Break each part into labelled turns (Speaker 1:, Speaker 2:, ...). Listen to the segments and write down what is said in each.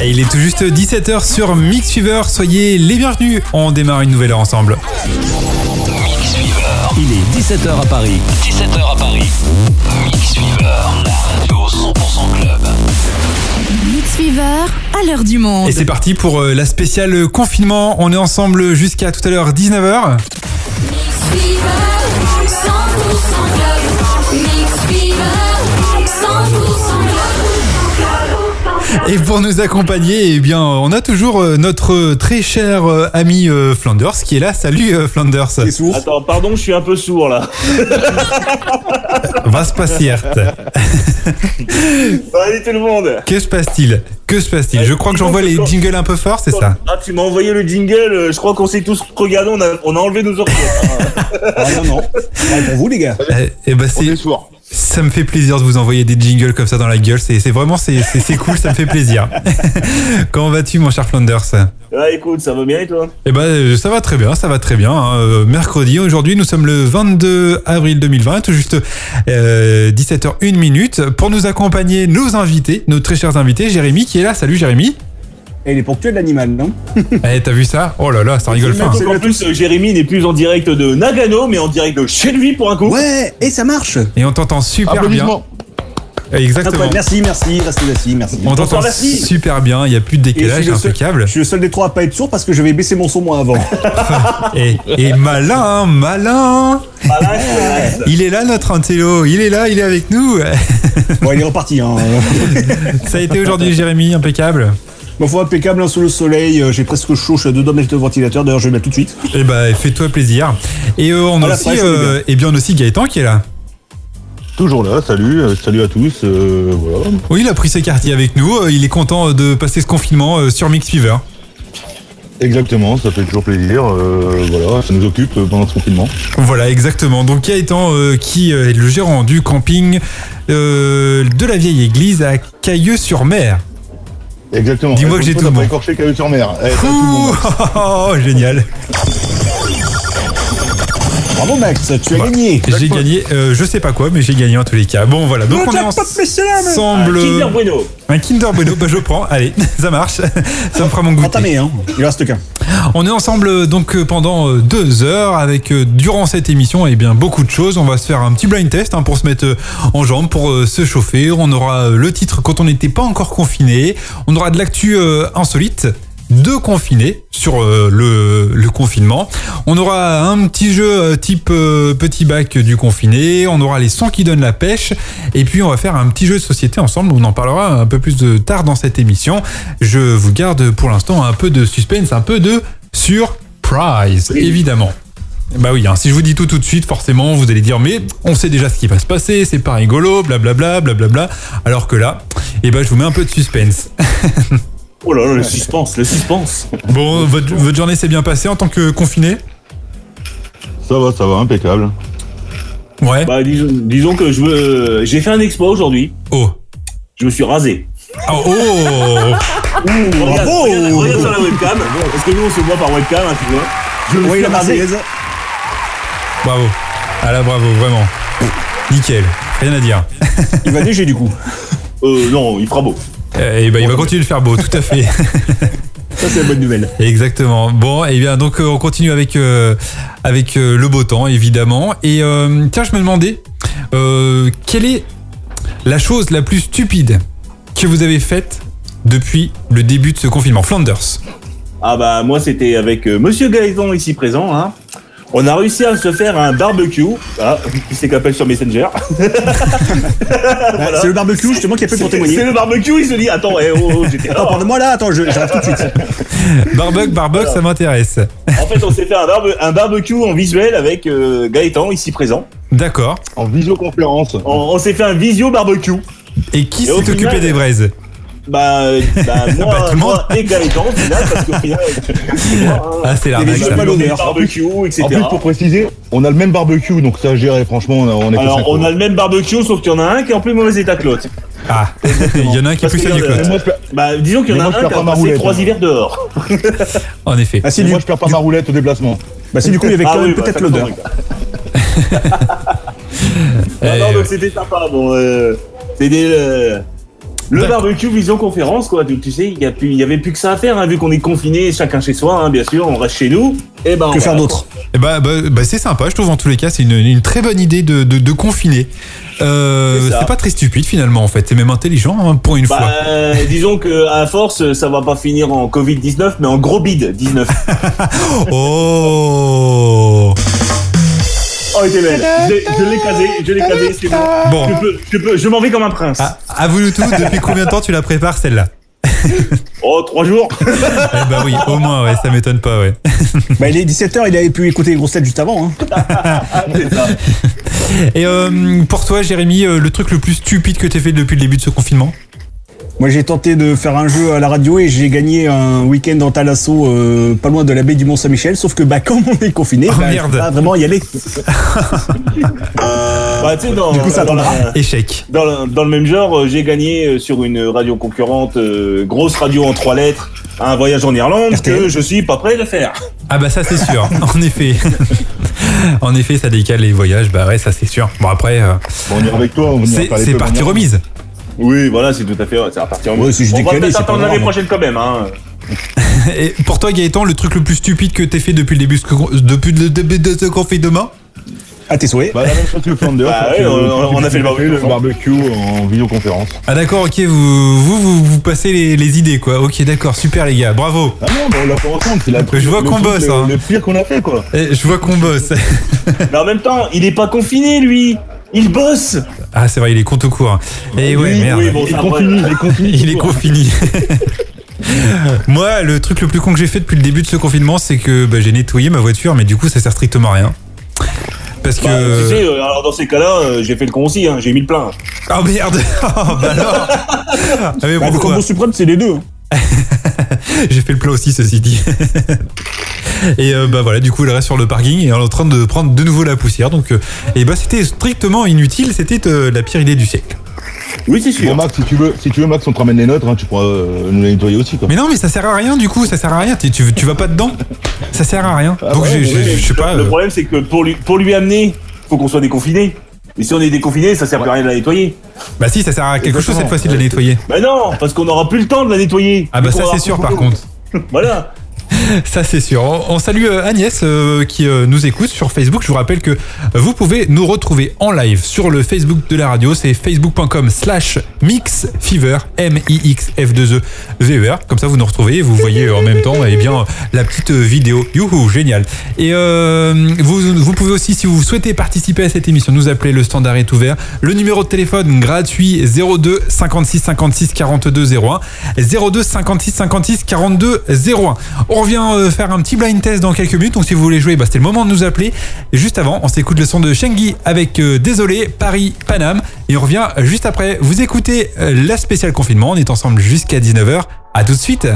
Speaker 1: Et il est tout juste 17h sur Mix Fever. Soyez les bienvenus. On démarre une nouvelle heure ensemble.
Speaker 2: Mix Fever,
Speaker 3: Il est 17h à Paris.
Speaker 2: 17h à Paris. Mix Fever, la radio 100% club.
Speaker 4: Mix Fever, à l'heure du monde.
Speaker 1: Et c'est parti pour euh, la spéciale confinement. On est ensemble jusqu'à tout à l'heure 19h. Et pour nous accompagner, eh bien, on a toujours euh, notre euh, très cher euh, ami euh, Flanders qui est là. Salut euh, Flanders.
Speaker 5: Attends, pardon, je suis un peu sourd là.
Speaker 1: Va se passer.
Speaker 5: Salut Bah, tout le monde.
Speaker 1: Que se passe-t-il Que se passe-t-il Je crois que j'envoie les jingles un peu fort, c'est ça
Speaker 5: Ah, tu m'as envoyé le jingle, euh, je crois qu'on s'est tous regardés, on a, on a enlevé nos oreillettes. hein.
Speaker 6: Ah non, non. Ah, pour vous, les gars.
Speaker 1: Eh eh ben,
Speaker 7: On
Speaker 1: c'est
Speaker 7: est sourd.
Speaker 1: Ça me fait plaisir de vous envoyer des jingles comme ça dans la gueule. C'est c'est vraiment, c'est- c'est c'est cool, ça me fait plaisir. Comment vas-tu, mon cher Flanders
Speaker 5: Ah, écoute, ça va bien et toi
Speaker 1: Eh ben, euh, ça va très bien, ça va très bien. hein. Euh, Mercredi, aujourd'hui, nous sommes le 22 avril 2020, tout juste euh, 17h01 minute. Pour nous accompagner, nos invités, nos très chers invités, Jérémy qui est là. Salut Jérémy.
Speaker 6: Et il est pour tuer de l'animal, non
Speaker 1: Eh, t'as vu ça Oh là là, ça rigole fin.
Speaker 5: Donc, En plus, euh, Jérémy n'est plus en direct de Nagano, mais en direct de chez lui pour un coup.
Speaker 6: Ouais, et ça marche.
Speaker 1: Et on t'entend super bien.
Speaker 7: Applaudissements.
Speaker 1: Eh, Exactement.
Speaker 6: Incroyable. Merci, merci, restez assis, merci.
Speaker 1: On t'entend
Speaker 5: Bonsoir, merci.
Speaker 1: super bien, il n'y a plus de
Speaker 6: Et je suis
Speaker 1: décalage,
Speaker 6: le seul-
Speaker 1: impeccable.
Speaker 6: Je suis le seul des trois à pas être sourd parce que je vais baisser mon son moi avant.
Speaker 1: Et, et malin, malin
Speaker 5: Ah, là, c'est-
Speaker 1: Il est là notre Antello, il est là, il est avec nous.
Speaker 6: bon, il est reparti. Hein.
Speaker 1: Ça a été aujourd'hui Jérémy, impeccable.
Speaker 6: Ma foi, impeccable, hein, sous le soleil. euh, J'ai presque chaud, je suis à deux domaines de ventilateur. D'ailleurs, je vais le mettre tout de suite.
Speaker 1: Eh ben fais-toi plaisir. Et euh, on a
Speaker 6: Ah, la
Speaker 1: aussi,
Speaker 6: presse,
Speaker 1: euh, eh bien on a aussi Gaëtan qui est là.
Speaker 7: Toujours là, salut, euh, salut à tous. euh, voilà.
Speaker 1: Oui, il a pris ses quartiers avec nous, euh, il est content de passer ce confinement euh, sur Mix Fever.
Speaker 7: Exactement, ça fait toujours plaisir. euh, voilà, ça nous occupe euh, pendant ce confinement.
Speaker 1: Voilà, exactement. Donc Gaëtan euh, qui euh, est le gérant du camping euh, de la vieille église à Cailleux-sur-Mer.
Speaker 7: Exactement.
Speaker 1: Dis-moi que j'ai tout le
Speaker 7: bon.
Speaker 1: monde.
Speaker 7: écorché Caillou sur mer. Eh, t'as tout le monde.
Speaker 1: Ouh, oh, génial.
Speaker 6: Bravo, Max, tu as
Speaker 1: Bah,
Speaker 6: gagné.
Speaker 1: J'ai gagné, euh, je sais pas quoi, mais j'ai gagné en tous les cas. Bon voilà, donc
Speaker 6: Le
Speaker 1: on est
Speaker 6: Oh, jackpot spécial.
Speaker 5: Ah,
Speaker 1: ensemble.
Speaker 5: Kinder Bueno.
Speaker 1: Un Kinder Bueno, bah je prends, allez, ça marche, ça me fera mon goûter.
Speaker 6: Entamé, hein. Il reste qu'un.
Speaker 1: On est ensemble euh, donc euh, pendant euh, deux heures avec euh, durant cette émission et bien beaucoup de choses. On va se faire un petit blind test hein, pour se mettre euh, en jambe, pour euh, se chauffer. On aura euh, le titre quand on n'était pas encore confiné. On aura de l'actu euh, insolite. De confinés sur euh, le, le confinement. On aura un petit jeu euh, type euh, petit bac du confiné. On aura les sons qui donnent la pêche. Et puis on va faire un petit jeu de société ensemble. On en parlera un peu plus de tard dans cette émission. Je vous garde pour l'instant un peu de suspense, un peu de surprise, évidemment. Bah oui, hein, si je vous dis tout tout de suite, forcément, vous allez dire, mais on sait déjà ce qui va se passer, c'est pas rigolo, blablabla, blablabla. Alors que là, eh ben, je vous mets un peu de suspense.
Speaker 5: Oh là là, le suspense, le suspense.
Speaker 1: Bon, votre, votre journée s'est bien passée en tant que confiné
Speaker 7: Ça va, ça va, impeccable.
Speaker 1: Ouais.
Speaker 5: Bah, disons, disons que je veux. euh, J'ai fait un exploit aujourd'hui.
Speaker 1: Oh.
Speaker 5: Je me suis rasé.
Speaker 1: Ah, oh
Speaker 5: Regarde,
Speaker 6: bravo.
Speaker 5: regarde, regarde sur la webcam. Parce que nous, on se voit par webcam, hein, tu vois. Je me
Speaker 6: Oui,
Speaker 5: suis
Speaker 6: la
Speaker 5: rasé.
Speaker 6: Marseillaise.
Speaker 1: Bravo. Ah là, bravo, vraiment. Nickel. Rien à dire.
Speaker 6: Il va léger du coup.
Speaker 5: Euh, non, il fera beau.
Speaker 1: Et ben, il va continuer de faire beau, tout à fait.
Speaker 6: Ça, c'est la bonne nouvelle.
Speaker 1: Exactement. Bon, et bien donc euh, on continue avec euh, avec euh, le beau temps évidemment. Et euh, tiens, je me demandais euh, quelle est la chose la plus stupide que vous avez faite depuis le début de ce confinement, Flanders.
Speaker 5: Ah bah moi c'était avec euh, Monsieur Gaëtan ici présent. Hein. On a réussi à se faire un barbecue. Ah, qui c'est qu'appelle sur Messenger
Speaker 6: C'est le barbecue justement qui a fait pour
Speaker 5: C'est
Speaker 6: témoigner.
Speaker 5: c'est le barbecue, il se dit attends, eh, oh, oh, j'étais là.
Speaker 6: Attends, parle-moi là, attends, je- j'arrive tout de suite.
Speaker 1: Barbuck, Barbuck, ça m'intéresse.
Speaker 5: En fait on s'est fait un, barbe- un barbecue en visuel avec euh, Gaëtan ici présent.
Speaker 1: D'accord.
Speaker 7: En visioconférence.
Speaker 5: On, on s'est fait un visio barbecue.
Speaker 1: Et qui
Speaker 5: Et
Speaker 1: s'est
Speaker 5: au
Speaker 1: occupé
Speaker 5: final-
Speaker 1: des braises
Speaker 5: Bah, euh, bah, moi,
Speaker 1: Bah, tout le
Speaker 5: moi et Gaëtan au final parce qu'au final
Speaker 1: Ah, c'est l'arnaque.
Speaker 6: les
Speaker 7: bah,
Speaker 1: ça.
Speaker 5: on a
Speaker 6: mal au
Speaker 5: le
Speaker 6: meilleur.
Speaker 5: barbecue, etc.
Speaker 7: En plus, pour préciser, on a le même barbecue, donc ça a géré. Franchement, on a, on a fait
Speaker 5: Alors
Speaker 7: cinq
Speaker 5: on a
Speaker 7: euros.
Speaker 5: le même barbecue sauf qu'il y en a un qui est en plus mauvais état que l'autre.
Speaker 1: Ah, il y en a un qui est
Speaker 5: Parce
Speaker 1: plus
Speaker 5: que
Speaker 1: sadique que
Speaker 5: regarde,
Speaker 1: l'autre.
Speaker 7: Moi, je perds-
Speaker 5: Bah disons qu'il y en
Speaker 7: Mais
Speaker 5: a
Speaker 7: moi, je
Speaker 5: un
Speaker 7: perds
Speaker 5: qui
Speaker 7: pas
Speaker 5: a
Speaker 7: ma
Speaker 5: passé
Speaker 7: roulette,
Speaker 5: trois
Speaker 7: moi.
Speaker 5: hivers dehors.
Speaker 1: En effet.
Speaker 6: Ah, si, du,
Speaker 7: moi, je perds pas ma roulette au déplacement.
Speaker 6: bah, si, du coup, il y avait
Speaker 5: Ah
Speaker 6: quand
Speaker 5: oui,
Speaker 6: même
Speaker 5: bah,
Speaker 6: peut-être
Speaker 5: ça
Speaker 6: l'odeur.
Speaker 5: correspond. Non, non,
Speaker 1: Eh,
Speaker 5: Eh, donc c'était sympa. Bon, euh, c'était euh, Le
Speaker 1: D'accord.
Speaker 5: barbecue vision conférence quoi. Donc, tu sais, il y, a plus- il y avait plus que ça à faire hein, vu qu'on est confiné chacun chez soi. hein, bien sûr, on reste chez nous. Et ben
Speaker 6: Que
Speaker 5: on
Speaker 6: faire
Speaker 5: va-
Speaker 6: d'autre
Speaker 1: Eh ben, bah, bah, c'est sympa, je trouve en tous les cas, c'est une, une très bonne idée de, de- de confiner. Euh,
Speaker 5: C'est ça.
Speaker 1: c'est pas très stupide finalement en fait, c'est même intelligent hein, pour une
Speaker 5: Bah,
Speaker 1: fois.
Speaker 5: euh, disons que à force, ça va pas finir en Covid 19, mais en gros bid 19.
Speaker 1: Oh
Speaker 5: Oh, elle était belle. Je l'ai- je l'ai casé, je l'ai casé. C'est bon.
Speaker 1: Bon,
Speaker 5: Je peux, je peux, je m'en vais comme un prince.
Speaker 1: à, à vous le tout, depuis combien de temps tu la prépares celle-là
Speaker 5: Oh, trois jours.
Speaker 1: Eh ben oui, au moins, ouais, ça m'étonne pas, ouais.
Speaker 6: Bah, il est 17h, il avait pu écouter les grosses têtes juste avant. Hein.
Speaker 5: C'est ça.
Speaker 1: Et euh, pour toi, Jérémy, euh, le truc le plus stupide que t'aies fait depuis le début de ce confinement
Speaker 6: Moi, j'ai tenté de faire un jeu à la radio et j'ai gagné un week-end en Talasso, euh, pas loin de la baie du Mont-Saint-Michel. Sauf que, bah, comme on est confiné,
Speaker 1: Oh,
Speaker 6: bah,
Speaker 1: merde.
Speaker 6: je peux pas vraiment y aller.
Speaker 5: Bah, tu sais, dans,
Speaker 6: Du coup, ça
Speaker 5: dans,
Speaker 6: attendra.
Speaker 5: la-
Speaker 1: Échec.
Speaker 5: dans la- dans le même genre, euh, j'ai gagné euh, sur une radio concurrente, euh, grosse radio en trois lettres, un voyage en Irlande
Speaker 6: RTL.
Speaker 5: que je suis pas prêt de faire.
Speaker 1: Ah bah ça c'est sûr, en effet. en effet, ça décale les voyages, bah ouais, ça c'est sûr. Bon après, euh,
Speaker 7: Bon, on est avec toi. On ira
Speaker 1: c'est
Speaker 7: faire les
Speaker 1: c'est
Speaker 7: pubs
Speaker 1: partie
Speaker 7: maintenant.
Speaker 1: remise.
Speaker 5: Oui, voilà, c'est tout à fait. C'est à partir
Speaker 6: Ouais, si je
Speaker 5: On va
Speaker 6: décalais,
Speaker 5: peut-être
Speaker 6: c'est
Speaker 5: attendre
Speaker 6: pas
Speaker 5: l'année
Speaker 6: grave.
Speaker 5: prochaine quand même. Hein.
Speaker 1: Et pour toi, Gaëtan, le truc le plus stupide que t'aies fait depuis le début, depuis le début de ce confinement
Speaker 6: À tes souhaits.
Speaker 7: Bah, la même chose que le Flanders.
Speaker 5: Bah,
Speaker 7: sauf
Speaker 5: ouais,
Speaker 7: que-
Speaker 5: on- on a fait le barbecue,
Speaker 7: le barbecue en vidéoconférence.
Speaker 1: Ah d'accord, ok, vous vous, vous, vous passez les, les idées quoi. Ok, d'accord, super les gars, bravo.
Speaker 7: Ah non, bah, on l'a fait ensemble. C'est la
Speaker 1: Je vois
Speaker 7: le
Speaker 1: qu'on
Speaker 7: truc
Speaker 1: bosse,
Speaker 7: Le,
Speaker 1: hein.
Speaker 7: le pire qu'on a fait, quoi.
Speaker 1: Eh, je vois qu'on bosse.
Speaker 5: Mais en même temps, il est pas confiné, lui. Il bosse.
Speaker 1: Ah c'est vrai, il est compte au cours. Et ouais,
Speaker 5: oui,
Speaker 1: merde.
Speaker 5: oui, bon,
Speaker 7: Il
Speaker 5: ça,
Speaker 7: continue,
Speaker 5: après,
Speaker 7: il continue.
Speaker 1: Il est confiné. Moi, le truc le plus con que j'ai fait depuis le début de ce confinement, c'est que bah, j'ai nettoyé ma voiture, mais du coup, ça sert strictement à rien. Parce
Speaker 5: bah,
Speaker 1: que.
Speaker 5: Tu sais, euh, alors dans ces cas-là, euh, j'ai fait le con aussi, hein, j'ai mis le plein.
Speaker 1: Oh merde Oh, bah alors Ah, mais
Speaker 6: Bah, le
Speaker 1: pourquoi
Speaker 6: combo suprême, c'est les deux. hein.
Speaker 1: J'ai fait le plat aussi, ceci dit. Et euh, bah voilà, du coup, elle reste sur le parking et elle est en train de prendre de nouveau la poussière. Donc, euh, et bah c'était strictement inutile, c'était euh, la pire idée du siècle.
Speaker 5: Oui, c'est sûr.
Speaker 7: Bon, Max, si tu veux, si tu veux, Max, on te ramène les nôtres. hein, tu pourras euh, nous les nettoyer aussi, quoi.
Speaker 1: Mais non, mais ça sert à rien, du coup, ça sert à rien. Tu, tu, tu vas pas dedans Ça sert à rien. Donc, j'ai- j'ai- je sais pas.
Speaker 5: Ah Le
Speaker 1: euh,
Speaker 5: problème, c'est que pour lui, pour lui amener, faut qu'on soit déconfiné. Et si on est déconfiné, ça sert plus à rien de la nettoyer.
Speaker 1: bah si, ça sert à quelque chose cette
Speaker 7: Exactement.
Speaker 1: fois-ci de la nettoyer.
Speaker 5: Bah non, parce qu'on n'aura plus le temps de la nettoyer.
Speaker 1: Ah bah
Speaker 5: Vu
Speaker 1: ça
Speaker 5: qu'on aura
Speaker 1: c'est sûr
Speaker 5: plus
Speaker 1: par
Speaker 5: le
Speaker 1: contre.
Speaker 5: temps. Voilà.
Speaker 1: Ça c'est sûr. On, on salue euh, Agnès euh, qui euh, nous écoute sur Facebook. Je vous rappelle que vous pouvez nous retrouver en live sur le Facebook de la radio. C'est facebook.com slash mixfever, E M-I-X-F-2-E-V-E-R. Comme ça vous nous retrouvez et vous voyez euh, en même temps eh bien, la petite euh, vidéo. Youhou, génial. Et euh, vous, vous pouvez aussi, si vous souhaitez participer à cette émission, nous appeler. Le standard est ouvert. Le numéro de téléphone gratuit 02 56 56 42 01. 02 56 56 42 01. On revient euh, faire un petit blind test dans quelques minutes. Donc si vous voulez jouer, bah, c'était le moment de nous appeler. Et juste avant, on s'écoute le son de Shengi avec euh, Désolé, Paris, Paname. Et on revient juste après. Vous écoutez euh, la spéciale confinement. On est ensemble jusqu'à 19h. À tout de suite.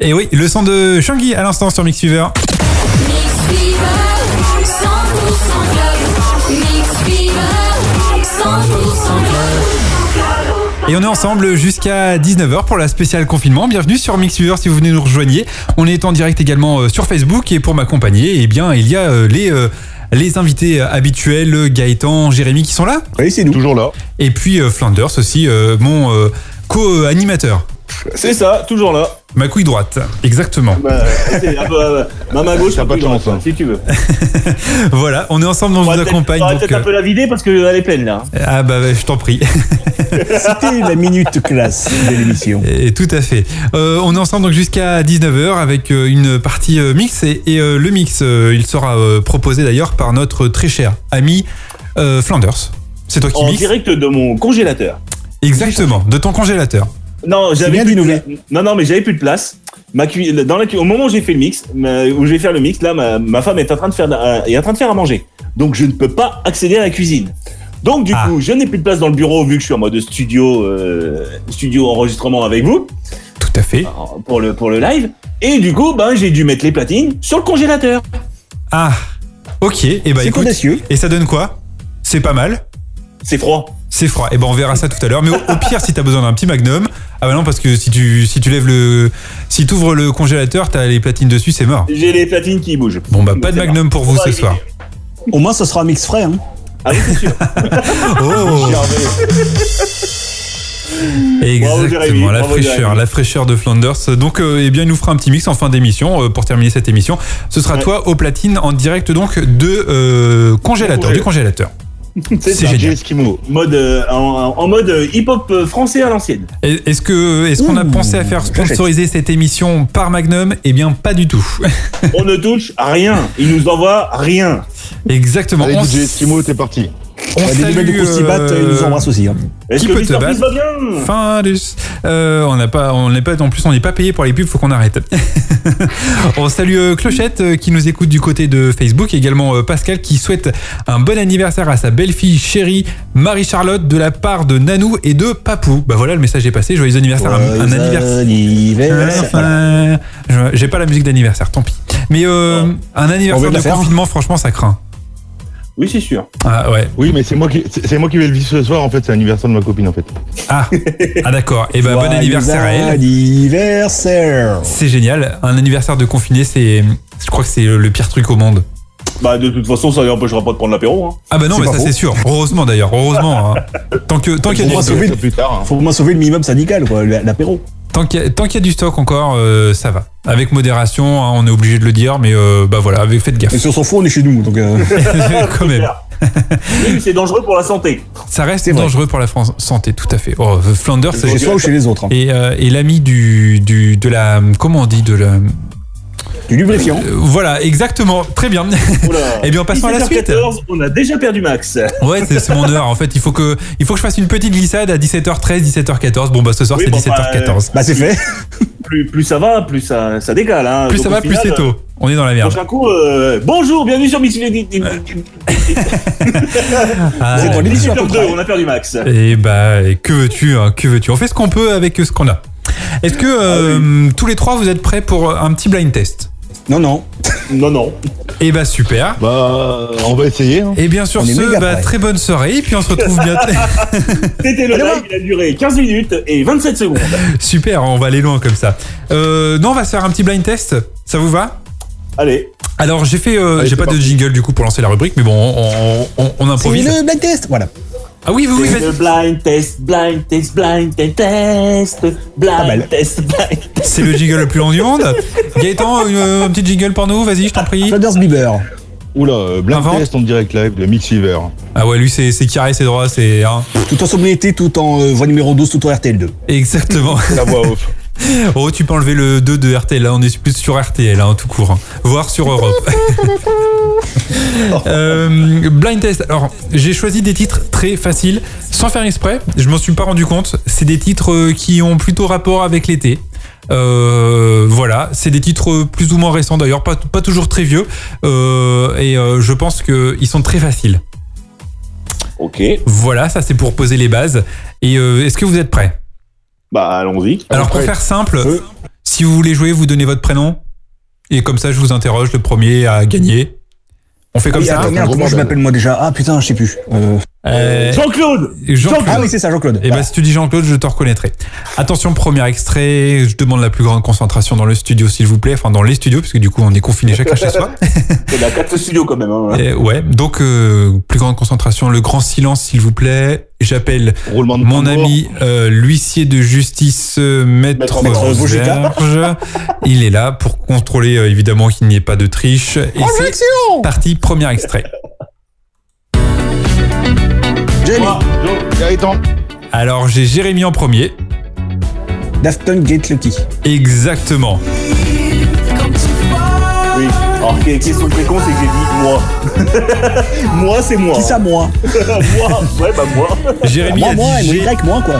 Speaker 1: Et oui, le son de Shangi à l'instant sur Mixfever. Et on est ensemble jusqu'à 19h pour la spéciale confinement. Bienvenue sur Mixfever si vous venez nous rejoignez. On est en direct également euh, sur Facebook et pour m'accompagner, eh bien, il y a euh, les, euh, les invités euh, habituels, euh, Gaëtan, Jérémy qui sont là.
Speaker 6: Oui, c'est nous.
Speaker 7: Toujours là.
Speaker 1: Et puis euh, Flanders aussi, euh, mon euh, co-animateur.
Speaker 5: C'est ça, toujours là.
Speaker 1: Ma couille droite, exactement.
Speaker 5: Bah, c'est un peu, euh, ma main gauche,
Speaker 7: T'as
Speaker 5: un
Speaker 7: pas
Speaker 5: peu
Speaker 7: de chance,
Speaker 5: droite,
Speaker 7: hein.
Speaker 5: Si tu veux.
Speaker 1: Voilà, on est ensemble, on vous
Speaker 5: Faudra peut-être-
Speaker 1: accompagne.
Speaker 5: faudra
Speaker 1: donc,
Speaker 5: peut-être un peu la vider parce qu'elle est pleine là.
Speaker 1: euh, ah bah bah, je t'en prie.
Speaker 6: bah, C'était la minute classe de l'émission.
Speaker 1: Et tout à fait. Euh, on est ensemble donc jusqu'à 19h avec euh, une partie euh, mix et, et, euh, le mix euh, il sera euh, proposé d'ailleurs par notre très cher ami euh, Flanders. C'est toi qui
Speaker 5: En
Speaker 1: mix
Speaker 5: direct de mon congélateur.
Speaker 1: Exactement, de ton congélateur.
Speaker 5: Non, j'avais
Speaker 6: bien
Speaker 5: plus de
Speaker 6: d'innover.
Speaker 5: pla- Non, non, mais j'avais plus de place. Ma cui- dans la cu- Au moment où j'ai fait le mix, ma- où je vais faire le mix, là, ma, ma femme est en train de faire, euh, est en train de faire à manger. Donc, je ne peux pas accéder à la cuisine. Donc, du
Speaker 1: Ah.
Speaker 5: coup, je n'ai plus de place dans le bureau vu que je suis en mode studio, euh, studio enregistrement avec vous
Speaker 1: Tout à fait.
Speaker 5: pour le pour le live. Et du coup, ben, j'ai dû mettre les platines sur le congélateur.
Speaker 1: Ah, ok. Et bah
Speaker 6: C'est
Speaker 1: écoute,
Speaker 6: audacieux.
Speaker 1: et ça donne quoi C'est pas mal.
Speaker 5: C'est froid.
Speaker 1: C'est froid. Et ben on verra ça tout à l'heure. Mais au, au pire, si t'as besoin d'un petit magnum, ah bah non parce que si tu si tu lèves le si t'ouvres le congélateur, t'as les platines dessus, c'est mort.
Speaker 5: J'ai les platines qui bougent.
Speaker 1: Bon bah pas de
Speaker 5: C'est
Speaker 1: magnum pour vous
Speaker 5: On va
Speaker 1: ce soir.
Speaker 5: éviter.
Speaker 6: Au moins, ça sera un mix frais. Hein.
Speaker 5: Ah oui, c'est sûr.
Speaker 1: Oh
Speaker 5: Bravo, Jérémy,
Speaker 1: Exactement, la
Speaker 5: bravo,
Speaker 1: fraîcheur,
Speaker 5: Jérémy.
Speaker 1: la fraîcheur de Flanders. Donc, euh, eh bien, il nous fera un petit mix en fin d'émission euh, pour terminer cette émission. Ce sera
Speaker 5: Ouais.
Speaker 1: toi au platine en direct donc de euh, congélateur,
Speaker 5: Ouais.
Speaker 1: du congélateur.
Speaker 5: C'est
Speaker 1: C'est
Speaker 5: ça.
Speaker 1: génial.
Speaker 7: Eskimo.
Speaker 5: Mode, euh, en, en mode euh, hip-hop euh, français à l'ancienne.
Speaker 1: Et- Est-ce que est-ce qu'on a
Speaker 6: Ouh,
Speaker 1: pensé à faire
Speaker 6: j'achète.
Speaker 1: sponsoriser cette émission par Magnum Eh bien, pas du tout.
Speaker 5: On ne touche à rien. Ils nous envoient rien.
Speaker 1: Exactement.
Speaker 7: Allez,
Speaker 1: on
Speaker 7: DJ
Speaker 1: s-
Speaker 7: Eskimo, t'es parti.
Speaker 1: on
Speaker 6: Bah, Des
Speaker 1: salue,
Speaker 6: nouvelles de Constibat,
Speaker 1: euh,
Speaker 6: ils nous embrassent aussi. hein.
Speaker 5: Est-ce
Speaker 1: Qui
Speaker 5: que
Speaker 1: peut te
Speaker 5: Mister
Speaker 1: battre
Speaker 5: Freeze va bien
Speaker 1: Fin de- euh, on n'a pas, on n'est pas, en plus on n'est pas payé pour les pubs, faut qu'on arrête. on salue euh, Clochette euh, qui nous écoute du côté de Facebook, et également euh, Pascal qui souhaite un bon anniversaire à sa belle-fille chérie Marie-Charlotte de la part de Nanou et de Papou. Bah voilà, le message est passé. Joyeux anniversaire, un- un,
Speaker 6: Joyeux
Speaker 1: anniversaire.
Speaker 6: anniversaire.
Speaker 1: Enfin, je- J'ai pas la musique d'anniversaire, tant pis. Mais euh, un
Speaker 6: On
Speaker 1: anniversaire
Speaker 6: va la
Speaker 1: de
Speaker 6: faire.
Speaker 1: confinement, franchement, ça craint.
Speaker 5: Oui, c'est sûr.
Speaker 1: Ah ouais.
Speaker 7: Oui, mais c'est moi qui, c'est c'est moi qui vais le vivre ce soir. En fait, c'est l'anniversaire de ma copine. En fait.
Speaker 1: Ah, ah d'accord. Et ben bon
Speaker 6: Joyeux
Speaker 1: anniversaire à elle.
Speaker 6: Anniversaire.
Speaker 1: C'est génial. Un anniversaire de confiné, c'est. Je crois que c'est le pire truc au monde.
Speaker 5: Bah, de toute façon, ça ne empêchera pas de prendre l'apéro. hein.
Speaker 1: Ah bah non,
Speaker 6: C'est
Speaker 1: mais
Speaker 6: pas
Speaker 1: ça
Speaker 6: faux.
Speaker 1: c'est sûr. Heureusement d'ailleurs, heureusement. hein. Tant que- tant qu'il y, a
Speaker 7: On
Speaker 1: du
Speaker 7: va
Speaker 1: stock-
Speaker 7: sauver ça plus tard. hein.
Speaker 6: Faut au moins sauver le minimum syndical, quoi, l'apéro.
Speaker 1: tant qu'il y a- tant qu'il y a du stock encore, euh, ça va. Avec modération, hein, on est obligé de le dire, mais euh, bah voilà, avec, faites gaffe.
Speaker 6: Et si on s'en fout, on est chez nous. Donc, euh,
Speaker 1: Quand même.
Speaker 5: Oui, c'est dangereux pour la santé.
Speaker 1: Ça reste
Speaker 6: C'est vrai.
Speaker 1: dangereux pour la France. Santé, tout à fait. Oh, The Flanders, c'est-
Speaker 6: chez soi ou chez les autres. hein.
Speaker 1: et, euh, et l'ami du, du de la comment on dit de la
Speaker 6: Du lubrifiant.
Speaker 1: Euh, voilà exactement très bien
Speaker 5: Oula.
Speaker 1: Eh bien, passons à la suite.
Speaker 5: 17h14, on a déjà perdu Max.
Speaker 1: Ouais, c'est c'est mon heure. En fait, il faut que, il faut que je fasse une petite glissade à 17h13, 17h14. Bon, bah ce soir,
Speaker 5: Oui,
Speaker 1: c'est
Speaker 5: bon,
Speaker 1: 17h14.
Speaker 6: Bah, c'est fait.
Speaker 5: Plus, plus ça va, plus ça, ça décale. hein.
Speaker 1: plus
Speaker 5: Donc,
Speaker 1: ça
Speaker 5: au
Speaker 1: va, plus
Speaker 5: final,
Speaker 1: c'est tôt. On est dans la
Speaker 5: euh,
Speaker 1: merde.
Speaker 5: Prochain coup, euh, bonjour, bienvenue sur Miss
Speaker 1: Ah,
Speaker 6: c'est dans les- l'émission, à peu
Speaker 5: 2,
Speaker 6: près.
Speaker 5: on a perdu Max.
Speaker 1: et bah, et que veux-tu, hein, que veux-tu On fait ce qu'on peut avec euh, ce qu'on a. Est-ce que euh, tous les trois vous êtes prêts pour euh, un petit blind test
Speaker 6: Non, non.
Speaker 5: Non, non.
Speaker 1: Eh bah super.
Speaker 7: Bah, on va essayer. hein.
Speaker 1: Et bien sûr,
Speaker 6: On est
Speaker 1: ce,
Speaker 6: méga
Speaker 1: bah,
Speaker 6: prêts.
Speaker 1: très bonne soirée. Et puis on se retrouve bientôt.
Speaker 5: C'était le live, il a duré 15 minutes et 27 secondes.
Speaker 1: super, on va aller loin comme ça. Euh, non, on va se faire un petit blind test. Ça vous va
Speaker 5: Allez,
Speaker 1: Alors j'ai fait, euh,
Speaker 7: Allez,
Speaker 1: j'ai
Speaker 7: c'est
Speaker 1: pas de
Speaker 7: parti.
Speaker 1: jingle du coup pour lancer la rubrique, mais bon, on, on- on- on
Speaker 6: C'est
Speaker 1: improvise.
Speaker 6: le black test. Voilà.
Speaker 1: Ah oui, oui, oui.
Speaker 5: c'est
Speaker 1: vas-y.
Speaker 5: le blind test, blind test, blind test,
Speaker 6: Pas
Speaker 5: blind
Speaker 6: mal.
Speaker 5: test, blind test.
Speaker 1: C'est le jingle le plus long du monde. Gaëtan, une, euh, un petit jingle pour nous, vas-y, je t'en prie.
Speaker 6: Flanders Bieber.
Speaker 7: Oula, euh, blind
Speaker 1: Avant.
Speaker 7: test en direct live de Mixiver.
Speaker 1: Ah ouais, lui, c'est c'est carré, c'est droit, c'est. hein.
Speaker 6: Tout en sobriété, tout en euh, voie numéro 12, tout en RTL2.
Speaker 1: Exactement.
Speaker 7: La voix off.
Speaker 1: Oh, tu peux enlever le 2 de RTL, là, hein. on est plus sur RTL, hein, tout court. hein. Voire sur Europe. Euh, blind test. Alors, j'ai choisi des titres très faciles, sans faire exprès, je m'en suis pas rendu compte. C'est des titres euh, qui ont plutôt rapport avec l'été. Euh, voilà, c'est des titres euh, plus ou moins récents d'ailleurs, pas, pas toujours très vieux. Euh, et euh, je pense qu'ils sont très faciles.
Speaker 5: Ok,
Speaker 1: Voilà, ça c'est pour poser les bases. Et euh, est-ce que vous êtes prêts
Speaker 5: bah allons-y.
Speaker 6: Ah,
Speaker 1: Alors pour
Speaker 7: prêt.
Speaker 1: faire simple,
Speaker 6: Euh.
Speaker 1: si vous voulez jouer, vous donnez votre prénom. Et comme ça, je vous interroge le premier à gagner. On fait comme
Speaker 6: Ah Oui,
Speaker 1: ça
Speaker 6: attends, merde,
Speaker 7: gros
Speaker 6: comment je
Speaker 7: bordel.
Speaker 6: m'appelle moi déjà Ah putain, je sais plus. Euh,
Speaker 1: Euh,
Speaker 5: Jean-Claude
Speaker 1: Jean-Claude.
Speaker 6: Ah oui, c'est ça, Jean-Claude.
Speaker 1: Eh ben, si tu dis Jean-Claude, je te reconnaîtrai. Attention, premier extrait. Je demande la plus grande concentration dans le studio, s'il vous plaît. Enfin, dans les studios, parce que du coup, on est confiné chacun chez soi.
Speaker 5: C'est la 4 studio ben, quand même. hein.
Speaker 1: Eh, ouais. Donc, euh, plus grande concentration, le grand silence, s'il vous plaît. J'appelle
Speaker 7: Roulement de
Speaker 1: mon
Speaker 7: tambour.
Speaker 1: ami euh, l'huissier de justice euh, maître,
Speaker 5: Maître- Maître
Speaker 6: Vogetta.
Speaker 1: Verge. Il est là pour contrôler euh, évidemment qu'il n'y ait pas de triche. Et c'est parti, premier extrait.
Speaker 6: Jérémy.
Speaker 5: Moi, Jean-
Speaker 7: Gaëtan.
Speaker 1: Alors j'ai Jérémy en premier.
Speaker 6: Dafton Gate Lucky.
Speaker 1: Oh. Exactement.
Speaker 5: Oui. Alors, que- question très con, c'est que j'ai dit moi. moi, c'est moi.
Speaker 6: Qui ça, moi
Speaker 5: Moi, ouais, bah moi.
Speaker 1: Jérémy
Speaker 6: Moi,
Speaker 1: a
Speaker 6: moi,
Speaker 1: dit
Speaker 6: et
Speaker 1: Jé-
Speaker 6: moi, Y, moi, quoi.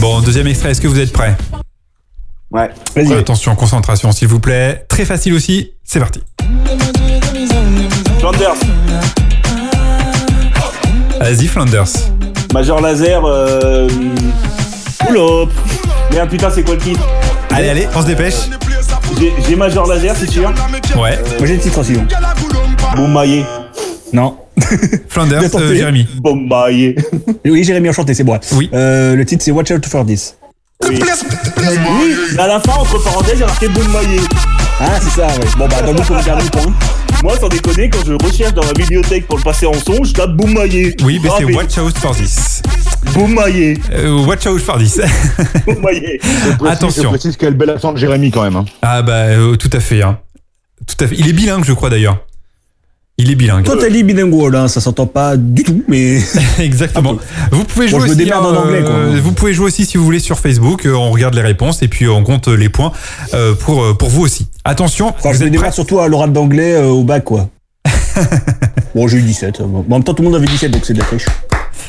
Speaker 1: Bon, deuxième extrait, est-ce que vous êtes prêts
Speaker 5: Ouais.
Speaker 6: Vas-y.
Speaker 1: Attention, concentration s'il vous plaît. Très facile aussi, c'est parti.
Speaker 5: Flanders,
Speaker 1: Vas-y Flanders.
Speaker 5: Major Laser, euh. Oulop. Merde, putain, c'est quoi le titre
Speaker 1: Allez, allez, on se dépêche.
Speaker 5: J'ai j'ai Major Laser, c'est sûr.
Speaker 1: Ouais.
Speaker 6: Moi, j'ai le titre aussi. donc.
Speaker 5: Bombaillé.
Speaker 6: Non.
Speaker 1: Flanders,
Speaker 6: Attends,
Speaker 1: euh,
Speaker 6: t'es-
Speaker 1: Jérémy.
Speaker 5: Bombaillé.
Speaker 6: Oui, Jérémy Enchanté, c'est moi.
Speaker 1: Oui.
Speaker 6: Euh, le titre, c'est Watch Out for This.
Speaker 5: Oui. Mais à la fin, entre parenthèses, il y a marqué Bombaillé.
Speaker 6: Ah, c'est ça, ouais. Bon, bah, dans le faut regarder le point.
Speaker 1: Euh.
Speaker 5: Moi, sans déconner, quand je recherche dans ma bibliothèque pour le passer en son, je tape Boumaillé.
Speaker 1: Oui, mais c'est Watch Out for This.
Speaker 5: Boumaillé.
Speaker 1: Euh, watch Out for This.
Speaker 5: Boumaillé.
Speaker 1: Attention.
Speaker 7: Je précise quel bel accent de Jérémy quand même. hein.
Speaker 1: ah bah euh, tout à fait. hein. Tout à fait. Il est bilingue, je crois d'ailleurs. Il est bilingue.
Speaker 6: Totally bilingual, hein, ça s'entend pas du tout, mais.
Speaker 1: Exactement. Vous pouvez jouer
Speaker 6: Moi,
Speaker 1: aussi.
Speaker 6: Ah, je me
Speaker 1: euh,
Speaker 6: démerde en anglais, quoi.
Speaker 1: Vous pouvez jouer aussi si vous voulez sur Facebook. Euh, on regarde les réponses et puis euh, on compte les points euh, pour euh, pour vous aussi. Attention.
Speaker 6: Enfin,
Speaker 1: vous êtes
Speaker 6: je me
Speaker 1: prêts
Speaker 6: démarre surtout à l'oral d'anglais euh, au bac, quoi. bon, j'ai eu 17. hein. Bon, en même temps, tout le monde avait 17, donc c'est de la pêche.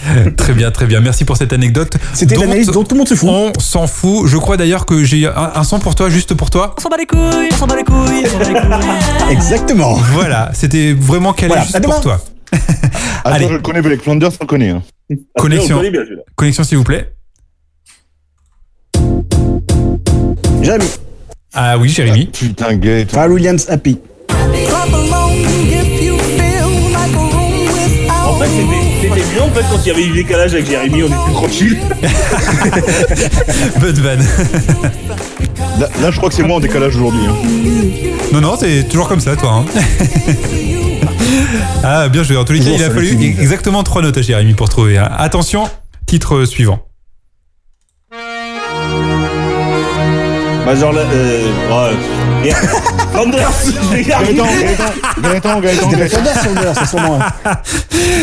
Speaker 1: Très bien, très bien. Merci pour cette anecdote.
Speaker 6: C'était
Speaker 1: Dont
Speaker 6: l'analyse dont tout le monde se fout.
Speaker 1: On s'en fout. Je crois d'ailleurs que j'ai un, un son pour toi, juste pour toi.
Speaker 6: Exactement.
Speaker 1: Voilà, c'était vraiment calé
Speaker 6: Voilà,
Speaker 1: juste
Speaker 6: à
Speaker 1: pour
Speaker 6: demain.
Speaker 1: toi.
Speaker 7: Ah,
Speaker 1: Allez.
Speaker 7: ça, je le connais, Blake Flanders, on le connaît. hein.
Speaker 1: Connexion.
Speaker 5: Ah, on connaît bien, celui-là.
Speaker 1: Connexion, s'il vous plaît.
Speaker 6: Jamais.
Speaker 1: Ah oui, Jérémy.
Speaker 7: Putain, gay. toi.
Speaker 6: Pharrell Williams Happy.
Speaker 5: En fait, c'était- c'était bien en fait, quand il y avait eu décalage avec Jérémy, on était tranquille.
Speaker 1: Bud Van.
Speaker 7: Là, là, je crois que c'est moi en décalage aujourd'hui. hein.
Speaker 1: Non, non, c'est toujours comme ça, toi. hein. ah, bien joué. En tous les cas,
Speaker 6: Toujours
Speaker 1: il a
Speaker 6: sur le
Speaker 1: fallu
Speaker 6: timide.
Speaker 1: exactement trois notes à Jérémy pour trouver. hein. Attention, titre suivant.
Speaker 5: Bah, genre là. Euh, ouais. Merde. Flanders, je vais y
Speaker 7: Gaëtan,
Speaker 5: arriver.
Speaker 7: Gaëtan, Gaëtan, Gaëtan,
Speaker 6: C'était la
Speaker 7: Gaëtan.
Speaker 6: Thunder Thunder, c'est sûrement. hein.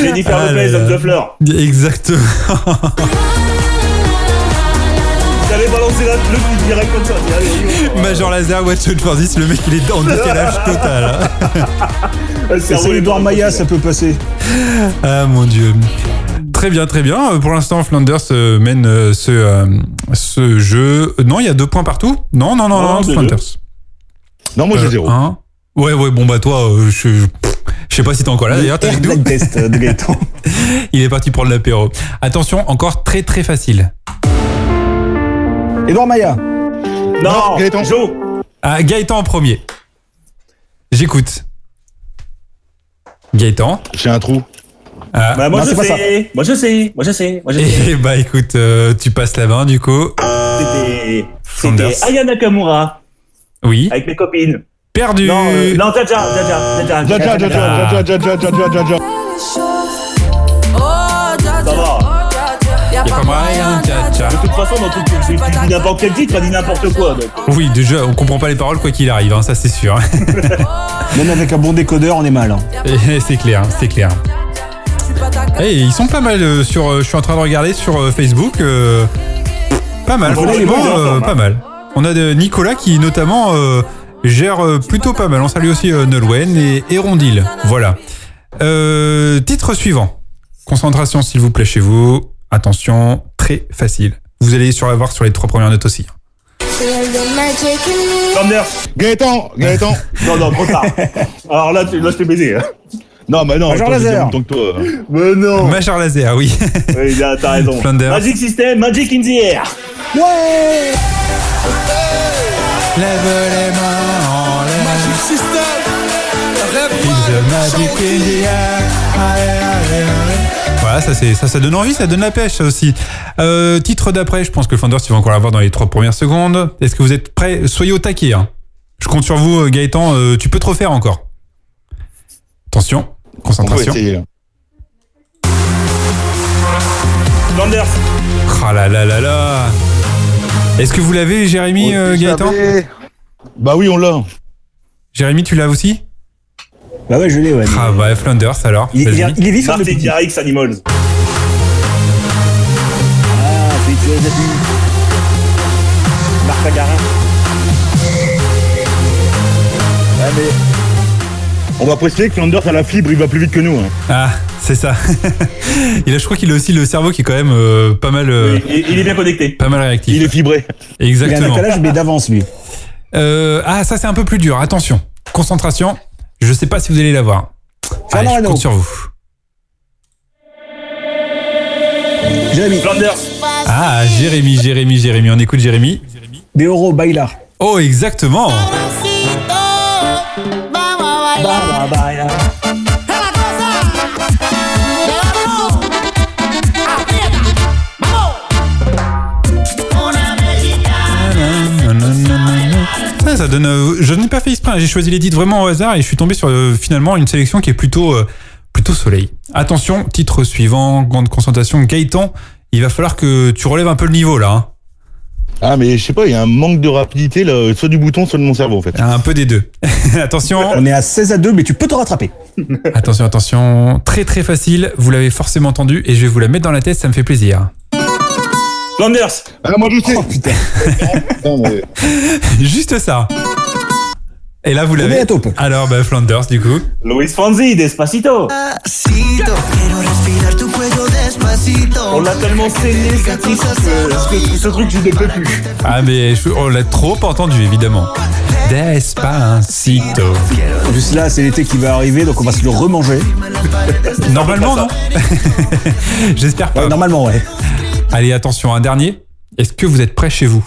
Speaker 5: Jennifer
Speaker 1: Ah là
Speaker 5: Lopez,
Speaker 1: là.
Speaker 5: homme de fleurs.
Speaker 1: Exactement.
Speaker 5: J'avais balancé la, le truc direct comme ça. J'ai dit, allez, allez,
Speaker 1: Major Laser, Watch Out for This, le mec, il est en décalage total. hein.
Speaker 5: on- le cerveau
Speaker 6: C'est
Speaker 5: est
Speaker 6: Edouard
Speaker 5: dans-
Speaker 6: Maya, ça peut passer.
Speaker 1: Ah, mon Dieu. Très bien, très bien. Euh, Pour l'instant, Flanders euh, mène euh, ce, euh, ce jeu. Euh, Non, il y a deux points partout Non, non, non,
Speaker 5: Non,
Speaker 1: non,
Speaker 5: deux,
Speaker 1: Flanders.
Speaker 7: Non, moi j'ai
Speaker 1: Euh,
Speaker 7: zéro.
Speaker 1: un. Ouais, ouais, bon, bah toi, euh, je, je je sais pas si t'es encore là d'ailleurs, t'as
Speaker 6: Air
Speaker 1: les doux.
Speaker 6: Black Test euh, de Gaëtan.
Speaker 1: Il est parti prendre l'apéro. Attention, encore très très facile.
Speaker 6: Edouard Maya.
Speaker 5: Non,
Speaker 7: Gaëtan.
Speaker 5: Joe.
Speaker 1: Ah, Gaëtan en premier. J'écoute. Gaëtan.
Speaker 7: J'ai un trou.
Speaker 1: Ah,
Speaker 5: Bah, moi,
Speaker 6: Non,
Speaker 5: je
Speaker 6: c'est pas
Speaker 5: sais. moi je sais, moi je sais, moi je sais.
Speaker 1: et bah écoute, euh, tu passes la main du coup.
Speaker 5: C'était-
Speaker 1: Flanders.
Speaker 5: C'était Aya Nakamura
Speaker 1: Oui.
Speaker 5: avec mes copines.
Speaker 1: Perdu.
Speaker 5: Non, euh, non, Jaja, Jaja, Jaja,
Speaker 7: Ja, ja,
Speaker 5: Jaja,
Speaker 7: ja, ja, ja, ja, ja, ja, ja, ja, ja.
Speaker 1: Oh,
Speaker 5: Ça va.
Speaker 3: Y'a
Speaker 1: pas moyen, tcha, tcha.
Speaker 5: De toute façon, dans tout, tu, tu dis n'importe quel titre, t'as dit n'importe quoi. donc.
Speaker 1: Oui, déjà, on comprend pas les paroles quoi qu'il arrive, hein, ça c'est sûr.
Speaker 6: Même avec un bon décodeur, on est mal. hein.
Speaker 1: Et c'est clair, hein, c'est clair. Et Eh, ils sont pas mal euh, sur. euh, je suis en train de regarder sur euh, Facebook. euh, pas mal,
Speaker 5: Bon,
Speaker 1: franchement,
Speaker 5: bon,
Speaker 1: euh,
Speaker 5: bon,
Speaker 1: pas mal. On a de Nicolas qui notamment euh, gère euh, plutôt pas mal. On salue aussi euh, Nolwenn et Erondil. Voilà. Euh, titre suivant. Concentration, s'il vous plaît, chez vous. Attention, très facile. Vous allez sur avoir sur les trois premières notes aussi.
Speaker 5: Flanders.
Speaker 7: Gaëtan, Gaëtan.
Speaker 5: Non, non, trop tard. Alors là, tu, là je t'ai baisé. hein.
Speaker 7: Non, mais non,
Speaker 6: Major
Speaker 7: attends, j'ai
Speaker 6: Laser.
Speaker 7: zéro en tant que toi. euh.
Speaker 5: Mais non.
Speaker 1: Machar Laser, oui.
Speaker 5: Oui, là, t'as raison.
Speaker 1: Flanders.
Speaker 5: Magic System, Magic in the air.
Speaker 6: Ouais
Speaker 1: Lève les mains en l'air. It's the magic in the air. Allez, allez, allez. Voilà, ça, c'est, ça, ça donne envie, ça donne la pêche, ça aussi. Euh, titre d'après, je pense que Flanders, il va encore l'avoir dans les trois premières secondes. Est-ce que vous êtes prêts Soyez au taquet. hein. Je compte sur vous, euh, Gaëtan. euh, tu peux te refaire encore. Attention,
Speaker 7: On peut
Speaker 1: concentration.
Speaker 7: essayer. hein.
Speaker 5: Flanders.
Speaker 1: Ah là là là là. Est-ce que vous l'avez, Jérémy, euh, Gaëtan
Speaker 7: Bah oui, on l'a.
Speaker 1: Jérémy, tu l'as aussi
Speaker 6: Bah ouais, je l'ai, ouais.
Speaker 1: Ah bah, Flanders, alors.
Speaker 6: Il, il-
Speaker 1: Vas-y.
Speaker 6: il est vif, hein, le
Speaker 5: Martin
Speaker 6: petit.
Speaker 5: Garrix, Animals.
Speaker 6: Ah, c'est les habits.
Speaker 5: Martha Garin.
Speaker 7: Ah, mais- On va préciser que Flanders a la fibre, il va plus vite que nous. hein.
Speaker 1: Ah, c'est ça. il a, je crois qu'il a aussi le cerveau qui est quand même euh, pas mal, euh,
Speaker 5: Oui, il, il est bien connecté.
Speaker 1: pas mal réactif.
Speaker 7: Il est fibré.
Speaker 6: Il a un
Speaker 1: Exactement.
Speaker 6: décalage, mais d'avance, lui.
Speaker 1: Euh, ah, ça c'est un peu plus dur. Attention, concentration. Je sais pas si vous allez l'avoir. Allez,
Speaker 6: Fernand
Speaker 1: je
Speaker 6: Reynaud.
Speaker 1: compte sur vous.
Speaker 6: Jérémy.
Speaker 5: Flanders.
Speaker 1: Ah, Jérémy, Jérémy, Jérémy. On écoute Jérémy.
Speaker 6: Deoro Baila.
Speaker 1: Oh, exactement.
Speaker 6: Ah,
Speaker 1: Ça, ça donne. euh, je n'ai pas fait exprès. J'ai choisi les titres vraiment au hasard et je suis tombé sur euh, finalement une sélection qui est plutôt, euh, plutôt soleil. Attention, titre suivant, grande concentration. Gaëtan, il va falloir que tu relèves un peu le niveau là. hein.
Speaker 7: Ah, mais je sais pas, il y a un manque de rapidité, là, soit du bouton, soit de mon cerveau, en fait.
Speaker 1: Un peu des deux. attention.
Speaker 6: On est à 16 à 2, mais tu peux te rattraper.
Speaker 1: Attention, attention. Très très facile. Vous l'avez forcément entendu et je vais vous la mettre dans la tête, ça me fait plaisir.
Speaker 5: Flanders
Speaker 7: Ah, moi, je sais
Speaker 6: Oh putain,
Speaker 7: Putain, mais-
Speaker 1: Juste ça. Et là, vous
Speaker 6: on est
Speaker 1: l'avez.
Speaker 6: à taupe.
Speaker 1: Alors, bah, Flanders, du coup.
Speaker 5: Luis Fonsi, Despacito
Speaker 3: Despacito, quiero respirar tu cuello despacito.
Speaker 5: On l'a tellement saigné, ce truc, que, ce, ce truc, je ne peux plus.
Speaker 1: Ah, mais je- on l'a trop entendu, évidemment. Despacito.
Speaker 6: En plus là, c'est l'été qui va arriver, donc on va se le remanger.
Speaker 1: Normalement, non J'espère pas.
Speaker 6: Ouais, Normalement, ouais.
Speaker 1: Allez, attention, un dernier. Est-ce que vous êtes prêts chez vous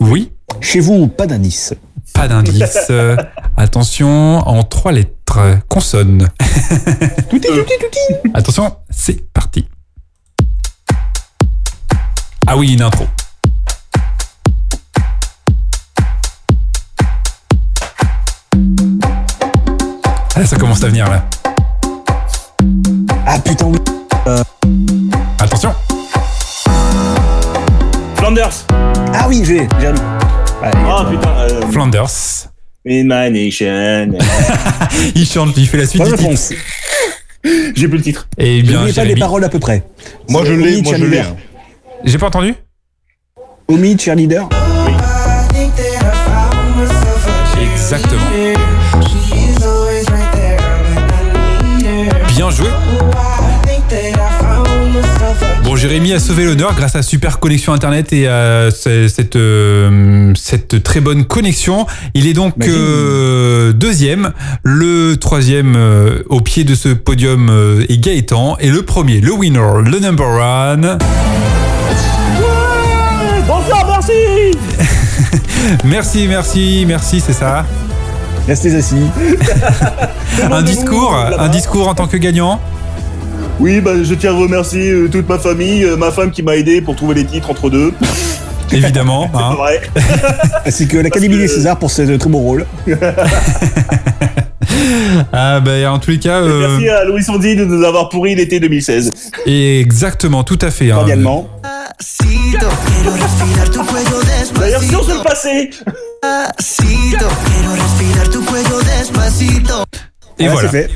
Speaker 1: Oui
Speaker 6: Chez vous, pas d'indice.
Speaker 1: Pas d'indice. Euh, attention, en trois lettres. Consonne.
Speaker 6: Touti, touti, touti.
Speaker 1: Attention, c'est parti. Ah oui, une intro. Ah, ça commence à venir là.
Speaker 6: Ah putain, oui.
Speaker 1: Attention.
Speaker 5: Flanders
Speaker 6: Ah oui, j'ai. j'ai- Ouais,
Speaker 5: Ah putain euh,
Speaker 1: Flanders.
Speaker 5: In my nation.
Speaker 1: Il chante, il fait la suite.
Speaker 6: Moi, je
Speaker 1: du titre.
Speaker 6: fonce.
Speaker 5: J'ai plus le titre.
Speaker 1: Eh bien,
Speaker 6: N'oubliez pas les
Speaker 1: Jérémy.
Speaker 6: paroles à peu près.
Speaker 7: Moi, je
Speaker 6: C'est
Speaker 7: l'ai,
Speaker 6: Omi,
Speaker 7: moi, je l'ai. hein.
Speaker 6: cheerleader.
Speaker 1: J'ai pas entendu
Speaker 6: Omi, cheerleader.
Speaker 3: I think that I found myself a
Speaker 1: Exactement.
Speaker 3: cheerleader. She is always right there when I need her.
Speaker 1: Bien joué.
Speaker 3: I think that I found myself a
Speaker 1: Bon, Jérémy a sauvé l'honneur grâce à super connexion internet et à ce- cette, euh, cette très bonne connexion. Il est donc
Speaker 6: Imagine.
Speaker 1: euh, deuxième, le troisième euh, au pied de ce podium euh, est Gaëtan et le premier, le winner, le number one.
Speaker 5: Bonsoir, merci
Speaker 1: Merci, merci, merci, c'est ça.
Speaker 6: Restez assis.
Speaker 1: Un discours, un discours en tant que gagnant.
Speaker 5: Oui, bah, je tiens à remercier euh, toute ma famille, euh, ma femme qui m'a aidé pour trouver les titres entre deux.
Speaker 1: Évidemment,
Speaker 5: C'est
Speaker 1: hein.
Speaker 5: vrai.
Speaker 6: Ainsi que l'Académie
Speaker 5: Parce que-
Speaker 6: des Césars pour ce très beau rôle.
Speaker 1: Ah ben en tous les cas, euh,
Speaker 5: Merci hein. à Louis Fonsi de nous avoir pourri l'été 2016.
Speaker 1: exactement, tout à fait. hein.
Speaker 6: Cordialement.
Speaker 3: despacito. Quiero respirar tu cuello
Speaker 5: D'ailleurs, si on se le
Speaker 3: despacito.
Speaker 5: passait
Speaker 3: Despacito. Quiero respirar tu cuello despacito.
Speaker 1: Et
Speaker 6: Ouais,
Speaker 1: voilà.
Speaker 6: c'est fait.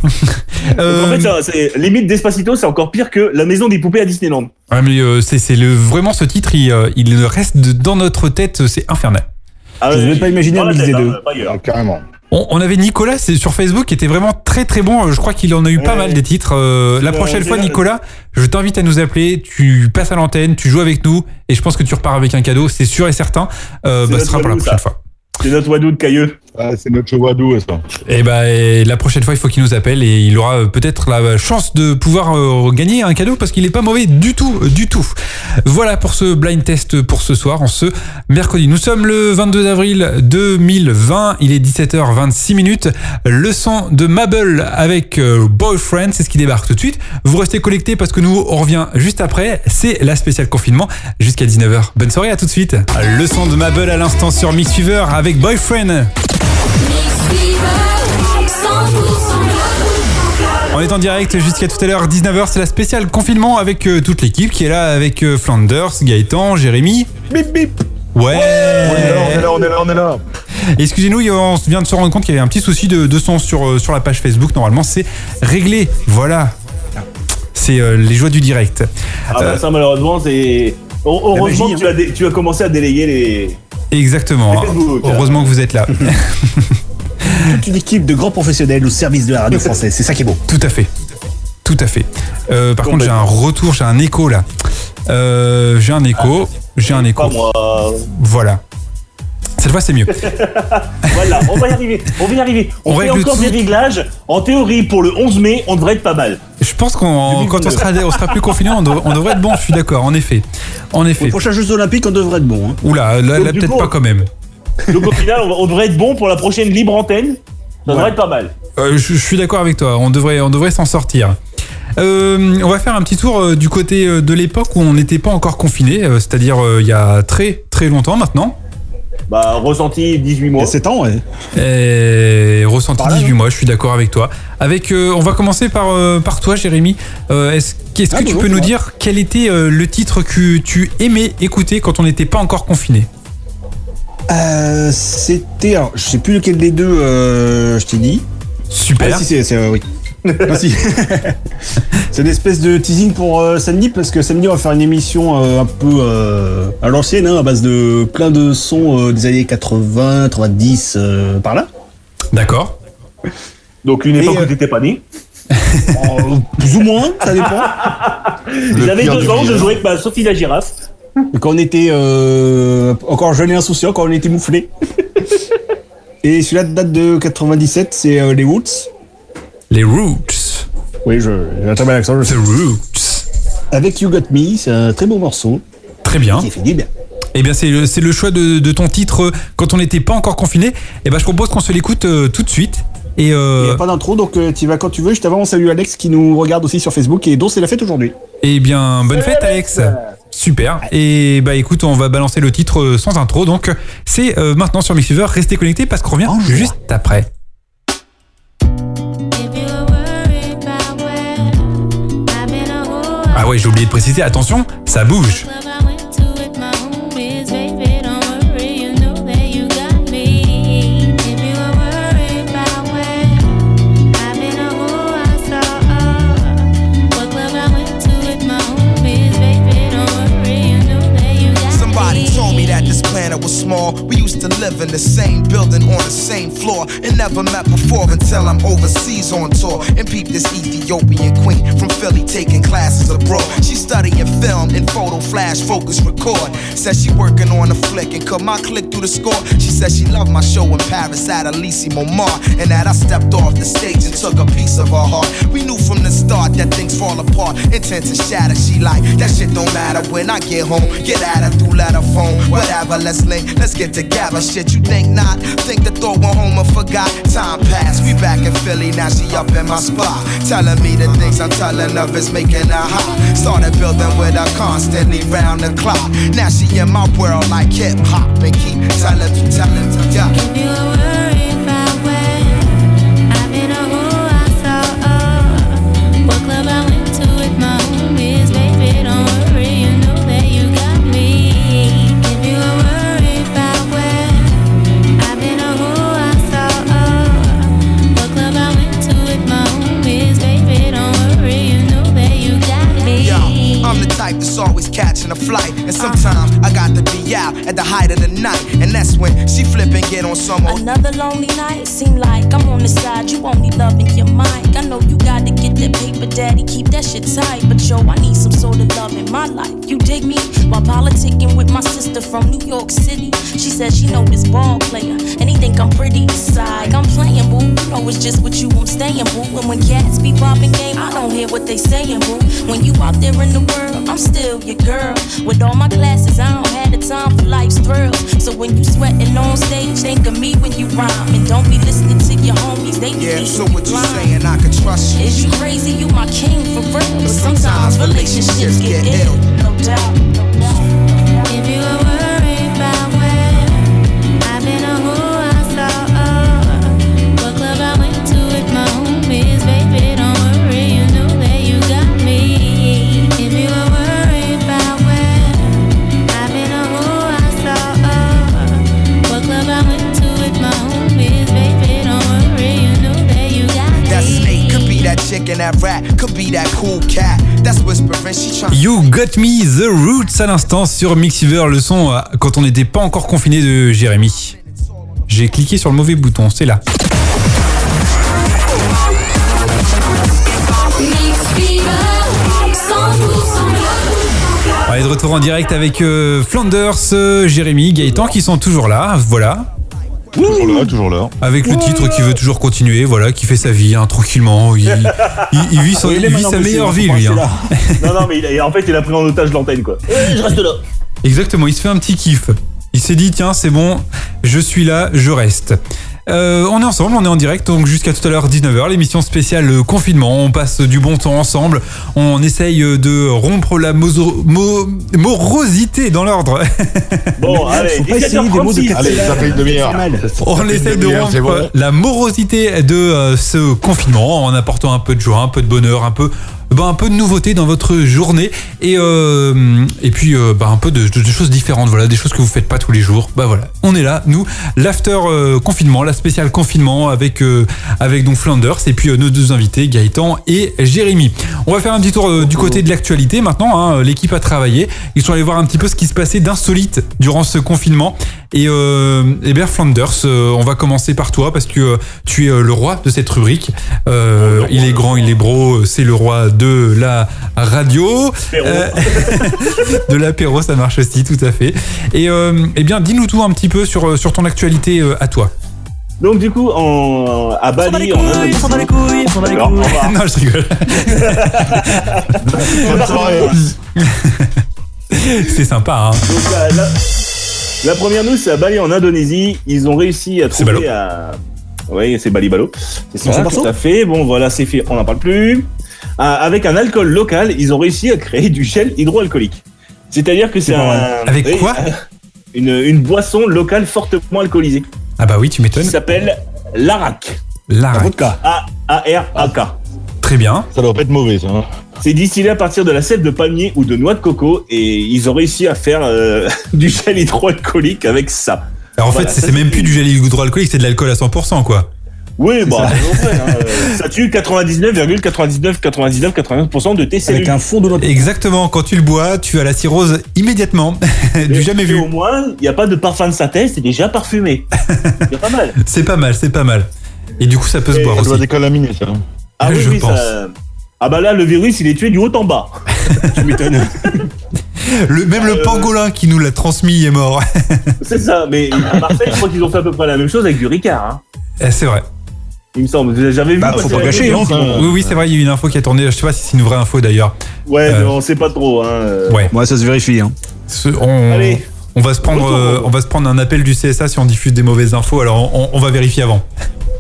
Speaker 5: Donc, En
Speaker 1: Euh,
Speaker 5: fait, ça, c'est limite Despacito, c'est encore pire que la maison des poupées à Disneyland.
Speaker 1: Ouais, mais euh, c'est c'est le vraiment ce titre, il, euh, il reste de- dans notre tête, euh, c'est infernal.
Speaker 5: Ah,
Speaker 6: Je
Speaker 5: ouais,
Speaker 6: n'avais pas imaginé
Speaker 5: dans
Speaker 6: un
Speaker 5: la
Speaker 6: mix
Speaker 5: tête,
Speaker 6: des
Speaker 5: hein,
Speaker 6: deux.
Speaker 5: pas ailleurs.
Speaker 7: Ah, carrément.
Speaker 1: On, on avait Nicolas c'est sur Facebook qui était vraiment très très bon. euh, Je crois qu'il en a eu pas
Speaker 5: Ouais.
Speaker 1: mal des titres. Euh, la
Speaker 5: Euh,
Speaker 1: prochaine
Speaker 5: c'est
Speaker 1: fois,
Speaker 5: là,
Speaker 1: Nicolas, je t'invite à nous appeler. Tu passes à l'antenne, tu joues avec nous, et je pense que tu repars avec un cadeau, c'est sûr et certain. Euh, bah, ce
Speaker 5: C'est notre
Speaker 1: sera pour la
Speaker 5: jaloux,
Speaker 1: prochaine
Speaker 5: ça.
Speaker 1: fois.
Speaker 5: C'est notre Wadou de Cailleux.
Speaker 7: Ah, c'est notre chewadou, ça.
Speaker 1: Et bah, et la prochaine fois, il faut qu'il nous appelle et il aura euh, peut-être la chance de pouvoir euh, gagner un cadeau parce qu'il est pas mauvais du tout, euh, du tout. Voilà pour ce blind test pour ce soir, en ce mercredi. Nous sommes le 22 avril 2020, il est 17h26 minutes. Le son de Mabel avec euh, Boyfriend, c'est ce qui débarque tout de suite. Vous restez connectés parce que nous, on revient juste après. C'est la spéciale confinement jusqu'à 19h. Bonne soirée, à tout de suite. Le son de Mabel à l'instant sur Mix Fever avec Boyfriend. On est en direct jusqu'à tout à l'heure, 19h, c'est la spéciale confinement avec euh, toute l'équipe qui est là avec euh, Flanders, Gaëtan, Jérémy.
Speaker 7: Bip, bip.
Speaker 1: Ouais,
Speaker 7: On est là, on est là, on est là, on est là.
Speaker 1: Excusez-nous, on vient de se rendre compte qu'il y avait un petit souci de, de son sur, euh, sur la page Facebook. Normalement, c'est réglé. Voilà. C'est euh, les joies du direct.
Speaker 5: Ah bah ça malheureusement c'est. Heu- Heureusement
Speaker 6: magie, hein.
Speaker 5: que tu as, dé- tu as commencé à déléguer les.
Speaker 1: Exactement.
Speaker 5: C'est Facebook, hein.
Speaker 1: Heureusement que vous êtes là.
Speaker 6: Toute une équipe de grands professionnels au service de la radio française. C'est ça qui est beau.
Speaker 1: Tout à fait. Tout à fait. Euh, par contre, j'ai un retour, j'ai un écho là. Euh, j'ai un écho, j'ai un
Speaker 5: Pas
Speaker 1: écho.
Speaker 5: moi.
Speaker 1: Voilà. Cette fois, c'est mieux.
Speaker 5: Voilà, on va y arriver. On va y arriver. On,
Speaker 1: On
Speaker 5: fait
Speaker 1: règle
Speaker 5: encore
Speaker 1: tout.
Speaker 5: des réglages. En théorie, pour le 11 mai, on devrait être pas mal.
Speaker 1: Je pense qu'on quand on sera, on sera plus confiné, on, dev- on devrait être bon. Je suis d'accord. En effet, en effet.
Speaker 6: prochains Jeux Olympiques, on devrait être bon. hein.
Speaker 1: Oula, là,
Speaker 5: Donc,
Speaker 1: là
Speaker 5: du
Speaker 1: peut-être
Speaker 5: coup,
Speaker 1: pas quand même.
Speaker 5: Donc au final, on, va- on devrait être bon pour la prochaine libre antenne. Ça devrait être pas mal.
Speaker 1: Euh, je, je suis d'accord avec toi. On devrait, on devrait s'en sortir. Euh, on va faire un petit tour euh, du côté euh, de l'époque où on n'était pas encore confiné, euh, c'est-à-dire euh, il y a très très longtemps maintenant.
Speaker 5: Bah, ressenti 18
Speaker 6: Il y
Speaker 5: mois.
Speaker 6: a 7 ans, ouais.
Speaker 1: Et ressenti
Speaker 6: Par là,
Speaker 1: 18 mois, je suis d'accord avec toi. Avec, euh, on va commencer par, euh, par toi, Jérémy. Euh, est-ce qu'est-ce que
Speaker 6: Ah,
Speaker 1: tu
Speaker 6: bonjour,
Speaker 1: peux nous
Speaker 6: moi.
Speaker 1: dire quel était euh, le titre que tu aimais écouter quand on n'était pas encore confiné
Speaker 6: Euh, c'était. alors, Je sais plus lequel des deux euh, je t'ai dit.
Speaker 1: Super.
Speaker 6: Ah, si, c'est. c'est, euh, oui. Ah, si. c'est une espèce de teasing pour euh, samedi, parce que samedi, on va faire une émission euh, un peu euh, à l'ancienne, hein, à base de plein de sons euh, des années 80, 90, euh, par là.
Speaker 1: D'accord.
Speaker 5: Donc, une
Speaker 6: Et,
Speaker 5: époque
Speaker 6: euh,
Speaker 5: où t'étais pas né.
Speaker 6: Euh, plus ou moins, ça dépend.
Speaker 7: Le
Speaker 5: J'avais
Speaker 7: pire
Speaker 5: deux
Speaker 7: du
Speaker 5: ans, je
Speaker 7: pire.
Speaker 5: jouais avec ma Sophie la girafe.
Speaker 6: Quand on était euh, encore jeune et insouciant, quand on était mouflé. et celui-là date de 97, c'est euh, les Woods.
Speaker 1: Les Roots.
Speaker 6: Oui, je- j'ai un très bel accent, je
Speaker 1: The
Speaker 6: sais.
Speaker 1: Roots.
Speaker 6: Avec You Got Me, c'est un très beau morceau.
Speaker 1: Très bien.
Speaker 6: Qui est fini bien.
Speaker 1: Eh bien, c'est le, c'est le choix de, de ton titre euh, quand on n'était pas encore confiné. Eh bien, je propose qu'on se l'écoute euh, tout de suite. Et
Speaker 6: Il n'y
Speaker 1: euh,
Speaker 6: a pas d'intro, donc euh, tu y vas quand tu veux. Juste avant, on salue Alex qui nous regarde aussi sur Facebook et dont c'est la fête aujourd'hui.
Speaker 1: eh bien, bonne fête, Alex. Super. Et bah écoute, on va balancer le titre euh, sans intro. Donc, c'est euh, maintenant sur Mixiver. Restez connectés parce qu'on revient juste après. Ah ouais, j'ai oublié de préciser. Attention, ça bouge.
Speaker 8: Somebody told me that this planet was small. We used to live in the same building on the same floor and never met before until I'm overseas on tour and peep this Ethiopian queen from Philly taking classes abroad. She studying film and photo flash focus record. Says she working on a flick and cut my click through the score. She said she loved my show in Paris at Elise Momar and that I stepped off the stage and took a piece of her heart. We knew from the start that things fall apart, intent to shatter. She like that shit don't matter when I get home. Get at her through letter phone, whatever. Let's link, let's get together. Shit, you think not? Think the thought went home and forgot. Time passed, we back in Philly now. She up in my spot, telling me the things I'm telling her is making her hot. Started building with her constantly round the clock. Now she in my world like hip hop and keep telling me, telling me, yeah. Yeah, I'm the type that's always catching a flight. And sometimes I got to be out at the height of the night. And that's when she flip and get on some old.
Speaker 9: Another lonely night, seem like I'm on the side. You only loving your mic. I know you gotta get that paper, daddy. Keep that shit tight. But yo, I need some sort of love in my life. You dig me? While politicking with my sister from New York City, she says she know this ball player and they think I'm pretty. Side, I'm playing boo. You know it's just what you I'm staying boo. And when cats be popping game, I don't hear what they saying boo. When you out there in the world, I'm still your girl. With all my classes, I don't have the time for life's thrills. So when you sweating on stage, think of me when you rhyme. And don't be listening to your homies, they be
Speaker 8: Yeah,
Speaker 9: thinking
Speaker 8: so what you
Speaker 9: blind.
Speaker 8: saying? I can trust you.
Speaker 9: Is you crazy? You my king for real. But
Speaker 8: sometimes
Speaker 9: sometimes relationships get ill. No doubt. no doubt, no doubt.
Speaker 8: That snake could be that chick and that rat could be that cool cat. That's whispering. She trying.
Speaker 1: You Got Me The Roots à l'instant sur Mixiver, le son euh, quand on n'était pas encore confiné de Jérémy. J'ai cliqué sur le mauvais bouton, c'est là. On est de retour en direct avec euh, Flanders, euh, Jérémy, Gaëtan qui sont toujours là, voilà.
Speaker 7: Toujours là, toujours là.
Speaker 1: Avec le titre qui veut toujours continuer, voilà, qui fait sa vie hein, tranquillement. Il, il- il vit, son-
Speaker 6: Il
Speaker 1: il
Speaker 6: est
Speaker 1: vit
Speaker 6: maintenant
Speaker 1: sa
Speaker 6: blessé,
Speaker 1: meilleure
Speaker 6: faut
Speaker 1: vie,
Speaker 6: pas
Speaker 1: lui.
Speaker 6: rester
Speaker 1: hein.
Speaker 6: là.
Speaker 5: non, non, mais il a- en fait, il a pris en otage l'antenne, quoi. Euh, je reste là.
Speaker 1: Exactement, il se fait un petit kiff. Il s'est dit, tiens, c'est bon, je suis là, je reste. Euh, on est ensemble, on est en direct, donc jusqu'à tout à l'heure 19h, l'émission spéciale euh, confinement. On passe du bon temps ensemble, on essaye euh, de rompre la moso- mo- morosité dans l'ordre.
Speaker 5: Bon, allez,
Speaker 6: Faut pas essayer des mots de
Speaker 5: 17h36.
Speaker 6: quatre-
Speaker 7: Allez, ça fait une demi-heure.
Speaker 6: C'est mal.
Speaker 1: On essaye de
Speaker 7: demi-heure,
Speaker 1: rompre
Speaker 7: c'est bon.
Speaker 1: la morosité de euh, ce confinement en apportant un peu de joie, un peu de bonheur, un peu, ben, un peu de nouveauté dans votre journée et, euh, et puis euh, ben, un peu de, de- de choses différentes, voilà, des choses que vous faites pas tous les jours. Bah voilà, on est là, nous, l'after euh, confinement, la spéciale confinement avec, euh, avec donc Flanders et puis euh, nos deux invités, Gaëtan et Jérémy. On va faire un petit tour euh, du côté de l'actualité maintenant. hein. L'équipe a travaillé. Ils sont allés voir un petit peu ce qui se passait d'insolite durant ce confinement. Et euh, Hébert Flanders, euh, on va commencer par toi parce que euh, tu es euh, le roi de cette rubrique. Euh, il est grand, il est bro, euh, c'est le roi de la radio. Euh, de l'apéro, ça marche aussi, tout à fait. Et euh, eh bien, dis-nous tout un petit peu sur, euh, sur ton actualité euh, à toi.
Speaker 5: Donc, du coup, en, à Bali, en Indonésie. Alors, au revoir.
Speaker 1: non, je rigole.
Speaker 7: Bonne soirée. hein.
Speaker 1: c'est sympa, hein.
Speaker 5: Donc, la, la- la première news, c'est à Bali en Indonésie. Ils ont réussi à
Speaker 1: C'est
Speaker 5: trouver à. Oui, c'est Bali Balo. C'est
Speaker 6: Dans son
Speaker 5: ça, tout
Speaker 6: morceau
Speaker 5: à fait. Bon, voilà, c'est fait, on n'en parle plus. Ah, avec un alcool local, ils ont réussi à créer du gel hydroalcoolique. C'est-à-dire que c'est
Speaker 6: C'est pas vrai.
Speaker 5: un.
Speaker 1: Avec
Speaker 5: oui,
Speaker 1: quoi
Speaker 5: une, une boisson locale fortement alcoolisée
Speaker 1: Ah bah oui, tu
Speaker 5: qui
Speaker 1: m'étonnes.
Speaker 5: s'appelle l'arac.
Speaker 1: Lara,
Speaker 6: Un vodka.
Speaker 5: A-R-A-K.
Speaker 1: très bien.
Speaker 7: Ça doit pas être mauvais, ça. hein.
Speaker 5: C'est distillé à partir de la sève de palmier ou de noix de coco et ils ont réussi à faire euh, du gel hydroalcoolique avec ça.
Speaker 1: Alors en
Speaker 5: Voilà,
Speaker 1: fait, c'est
Speaker 5: ça,
Speaker 1: c'est
Speaker 5: c'est-
Speaker 1: même plus du gel hydroalcoolique, c'est de l'alcool à 100%, quoi.
Speaker 5: Oui, bah, bon, hein, euh, ça tue 99,99,99,99% de tes cellules.
Speaker 1: Ah,
Speaker 6: Avec un fond de l'autre.
Speaker 1: Exactement, quand tu le bois, tu as la cirrhose immédiatement.
Speaker 5: Et-
Speaker 1: du jamais
Speaker 5: et
Speaker 1: vu.
Speaker 5: Au moins, il n'y a pas de parfum de synthèse, c'est déjà parfumé. C'est pas mal.
Speaker 1: C'est pas mal, c'est pas mal. Et du coup, ça peut se
Speaker 5: Et
Speaker 1: boire
Speaker 7: Ça doit
Speaker 1: aussi.
Speaker 7: décalaminer, ça. hein.
Speaker 5: Ah oui,
Speaker 1: Je
Speaker 5: oui,
Speaker 1: pense.
Speaker 5: ça... Ah bah là, le virus, il est tué du haut en bas.
Speaker 6: Tu m'étonnes.
Speaker 1: Le, même le
Speaker 5: Euh,
Speaker 1: pangolin qui nous l'a transmis est mort.
Speaker 5: C'est ça, mais à Marseille, je crois qu'ils ont fait à peu près la même chose avec du Ricard. hein.
Speaker 1: Eh, c'est vrai.
Speaker 5: Il me semble, vous avez jamais vu
Speaker 6: Bah,
Speaker 5: passer
Speaker 6: faut pas
Speaker 5: la
Speaker 6: gâcher,
Speaker 5: news
Speaker 6: hein.
Speaker 7: Euh,
Speaker 1: Oui, oui, c'est vrai, il y a eu une info qui a tourné. Je sais pas si c'est une vraie info d'ailleurs.
Speaker 5: Ouais,
Speaker 1: Euh.
Speaker 5: mais on sait pas trop. Hein.
Speaker 1: Ouais.
Speaker 6: Ouais, ça se vérifie. Hein.
Speaker 1: Ce- On,
Speaker 5: Allez.
Speaker 1: on va se prendre,
Speaker 5: Retour.
Speaker 1: euh, on va se prendre un appel du CSA si on diffuse des mauvaises infos. Alors, on, on va vérifier avant.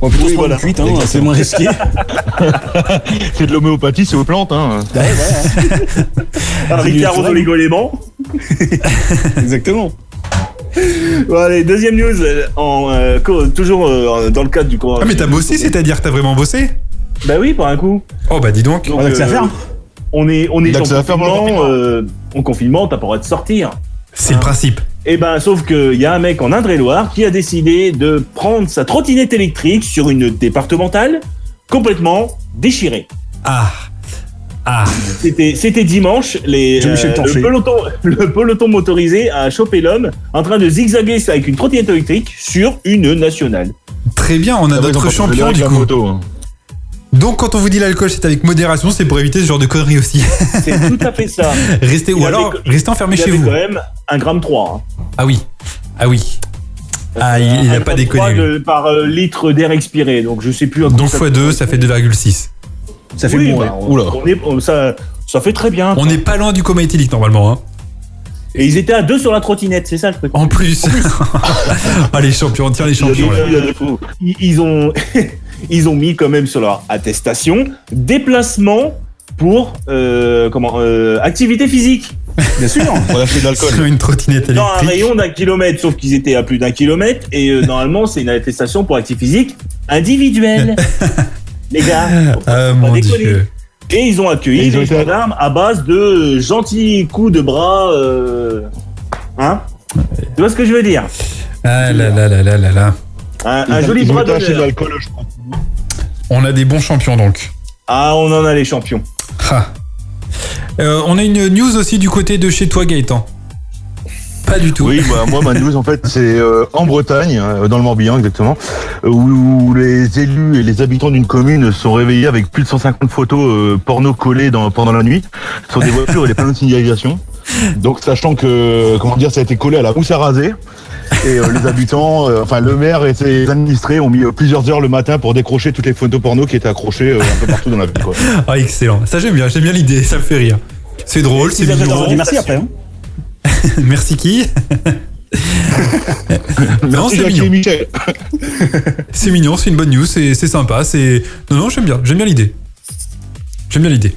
Speaker 6: On va plutôt
Speaker 5: Oui,
Speaker 6: se prendre
Speaker 5: voilà.
Speaker 6: une cuite, hein, c'est moins risqué.
Speaker 7: C'est de l'homéopathie, c'est aux plantes, hein.
Speaker 1: Bah,
Speaker 5: Ah, Ricard
Speaker 6: C'est
Speaker 5: aux
Speaker 6: vrai.
Speaker 5: oligoéléments.
Speaker 6: Exactement.
Speaker 5: Bon, allez, deuxième news, euh, en, euh, co- toujours euh, dans le cadre du courant.
Speaker 1: Ah, mais t'as bossé, c'est-à-dire que t'as vraiment bossé
Speaker 5: Bah oui, par un coup.
Speaker 1: Oh, bah dis donc.
Speaker 5: Donc,
Speaker 6: On a que ça à
Speaker 5: euh,
Speaker 6: faire.
Speaker 5: On est, on est
Speaker 7: Donc,
Speaker 5: en
Speaker 7: ça va faire pendant le
Speaker 5: confinement, euh, en confinement, t'as pas le droit de sortir.
Speaker 1: C'est le principe.
Speaker 5: Et ben, sauf qu'il y a un mec en Indre-et-Loire qui a décidé de prendre sa trottinette électrique sur une départementale complètement déchirée.
Speaker 1: Ah. Ah.
Speaker 5: C'était, c'était dimanche, les, euh,
Speaker 6: Jean-Michel Torché.
Speaker 5: le, peloton, le peloton motorisé a chopé l'homme en train de zigzaguer avec une trottinette électrique sur une nationale.
Speaker 1: Très bien, on a
Speaker 7: Ah ouais, ils ont
Speaker 1: d'autres
Speaker 7: pas préféré
Speaker 1: champions
Speaker 7: avec
Speaker 1: du
Speaker 7: la
Speaker 1: coup.
Speaker 7: moto, hein.
Speaker 1: Donc quand on vous dit l'alcool, c'est avec modération, c'est pour éviter ce genre de conneries aussi.
Speaker 5: C'est tout à fait ça.
Speaker 1: Restez
Speaker 5: Il
Speaker 1: ou
Speaker 5: avait
Speaker 1: alors
Speaker 5: co-
Speaker 1: restez enfermés
Speaker 5: il
Speaker 1: chez
Speaker 5: avait
Speaker 1: vous.
Speaker 5: quand même un gramme hein. 3.
Speaker 1: Ah oui. Ah oui. Ah, il n'a pas déconné. lui.
Speaker 5: par euh, litre d'air expiré, donc je sais plus. à combien
Speaker 1: Donc x2, ça fait 2,6.
Speaker 6: Ça fait
Speaker 5: Oui,
Speaker 6: bon.
Speaker 5: bah,
Speaker 6: ouais.
Speaker 5: on- on est- on- ça, ça fait très bien.
Speaker 1: On n'est pas loin du coma éthylique normalement. hein.
Speaker 5: Et ils étaient à deux sur la trottinette, c'est ça le truc.
Speaker 1: En plus. ah les champions, tiens les champions là.
Speaker 5: Ils- Ils, ils ont, ils ont mis quand même sur leur attestation déplacement pour euh, comment euh, activité physique
Speaker 6: Bien sûr.
Speaker 7: On a fait de l'alcool.
Speaker 1: Sur une trottinette
Speaker 5: dans un
Speaker 1: électrique.
Speaker 5: rayon d'un kilomètre, sauf qu'ils étaient à plus d'un kilomètre. Et euh, normalement, c'est une attestation pour activité physique individuelle. Les gars, faut pas-
Speaker 1: Ah
Speaker 5: faut pas
Speaker 1: mon
Speaker 5: déconner.
Speaker 1: dieu.
Speaker 5: Et ils ont accueilli
Speaker 7: Et ils ont
Speaker 5: les
Speaker 7: été-
Speaker 5: gendarmes à base de euh, gentils coups de bras. euh, Hein Tu vois ce que je veux dire
Speaker 1: Ah là là là là là là.
Speaker 5: Un, un joli
Speaker 7: Ils ont
Speaker 5: bras
Speaker 7: été acheter de
Speaker 5: d'honneur.
Speaker 7: l'alcool, je crois.
Speaker 1: On a des bons champions donc.
Speaker 5: Ah, on en a les champions.
Speaker 1: Ah. Euh, on a une news aussi du côté de chez toi Gaëtan. Pas du tout.
Speaker 7: Oui, bah, moi, ma news, en fait, c'est euh, en Bretagne, euh, dans le Morbihan exactement, euh, où, où les élus et les habitants d'une commune sont réveillés avec plus de 150 photos euh, porno collées dans, pendant la nuit sur des voitures et des panneaux de signalisation. Donc, sachant que, comment dire, ça a été collé à la mousse à raser. Et euh, les habitants, euh, enfin le maire et ses administrés ont mis euh, plusieurs heures le matin pour décrocher toutes les photos porno qui étaient accrochées euh, un peu partout dans la ville. Quoi.
Speaker 1: Ah excellent. Ça j'aime bien, j'aime bien l'idée, ça me fait rire. C'est drôle, c'est
Speaker 5: Ils avaient
Speaker 6: On
Speaker 1: mignon.
Speaker 6: leur dit merci après. Hein.
Speaker 1: Merci qui Non, c'est
Speaker 7: Jacques
Speaker 1: mignon.
Speaker 7: et Michel.
Speaker 1: C'est mignon, c'est une bonne news, c'est c'est sympa. C'est non, non, j'aime bien, j'aime bien l'idée. J'aime bien l'idée.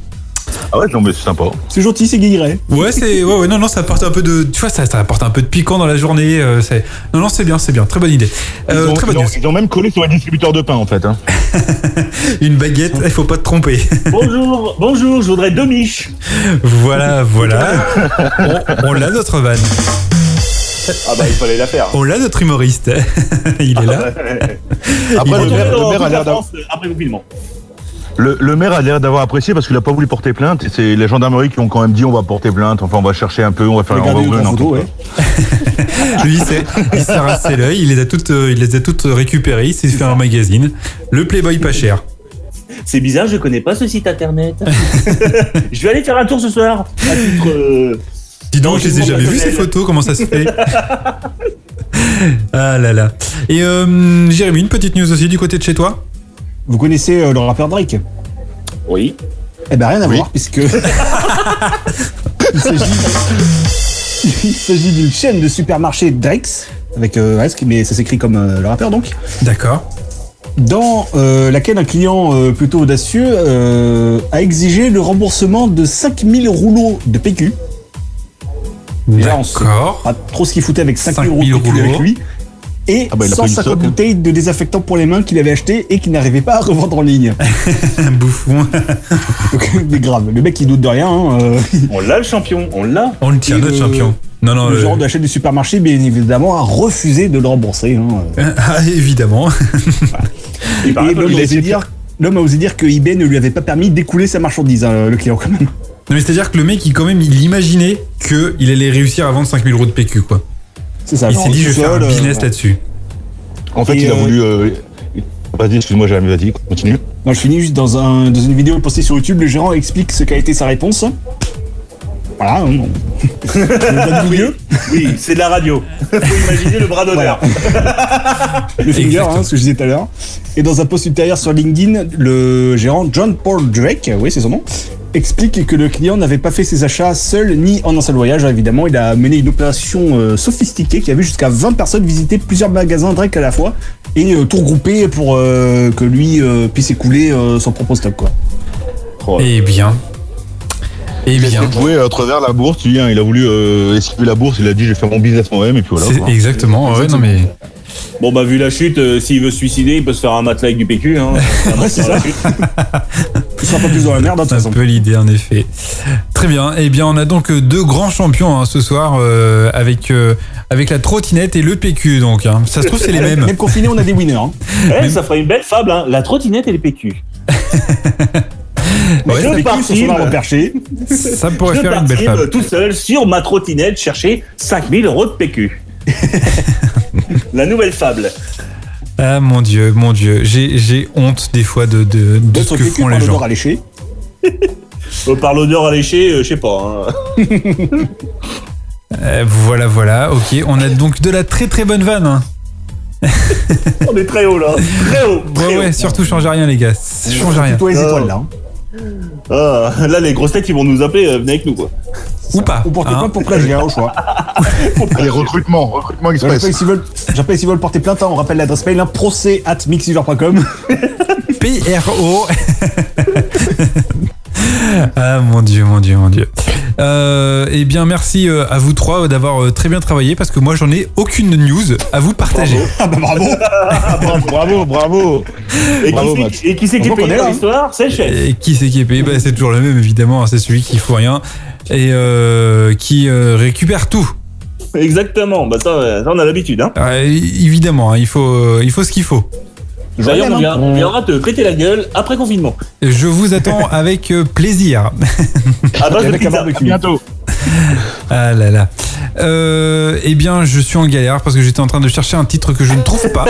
Speaker 7: Ah ouais, non, mais c'est sympa.
Speaker 6: C'est gentil, c'est guilleret.
Speaker 1: Ouais, c'est ouais, ouais, non, non, ça apporte un peu de, tu vois, ça, ça apporte un peu de piquant dans la journée. euh, c'est non, non, c'est bien, c'est bien, très bonne idée,
Speaker 7: Ils,
Speaker 1: Euh,
Speaker 7: ont,
Speaker 1: très bonne
Speaker 7: ils ont-
Speaker 1: news.
Speaker 7: ils ont même collé sur un distributeur de pain, en fait. hein.
Speaker 1: Une baguette, il faut pas te tromper.
Speaker 5: Bonjour, bonjour, je voudrais deux miches.
Speaker 1: voilà, voilà. On, on l'a notre van,
Speaker 5: Ah bah il fallait la faire.
Speaker 1: on l'a notre humoriste. il est là.
Speaker 7: Après,
Speaker 1: Il-
Speaker 7: le maire, le
Speaker 5: Retournez dans
Speaker 7: maire a
Speaker 5: la
Speaker 7: l'air d'avoir-
Speaker 5: France, euh, Après le confinement.
Speaker 7: le- le maire a l'air d'avoir apprécié parce qu'il a pas voulu porter plainte. Et C'est les gendarmeries qui ont quand même dit on va porter plainte, enfin on va chercher un peu, on va faire on va
Speaker 6: Regardez
Speaker 7: ouvrir
Speaker 6: le
Speaker 7: une
Speaker 6: photo,
Speaker 7: enquête.
Speaker 6: ouais.
Speaker 1: Lui, il s'est- il s'est rincé l'œil, il les a toutes, euh, il les a toutes récupérées, il s'est fait un magazine, le Playboy pas cher.
Speaker 5: C'est bizarre, je connais pas ce site internet. je vais aller faire un tour ce soir. À titre, euh,
Speaker 1: Dis donc, je les ai
Speaker 5: Complètement
Speaker 1: jamais vues ces
Speaker 5: personnel.
Speaker 1: photos, comment ça se fait Ah là là. Et euh, Jérémy, une petite news aussi du côté de chez toi
Speaker 6: Vous connaissez euh, le rappeur Drake
Speaker 5: Oui.
Speaker 6: Eh ben rien à
Speaker 7: Oui.
Speaker 6: voir puisque il s'agit il s'agit d'une chaîne de supermarché Drake's avec euh, un S, mais ça s'écrit comme euh, le rappeur donc.
Speaker 1: D'accord.
Speaker 6: dans euh, laquelle un client euh, plutôt audacieux euh, a exigé le remboursement de 5000 rouleaux de PQ. Déjà, on sait
Speaker 1: D'accord.
Speaker 6: pas trop ce qu'il foutait avec 5000
Speaker 1: 5000
Speaker 6: rouleaux de PQ avec
Speaker 1: rouleaux.
Speaker 6: lui. Et
Speaker 7: Ah bah, il a pas eu le
Speaker 6: 150
Speaker 7: socle, hein.
Speaker 6: bouteilles de désinfectant pour les mains qu'il avait acheté et qu'il n'arrivait pas à revendre en ligne.
Speaker 1: Un bouffon.
Speaker 6: Donc, mais grave, le mec il doute de rien. hein, euh,
Speaker 5: On l'a le champion, on l'a.
Speaker 1: On le tient,
Speaker 6: Et
Speaker 1: notre
Speaker 6: le-
Speaker 1: champion. Non, non,
Speaker 6: le
Speaker 1: le-
Speaker 6: gérant de la chaîne du supermarché, bien évidemment, a refusé de le rembourser. hein.
Speaker 1: Ah, évidemment.
Speaker 5: Il paraît
Speaker 6: Et
Speaker 5: pas
Speaker 6: l'homme
Speaker 5: qu'il
Speaker 6: a,
Speaker 5: ait
Speaker 6: osé
Speaker 5: été-
Speaker 6: dire- l'homme a osé dire que eBay ne lui avait pas permis d'écouler sa marchandise, hein, le client quand même.
Speaker 1: Non, mais c'est-à-dire que le mec, il, quand même, il imaginait qu'il allait réussir à vendre 5000 euros de PQ, quoi.
Speaker 6: C'est ça.
Speaker 1: Ah Il
Speaker 6: genre,
Speaker 1: s'est dit, je vais
Speaker 6: tout
Speaker 1: faire un
Speaker 6: seul, euh,
Speaker 1: business là-dessus.
Speaker 7: En fait,
Speaker 6: Et,
Speaker 7: il a
Speaker 6: euh,
Speaker 7: voulu. euh, il- Vas-y, excuse-moi, Jérémy, vas-y, continue.
Speaker 6: Non, je finis juste dans, un, dans une vidéo postée sur YouTube, le gérant explique ce qu'a été sa réponse. Voilà, hein, non.
Speaker 5: Oui, c'est de la radio. Faut imaginer le bras d'honneur.
Speaker 6: le finger,
Speaker 1: Exactement.
Speaker 6: hein, ce que je disais tout à l'heure. Et dans un post ultérieur sur LinkedIn, le gérant John Paul Drake, oui c'est son nom, explique que le client n'avait pas fait ses achats seul ni en un seul voyage. Évidemment, il a mené une opération euh, sophistiquée qui a vu jusqu'à 20 personnes visiter plusieurs magasins Drake à la fois et euh, tout regrouper pour euh, que lui euh, puisse écouler euh, son propre stock. Quoi.
Speaker 1: Eh bien. Eh
Speaker 7: Il s'est
Speaker 1: bien.
Speaker 7: joué euh, à travers la bourse, lui, hein, il a voulu euh, esquiver la bourse, il a dit, je vais faire mon business moi-même, et puis voilà.
Speaker 1: C'est
Speaker 7: quoi.
Speaker 1: exactement, ouais, non mais.
Speaker 5: Bon bah vu la chute, euh, s'il veut se suicider, il peut se faire un matelas avec du PQ. Hein.
Speaker 6: Ouais, c'est ça. Il sera pas plus dans la merde, hein, de toute
Speaker 1: C'est
Speaker 6: façon.
Speaker 1: un peu l'idée en effet. Très bien. Eh bien, on a donc deux grands champions hein, ce soir euh, avec euh, avec la trottinette et le PQ. Donc, hein. ça se trouve c'est les mêmes.
Speaker 6: Même confiné, on a des winners. hein.
Speaker 5: Eh, ça ferait une belle fable, hein. la trottinette et les PQ.
Speaker 1: Ouais,
Speaker 6: Deux
Speaker 5: je
Speaker 6: PQ sur son
Speaker 5: parfume,
Speaker 6: arbre perché.
Speaker 1: Ça pourrait
Speaker 5: je
Speaker 1: faire une belle
Speaker 5: parfume
Speaker 1: femme.
Speaker 5: tout seul sur ma trottinette chercher 5000 euros de PQ. la nouvelle fable.
Speaker 1: Ah mon dieu, mon dieu. J'ai j'ai honte des fois de de, de ce
Speaker 6: D'autres
Speaker 1: que font
Speaker 6: PQ par
Speaker 1: les
Speaker 6: le
Speaker 1: gens.
Speaker 6: bord alléché.
Speaker 5: Euh, par l'odeur alléchée, euh, je sais pas. hein.
Speaker 1: Euh, voilà, voilà. Ok, on a donc de la très très bonne vanne. hein.
Speaker 5: On est très haut là. Très haut. Très
Speaker 1: Ouais,
Speaker 5: haut.
Speaker 1: ouais. Surtout change rien les gars. Change rien.
Speaker 6: Plutôt les
Speaker 5: Non.
Speaker 6: étoiles là. hein.
Speaker 5: Ah, là, les grosses têtes, ils vont nous appeler. euh, venez avec nous quoi.
Speaker 1: Ou pas.
Speaker 6: Ou portez
Speaker 1: hein.
Speaker 6: plainte pour plagiat au choix.
Speaker 7: Allez, recrutement, recrutement
Speaker 6: J'appelle
Speaker 7: express.
Speaker 6: s'ils veulent, j'appelle s'ils veulent porter plainte. hein, on rappelle l'adresse mail hein, procès at mixuser.com.
Speaker 1: PRO. ah mon dieu, mon dieu, mon dieu. Euh, eh bien, merci euh, à vous trois d'avoir euh, très bien travaillé parce que moi j'en ai aucune news à vous partager.
Speaker 6: Ah bah bravo.
Speaker 7: bravo, bravo.
Speaker 5: Et
Speaker 7: Bravo,
Speaker 5: qui
Speaker 7: Max.
Speaker 5: c'est- et qui c'est qui est
Speaker 6: Heureusement qu'on
Speaker 5: payé
Speaker 6: est là,
Speaker 5: dans
Speaker 6: hein.
Speaker 5: l'histoire C'est le chef.
Speaker 1: Et qui c'est qui est payé Bah, C'est toujours le même évidemment, hein, c'est celui qui fout rien et euh, qui euh, récupère tout.
Speaker 5: Exactement. Bah ça, euh, ça, on a l'habitude. Hein.
Speaker 1: Ah, é- évidemment, hein, il faut, euh, il faut ce qu'il faut.
Speaker 5: D'ailleurs, on
Speaker 6: Joyeux,
Speaker 5: vient-
Speaker 6: hein.
Speaker 5: on viendra te péter la gueule après confinement.
Speaker 1: Je vous attends avec euh, plaisir.
Speaker 5: À base
Speaker 6: Et
Speaker 5: de
Speaker 6: avec la
Speaker 5: pizza.
Speaker 6: barbecue.
Speaker 7: Bientôt.
Speaker 1: Ah là là. Euh, eh bien, je suis en galère parce que j'étais en train de chercher un titre que je ne trouve pas.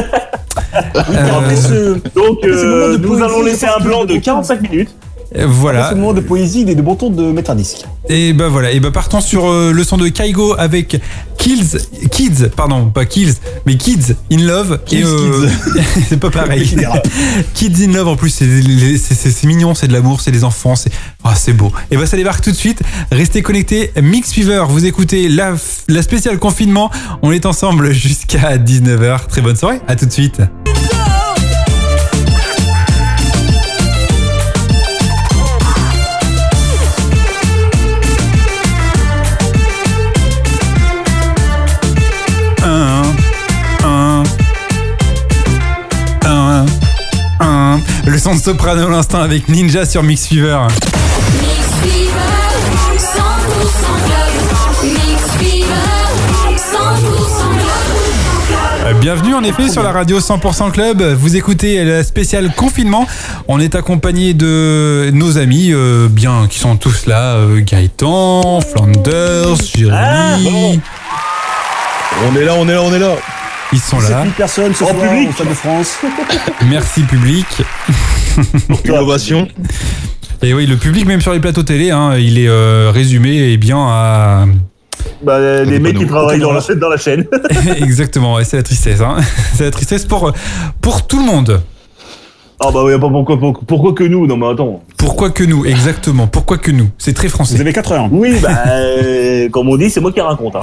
Speaker 6: Après
Speaker 1: Euh,
Speaker 6: ce-
Speaker 5: Donc,
Speaker 6: C'est le moment
Speaker 5: euh,
Speaker 6: de
Speaker 5: nous
Speaker 6: poésie,
Speaker 5: allons
Speaker 6: je
Speaker 5: laisser
Speaker 6: pense
Speaker 5: un
Speaker 6: que
Speaker 5: blanc
Speaker 6: je
Speaker 5: de
Speaker 6: comprends.
Speaker 5: 45 minutes.
Speaker 1: Euh,
Speaker 5: Ah.
Speaker 1: Voilà.
Speaker 6: Ah, C'est le moment de poésie, il est de bon ton de mettre un disque.
Speaker 1: Et ben voilà, et ben partons sur euh, le son de Kaigo avec Kills, Kids, pardon, pas Kills, mais Kids in Love. et, euh,
Speaker 6: Kills,
Speaker 1: c'est pas pareil.
Speaker 6: Il dérape.
Speaker 1: Kids in Love en plus, c'est- les- c'est c'est- c'est mignon, c'est de l'amour, c'est des enfants, c'est ah, c'est beau. Et ben ça débarque tout de suite. Restez connectés, Mix Fever, vous écoutez la, la spéciale confinement. On est ensemble jusqu'à 19h. Très bonne soirée, à tout de suite. Un, un, un, un. Le son de soprano à l'instant avec Ninja sur Mix Fever.
Speaker 10: Mix Fever, 100% club. Mix Fever, 100% club.
Speaker 1: Euh, Bienvenue en effet sur la radio 100% Club. Vous écoutez la spéciale confinement. On est accompagné de nos amis euh, bien qui sont tous là euh, Gaëtan, Flanders, Jérémy.
Speaker 5: Ah, bon.
Speaker 7: On est là, on est là, on est là.
Speaker 1: Ils sont là.
Speaker 6: 7000 personnes ce
Speaker 5: En
Speaker 6: soir
Speaker 5: public.
Speaker 6: au Stade de France.
Speaker 1: Merci public.
Speaker 7: Une ovation.
Speaker 1: Et oui, le public même sur les plateaux télé, hein, il est euh, résumé et bien à
Speaker 5: Bah, les
Speaker 7: est
Speaker 5: mecs
Speaker 7: pas
Speaker 5: qui
Speaker 7: nous.
Speaker 5: travaillent dans la, dans la chaîne.
Speaker 1: exactement. ouais, c'est la tristesse. hein. C'est la tristesse pour pour tout le monde.
Speaker 5: Ah bah oui, pas pourquoi, pourquoi, pourquoi que nous Non mais attends.
Speaker 1: Pourquoi que nous Exactement. Pourquoi que nous C'est très français.
Speaker 6: Vous avez 4 heures.
Speaker 5: Oui, bah euh, comme on dit, c'est moi qui raconte. Hein.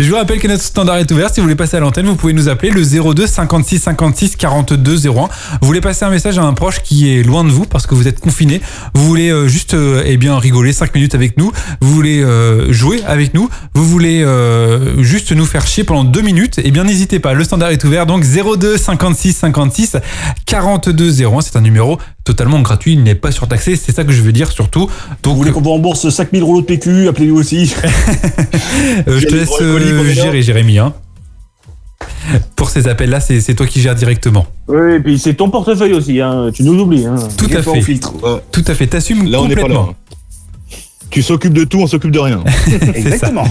Speaker 1: Je vous rappelle que notre standard est ouvert. Si vous voulez passer à l'antenne, vous pouvez nous appeler le 02 56 56 42 01. Vous voulez passer un message à un proche qui est loin de vous parce que vous êtes confiné. Vous voulez euh, juste euh, eh bien rigoler 5 minutes avec nous. Vous voulez euh, jouer avec nous. Vous voulez euh, juste nous faire chier pendant 2 minutes. Eh bien, n'hésitez pas. Le standard est ouvert. Donc 02 56 56 42 01. C'est un numéro totalement gratuit. Il n'est pas surtaxé. C'est ça que je veux dire surtout.
Speaker 6: Vous
Speaker 1: Donc,
Speaker 6: voulez qu'on vous rembourse 5000 rouleaux de PQ Appelez-nous aussi.
Speaker 1: Euh, je te
Speaker 7: Il y a
Speaker 1: laisse
Speaker 7: des brocolis,
Speaker 1: euh,
Speaker 7: combien
Speaker 1: gérer, Jérémy. hein. Pour ces appels-là, c'est c'est toi qui gères directement.
Speaker 5: Oui, et puis c'est ton portefeuille aussi. Hein. Tu nous oublies. Hein.
Speaker 1: Tout à
Speaker 7: Pas au
Speaker 1: fait.
Speaker 7: filtre. Ouais.
Speaker 1: Tout à fait. T'assumes
Speaker 7: Là, on n'est pas là.
Speaker 1: complètement.
Speaker 7: Tu s'occupes de tout, on s'occupe de rien.
Speaker 6: Exactement.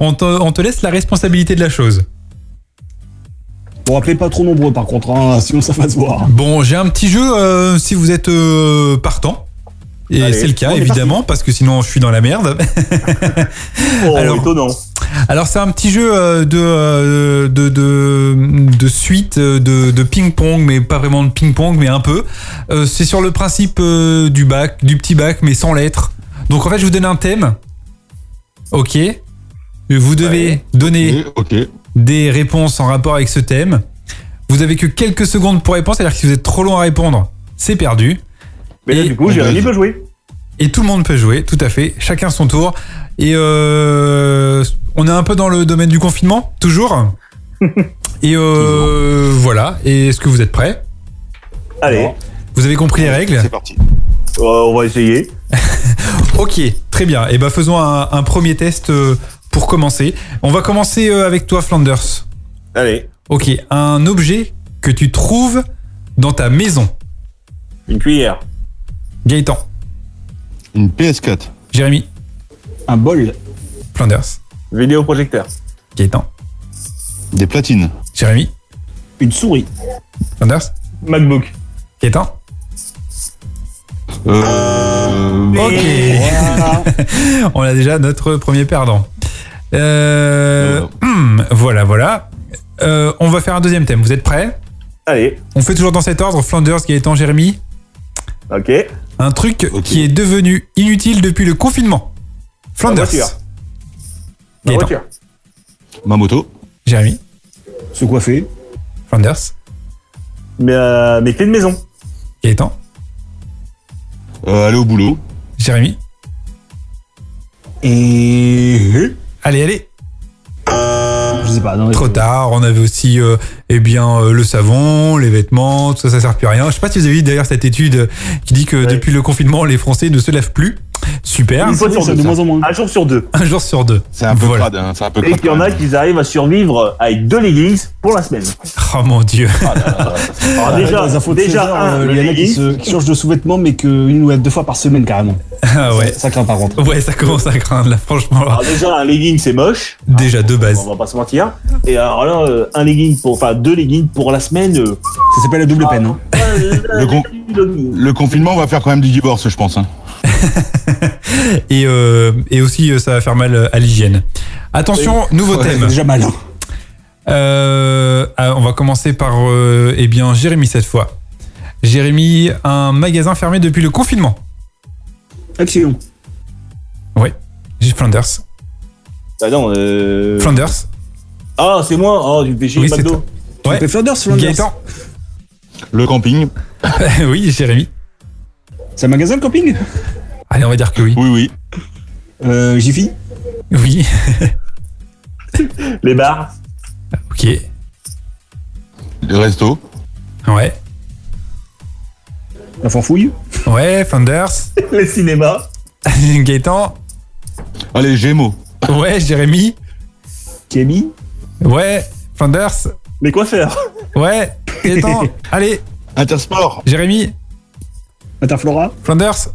Speaker 1: On te, on te laisse la responsabilité de la chose.
Speaker 6: Bon, appelez pas trop nombreux par contre, hein, sinon ça va se voir.
Speaker 1: Bon, j'ai un petit jeu euh, si vous êtes euh, partant. Et
Speaker 5: Allez,
Speaker 1: c'est le cas,
Speaker 6: on est
Speaker 1: évidemment, parce que sinon je suis dans la merde.
Speaker 5: Oh,
Speaker 1: Alors-
Speaker 5: étonnant.
Speaker 1: Alors, c'est un petit jeu euh, de, euh, de, de, de suite, euh, de, de ping-pong, mais pas vraiment de ping-pong, mais un peu. Euh, c'est sur le principe euh, du bac, du petit bac, mais sans lettres. Donc, en fait, je vous donne un thème. Ok. Vous devez donner
Speaker 7: Et- ok.
Speaker 1: des réponses en rapport avec ce thème. Vous avez que quelques secondes pour répondre, c'est-à-dire que si vous êtes trop long à répondre, c'est perdu.
Speaker 5: Mais là,
Speaker 1: Et-
Speaker 5: du coup, Jérémy peut jouer.
Speaker 1: Et tout le monde peut jouer, tout à fait, chacun son tour. Et euh, on est un peu dans le domaine du confinement, toujours. Et euh, voilà, et est-ce que vous êtes prêts
Speaker 5: Allez,
Speaker 1: Vous avez compris les règles
Speaker 7: Oh, C'est parti.
Speaker 5: euh, on va essayer.
Speaker 1: Ok, très bien. Et ben faisons un, un premier test euh, pour commencer. On va commencer euh, avec toi, Flanders.
Speaker 5: Allez,
Speaker 1: Ok, un objet que tu trouves dans ta maison.
Speaker 5: une cuillère.
Speaker 1: Gaëtan,
Speaker 7: Une PS4.
Speaker 1: Jérémy,
Speaker 6: Un bol.
Speaker 1: Flanders,
Speaker 5: Vidéoprojecteur.
Speaker 1: Gaëtan,
Speaker 7: Des platines.
Speaker 1: Jérémy,
Speaker 6: Une souris.
Speaker 1: Flanders,
Speaker 5: MacBook.
Speaker 1: Gaëtan.
Speaker 7: Euh...
Speaker 1: Ok.
Speaker 6: Voilà.
Speaker 1: On a déjà notre premier perdant. Euh, hmm, voilà, voilà. Euh, on va faire un deuxième thème. Vous êtes prêts
Speaker 5: Allez,
Speaker 1: On fait toujours dans cet ordre. Flanders, Gaëtan, Jérémy.
Speaker 5: ok.
Speaker 1: Un truc
Speaker 7: Ok.
Speaker 1: qui est devenu inutile depuis le confinement. Flanders.
Speaker 5: voiture. Ma
Speaker 1: Gaëtan,
Speaker 5: voiture.
Speaker 7: Ma moto.
Speaker 1: Jérémy.
Speaker 6: Se coiffer.
Speaker 1: Flanders.
Speaker 5: Mais, euh, mes clés de maison.
Speaker 1: Gaëtan.
Speaker 7: Euh, aller au boulot.
Speaker 1: Jérémy.
Speaker 6: Et. euh,
Speaker 1: Allez, allez.
Speaker 6: Je sais pas, non. mais-
Speaker 1: Trop tard. On avait aussi, euh, eh bien, euh, le savon, les vêtements, tout ça, ça sert plus à rien. Je sais pas si vous avez vu d'ailleurs cette étude euh, qui dit que
Speaker 5: Ouais.
Speaker 1: depuis le confinement, les Français ne se lavent plus. Super.
Speaker 5: Une fois
Speaker 6: Oui,
Speaker 5: sur
Speaker 6: ça,
Speaker 5: deux.
Speaker 6: de moins en moins.
Speaker 5: Un jour sur deux.
Speaker 1: Un jour sur deux.
Speaker 7: C'est un peu
Speaker 1: Voilà.
Speaker 7: crade. hein, C'est un peu
Speaker 5: Et
Speaker 7: crade.
Speaker 5: qu'il y en a qui arrivent à survivre avec deux leggings pour la semaine.
Speaker 1: Oh mon dieu.
Speaker 5: Alors déjà,
Speaker 6: Dans les infos de
Speaker 5: déjà
Speaker 6: 16 heures,
Speaker 5: un,
Speaker 6: euh,
Speaker 5: le
Speaker 6: il y en a qui,
Speaker 5: leggings.
Speaker 6: se, qui changent de sous-vêtements, mais qu'une ou deux fois par semaine carrément.
Speaker 1: Ah ouais.
Speaker 6: Ça, ça craint par contre.
Speaker 1: Ouais, ça commence à craindre là, franchement.
Speaker 5: Alors déjà, un legging, Ah, c'est moche.
Speaker 1: Déjà de
Speaker 5: On
Speaker 1: base.
Speaker 5: va pas se mentir. Et alors là, euh, un legging pour, enfin, deux leggings pour la semaine. euh,
Speaker 7: Ah.
Speaker 6: Ça s'appelle la double peine. hein.
Speaker 5: euh,
Speaker 7: Le, con- Le confinement va faire quand même du divorce, je pense. hein.
Speaker 1: Et, euh, et aussi, euh, ça va faire mal à l'hygiène. Attention, nouveau
Speaker 6: C'est
Speaker 1: thème.
Speaker 6: déjà mal.
Speaker 1: Euh, ah, on va commencer par euh, eh bien Jérémy cette fois. Jérémy, un magasin fermé depuis le confinement.
Speaker 7: Ah,
Speaker 6: Action.
Speaker 1: J'ai Flanders.
Speaker 5: Ah non, euh...
Speaker 1: Flanders.
Speaker 5: Ah, c'est moi Oh, tu me fais chier,
Speaker 1: Oui, c'est
Speaker 5: McDo.
Speaker 1: toi. Ouais.
Speaker 6: Les Flanders, Flanders.
Speaker 1: Gaëtan.
Speaker 7: Le camping,
Speaker 1: oui, Jérémy.
Speaker 6: C'est un magasin de camping
Speaker 1: Allez, on va dire que oui.
Speaker 7: oui, oui.
Speaker 6: euh, Jiffy
Speaker 1: Oui.
Speaker 5: Les bars.
Speaker 1: Ok.
Speaker 7: Le resto,
Speaker 1: Ouais.
Speaker 6: La fanfouille
Speaker 1: Ouais, Flanders.
Speaker 5: Les cinémas.
Speaker 1: Gaëtan.
Speaker 7: allez, Gémeaux,
Speaker 1: Ouais, Jérémy.
Speaker 6: Kémy
Speaker 1: Ouais, Flanders.
Speaker 5: Les coiffeurs.
Speaker 1: Ouais, Gaëtan. Allez,
Speaker 7: Intersport,
Speaker 1: Jérémy.
Speaker 6: Interflora
Speaker 1: Flanders.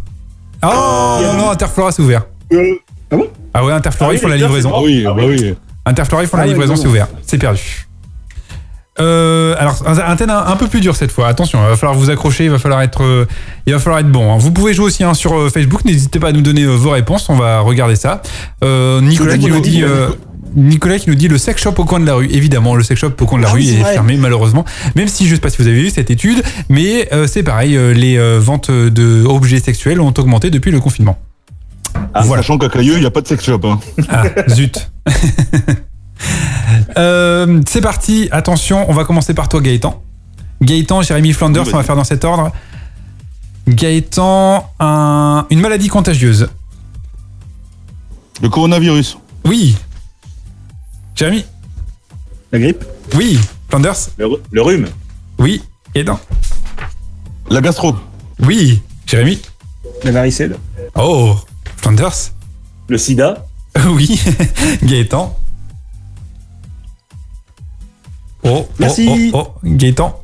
Speaker 1: Oh, non, non, Interflora, c'est ouvert.
Speaker 6: Ah. euh, Ah bon
Speaker 1: Ah ouais, Interflora,
Speaker 5: Ah oui,
Speaker 1: ils font la
Speaker 5: les gars,
Speaker 1: livraison.
Speaker 5: c'est
Speaker 7: ah oui, bah oui.
Speaker 1: Interflora, ils font
Speaker 6: Ah
Speaker 1: la
Speaker 6: ouais,
Speaker 1: livraison,
Speaker 6: non.
Speaker 1: c'est ouvert. C'est perdu. Euh, alors, un, un thème un, un peu plus dur cette fois. Attention, il va falloir vous accrocher, il va falloir être, euh, il va falloir être bon. hein. Vous pouvez jouer aussi hein, sur euh, Facebook. N'hésitez pas à nous donner euh, vos réponses. On va regarder ça. Euh, Nicolas qui nous dit. euh, Nicolas qui nous dit le sex shop au coin de la rue. Évidemment, le sex shop au coin de la
Speaker 6: Ah
Speaker 1: rue
Speaker 6: oui, c'est
Speaker 1: est
Speaker 6: vrai.
Speaker 1: fermé malheureusement. Même si je sais pas si vous avez vu cette étude, mais euh, c'est pareil, euh, les euh, ventes de objets sexuels ont augmenté depuis le confinement. Voilà.
Speaker 7: Sachant qu'à Cayeux, il n'y a pas de sex shop. hein.
Speaker 1: Ah, zut. Euh, c'est parti, attention, on va commencer par toi Gaëtan. Gaëtan, Jérémy Flanders,
Speaker 7: Oui, vas-y.
Speaker 1: on va faire dans cet ordre. Gaëtan, un- une maladie contagieuse.
Speaker 7: Le coronavirus,
Speaker 1: Oui. Jérémy
Speaker 6: La grippe
Speaker 1: Oui. Flanders
Speaker 5: Le, ru- le rhume.
Speaker 1: Oui. Gaëtan
Speaker 7: la gastro,
Speaker 1: Oui. Jérémy
Speaker 6: La varicelle
Speaker 1: Oh. Flanders
Speaker 5: Le sida.
Speaker 1: Oui. Gaëtan Oh, oh,
Speaker 6: Merci.
Speaker 1: oh, oh. Gaëtan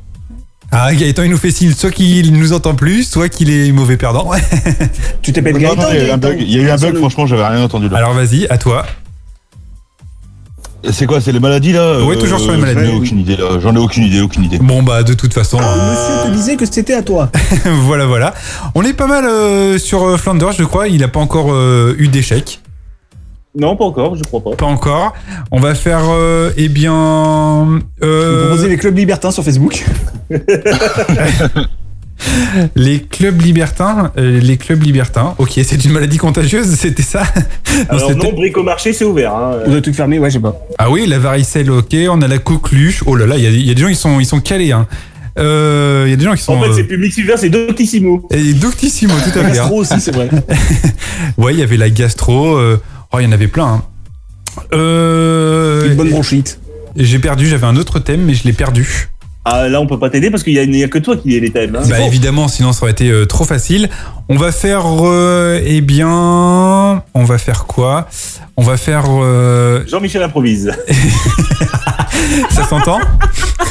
Speaker 1: ah, Gaëtan, il nous fait signe, soit qu'il nous entend plus, soit qu'il est mauvais perdant.
Speaker 6: Tu t'appelles
Speaker 7: Non,
Speaker 6: Gaëtan
Speaker 7: non, il y a eu un
Speaker 6: Gaëtan
Speaker 7: bug, il y a eu un bug, franchement, j'avais rien entendu. là.
Speaker 1: Alors vas-y, à toi.
Speaker 7: C'est quoi, c'est les maladies là euh,
Speaker 1: Oui, toujours sur les maladies.
Speaker 7: J'en ai aucune idée, là. J'en ai aucune idée, aucune idée.
Speaker 1: Bon bah de toute façon,
Speaker 6: Monsieur te disait que c'était à toi.
Speaker 1: voilà voilà. On est pas mal euh, sur euh, Flanders, je crois. Il a pas encore euh, eu d'échec,
Speaker 5: Non, pas encore, je crois pas.
Speaker 1: pas encore. On va faire, euh, eh bien,
Speaker 6: Vous
Speaker 1: euh,
Speaker 6: proposez les clubs libertins sur Facebook.
Speaker 1: les clubs libertins, euh, les clubs libertins. Ok, c'est une maladie contagieuse, c'était ça. Non,
Speaker 5: Alors
Speaker 1: c'était-
Speaker 5: non, bric au marché, c'est ouvert. hein.
Speaker 6: Vous avez tout fermé, ouais, j'ai pas.
Speaker 1: Ah oui, la varicelle, ok. On a la coqueluche. Oh là là, il y a- il y, a des gens ils sont, ils sont calés. hein. Euh, Il y a des gens qui sont.
Speaker 5: En fait,
Speaker 1: euh,
Speaker 5: c'est plus mix ouvert, c'est Doctissimo.
Speaker 1: et doctissimo, tout à fait. hein.
Speaker 6: Gastro aussi, c'est vrai.
Speaker 1: Ouais, il y avait la gastro. euh, Oh, il y en avait plein. hein. Euh,
Speaker 6: Une bonne bronchite.
Speaker 1: J'ai perdu, j'avais un autre thème, mais je l'ai perdu.
Speaker 5: Ah, là, on peut pas t'aider parce qu'il y, a- il y a que toi qui es les thèmes.
Speaker 6: Ah,
Speaker 5: hein.
Speaker 1: Bah évidemment, sinon ça aurait été euh, trop facile. On va faire, euh, eh bien, on va faire quoi On va faire, euh,
Speaker 5: Jean-Michel improvise.
Speaker 1: ça s'entend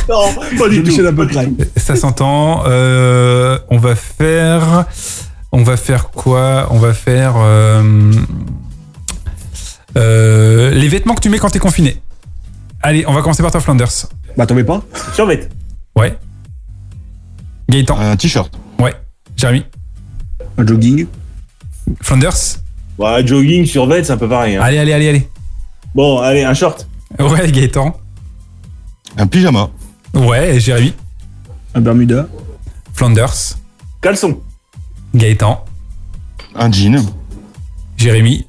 Speaker 5: non, pas du tout.
Speaker 6: Michel à peu près.
Speaker 1: Ça s'entend. Euh, on va faire, on va faire quoi On va faire euh, euh, les vêtements que tu mets quand t'es confiné. Allez, on va commencer par toi, Flanders.
Speaker 6: Bah, tombez pas.
Speaker 5: Survette.
Speaker 1: Ouais. Gaëtan.
Speaker 7: Un t-shirt,
Speaker 1: Ouais. Jérémy.
Speaker 6: Un jogging.
Speaker 1: Flanders.
Speaker 5: Bah, jogging, survette, c'est un peu pareil. hein.
Speaker 1: Allez, allez, allez, allez.
Speaker 7: Ah.
Speaker 5: Bon, allez, un short.
Speaker 1: Ouais, Gaëtan.
Speaker 7: un pyjama,
Speaker 1: Ouais, Jérémy.
Speaker 6: Un Bermuda.
Speaker 1: Flanders.
Speaker 5: Caleçon.
Speaker 1: Gaëtan.
Speaker 7: un jean.
Speaker 1: Jérémy.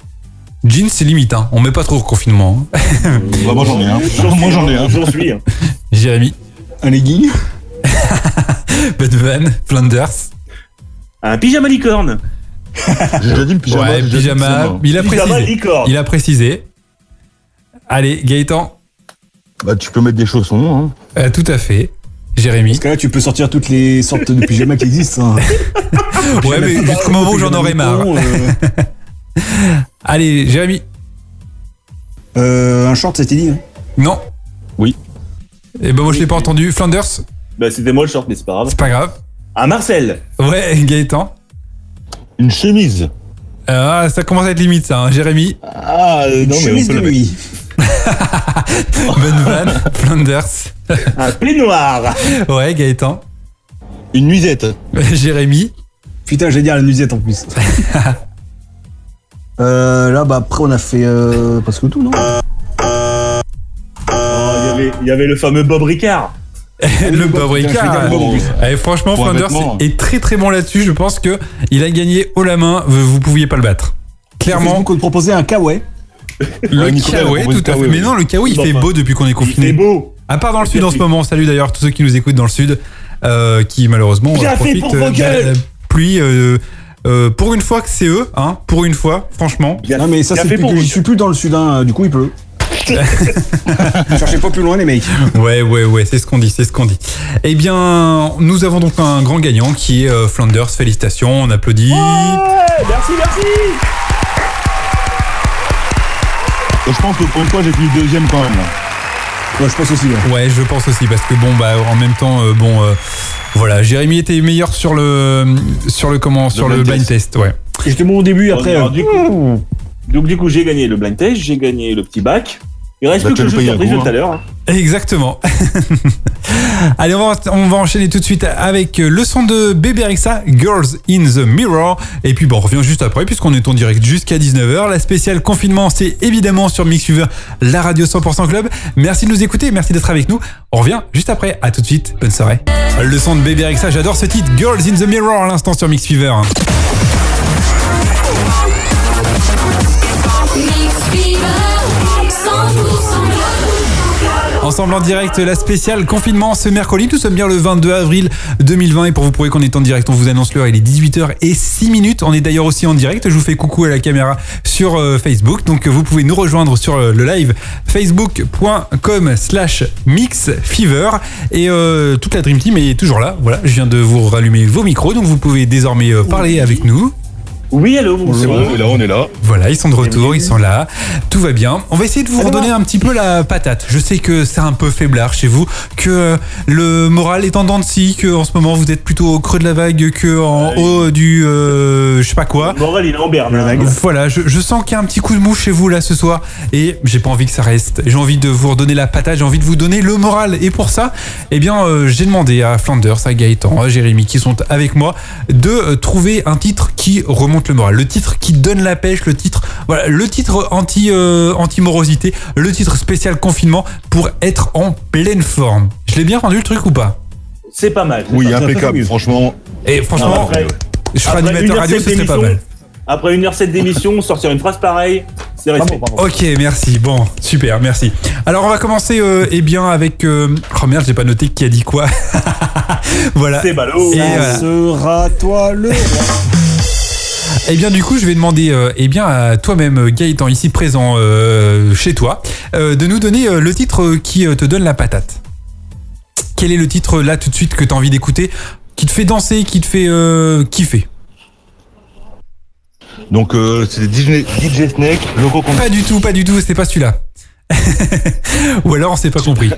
Speaker 1: Jeans, c'est limite, hein. On met pas trop au confinement. hein.
Speaker 7: Bah, moi j'en ai un. Moi j'en ai un.
Speaker 5: J'en suis. hein.
Speaker 1: Jérémy.
Speaker 6: Un legging.
Speaker 1: Batman. Flanders.
Speaker 5: Un pyjama licorne.
Speaker 7: J'ai déjà dit le pyjama.
Speaker 1: ouais,
Speaker 7: j'ai déjà dit le
Speaker 1: pyjama. Il a
Speaker 5: Pyjama
Speaker 1: précisé.
Speaker 5: licorne.
Speaker 1: Il a précisé. Allez, Gaëtan.
Speaker 7: Bah, tu peux mettre des chaussons. hein.
Speaker 1: Euh, tout à fait. Jérémy.
Speaker 6: Parce que là, tu peux sortir toutes les sortes de pyjamas qui existent. hein.
Speaker 1: Ouais, mais jusqu'au moment où j'en aurai marre.
Speaker 6: Euh,
Speaker 1: Allez, Jérémy.
Speaker 6: euh, un short, c'était dit. hein.
Speaker 1: Non.
Speaker 7: Oui.
Speaker 1: Eh ben, moi, je l'ai pas entendu. Flanders.
Speaker 5: Bah, c'était moi le short, mais c'est pas grave.
Speaker 1: C'est pas grave.
Speaker 5: Un Marcel.
Speaker 1: Ouais, Gaëtan.
Speaker 7: Une chemise.
Speaker 1: Ah, ça commence à être limite, ça. hein. Jérémy.
Speaker 7: Ah, euh, non, mais on
Speaker 6: Chemise
Speaker 7: peut la
Speaker 6: de
Speaker 7: mettre.
Speaker 6: nuit.
Speaker 1: Bonne vanne. Flanders.
Speaker 7: Ah.
Speaker 5: Un peignoir.
Speaker 1: Ouais, Gaëtan.
Speaker 7: Une nuisette.
Speaker 1: Jérémy.
Speaker 6: Putain, j'ai dit à la nuisette en plus. euh, là, bah après, on a fait euh, parce que tout, non
Speaker 5: Oh, il y avait- il y avait le fameux Bob Ricard.
Speaker 1: le pauvre
Speaker 6: putain, je vais dire
Speaker 1: Ricard.
Speaker 6: le pauvre Ricard.
Speaker 1: Eh, franchement,
Speaker 7: Pour un
Speaker 1: Flanders
Speaker 7: vêtement.
Speaker 1: est très très bon là-dessus. Je pense que il a gagné haut la main. Vous vous pouviez pas le battre. Clairement,
Speaker 6: Facebook, on te proposait un kawaii.
Speaker 5: Ah
Speaker 1: le
Speaker 7: Nicolas,
Speaker 1: Kawaii,
Speaker 7: on
Speaker 1: tout
Speaker 7: propose
Speaker 1: à fait.
Speaker 7: Kawaii,
Speaker 1: Mais
Speaker 7: oui.
Speaker 1: non, le Kawaii, il
Speaker 5: Bon,
Speaker 1: fait
Speaker 5: E, Bah, enfin,
Speaker 1: beau depuis qu'on est
Speaker 5: Il est
Speaker 1: confiné.
Speaker 5: beau.
Speaker 1: À part dans le sud en ce
Speaker 5: Merci.
Speaker 1: moment. Salut d'ailleurs tous ceux qui nous écoutent dans le sud, euh, qui malheureusement
Speaker 5: Bien
Speaker 1: euh,
Speaker 5: fait
Speaker 1: profitent
Speaker 5: pour vos
Speaker 1: euh, de la
Speaker 5: gueules.
Speaker 1: pluie. euh, euh, pour une fois que c'est eux, hein, pour une fois, franchement.
Speaker 5: Il a-
Speaker 6: Non mais ça
Speaker 5: il a
Speaker 6: c'est
Speaker 5: fait
Speaker 6: plus
Speaker 5: pour
Speaker 6: que
Speaker 5: vous.
Speaker 6: je suis plus dans le sud, hein, du coup il pleut. Cherchez pas plus loin les mecs.
Speaker 1: Ouais, ouais, ouais, c'est ce qu'on dit, c'est ce qu'on dit. Eh bien, nous avons donc un grand gagnant qui est euh, Flanders. Félicitations, on applaudit.
Speaker 5: Ouais, merci, merci.
Speaker 7: Et je pense que pour une fois, j'ai fini deuxième quand même.
Speaker 6: Ouais, je pense aussi. ouais.
Speaker 1: Ouais, je pense aussi parce que bon bah en même temps euh, bon euh, voilà, Jérémy était meilleur sur le sur le comment sur le
Speaker 7: blind
Speaker 1: blind test, ouais.
Speaker 6: Et J'étais bon au début après.
Speaker 5: Alors,
Speaker 6: euh,
Speaker 5: du coup, donc du coup, j'ai gagné le blind test, j'ai gagné le petit bac. Il reste
Speaker 7: Bah,
Speaker 5: plus que
Speaker 7: tu
Speaker 5: le
Speaker 7: le
Speaker 5: jeu
Speaker 7: payes à
Speaker 5: surprise de
Speaker 7: goût,
Speaker 5: tout à
Speaker 7: hein.
Speaker 5: l'heure. hein.
Speaker 1: Exactement. Allez, on va, on va enchaîner tout de suite avec euh, le son de Bébé Rexa, Girls in the Mirror. Et puis, bon, on revient juste après, puisqu'on est en direct jusqu'à 19h. La spéciale confinement, c'est évidemment sur Mixuver, la radio 100% Club. Merci de nous écouter, merci d'être avec nous. On revient juste après. À tout de suite. Bonne soirée. Le son de Bébé Rexa, j'adore ce titre, Girls in the Mirror, à l'instant sur Mixuver.
Speaker 10: Mix Fever, 100%
Speaker 1: Ensemble en direct, la spéciale confinement ce mercredi. Nous sommes bien le 22 avril 2020 et pour vous prouver qu'on est en direct, on vous annonce l'heure. Il est 18h et 6 minutes. On est d'ailleurs aussi en direct. Je vous fais coucou à la caméra sur euh, Facebook. Donc euh, vous pouvez nous rejoindre sur euh, le live facebook.com slash mixfever. Et euh, toute la Dream Team est toujours là. Voilà, je viens de vous rallumer vos micros. Donc vous pouvez désormais euh, parler avec nous.
Speaker 5: Oui, allô,
Speaker 7: C'est
Speaker 5: bonjour.
Speaker 7: bon, on est Oh là, on est là.
Speaker 1: Voilà, ils sont de retour, ils sont là, tout va bien. On va essayer de vous redonner un petit peu la patate. Je sais que c'est un peu faiblard chez vous, que euh, le moral est en dents de scie, que en ce moment vous êtes plutôt au creux de la vague que en haut du euh, je sais pas quoi.
Speaker 5: Morel, il est en berne. hein.
Speaker 1: Voilà, je, je sens qu'il y a un petit coup de mou chez vous là ce soir et j'ai pas envie que ça reste. J'ai envie de vous redonner la patate, j'ai envie de vous donner le moral. Et pour ça, eh bien, euh, j'ai demandé à Flanders, à Gaëtan, à Jérémy qui sont avec moi de euh, trouver un titre qui remonte le moral, le titre qui donne la pêche, le titre, voilà, le titre anti euh, anti morosité, le titre spécial confinement pour être en pleine forme. Je l'ai bien rendu le truc ou pas
Speaker 5: C'est pas mal.
Speaker 7: Oui,
Speaker 6: Ça, ça, ça,
Speaker 7: impeccable,
Speaker 6: oui.
Speaker 7: franchement.
Speaker 1: Et
Speaker 5: Alors,
Speaker 1: franchement,
Speaker 5: après,
Speaker 1: je serais
Speaker 5: après une
Speaker 1: animateur
Speaker 5: heure
Speaker 1: radio,
Speaker 5: sept
Speaker 1: ce serait pas
Speaker 5: d'émission,
Speaker 1: mal.
Speaker 5: Après une heure sept d'émission, sortir une phrase pareille, c'est respect.
Speaker 1: Ok, merci. Bon, super, merci. Alors on va commencer, euh, eh bien, avec. euh, Oh merde, j'ai pas noté qui a dit quoi. voilà.
Speaker 5: C'est ballot.
Speaker 1: Et euh,
Speaker 6: ça
Speaker 1: voilà.
Speaker 6: sera toi le.
Speaker 1: Eh bien, du coup, je vais demander, euh, eh bien, à toi-même, Gaëtan, ici présent euh, chez toi, euh, de nous donner euh, le titre euh, qui euh, te donne la patate. Quel est le titre là tout de suite que t'as envie d'écouter, qui te fait danser, qui te fait euh, kiffer
Speaker 7: Donc, euh, c'est DJ, DJ Snake, Loco Contra.
Speaker 1: Pas du tout, pas du tout. C'était pas celui-là. Ou alors, on s'est pas compris.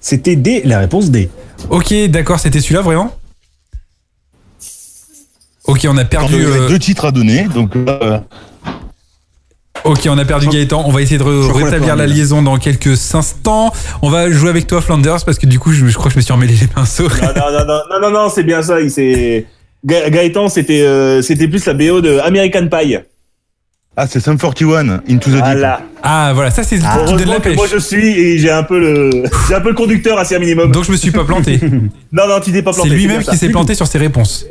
Speaker 6: C'était D, la réponse D.
Speaker 1: Ok, d'accord, c'était celui-là vraiment Ok, on a
Speaker 7: Enfin,
Speaker 1: perdu.
Speaker 7: il y avait
Speaker 1: euh,
Speaker 7: Deux titres à donner, donc euh,
Speaker 1: ok, on a perdu Gaëtan. On va essayer de re-
Speaker 6: crois qu'on l'a
Speaker 1: rétablir la
Speaker 6: perdu, là.
Speaker 1: liaison dans quelques instants. On va jouer avec toi, Flanders, parce que du coup, je, je crois que je me suis emmêlé les pinceaux.
Speaker 5: Ah, Non, non, non, non, non, non, non, c'est bien ça. il- c'est- Ga- Gaëtan, c'était euh, c'était plus la BO de American Pie.
Speaker 7: ah, c'est Sum 41, Into the Deep.
Speaker 5: Voilà.
Speaker 1: Ah, voilà, ça c'est le truc qui donne
Speaker 5: Heureusement
Speaker 1: la
Speaker 5: que
Speaker 1: pêche.
Speaker 5: moi je suis et j'ai un peu le j'ai un peu le conducteur à un minimum.
Speaker 1: Donc je me suis pas planté.
Speaker 5: non non, tu t'es pas
Speaker 1: c'est
Speaker 5: planté.
Speaker 1: lui-même
Speaker 5: bien
Speaker 1: qui
Speaker 5: ça.
Speaker 1: s'est planté sur ses réponses.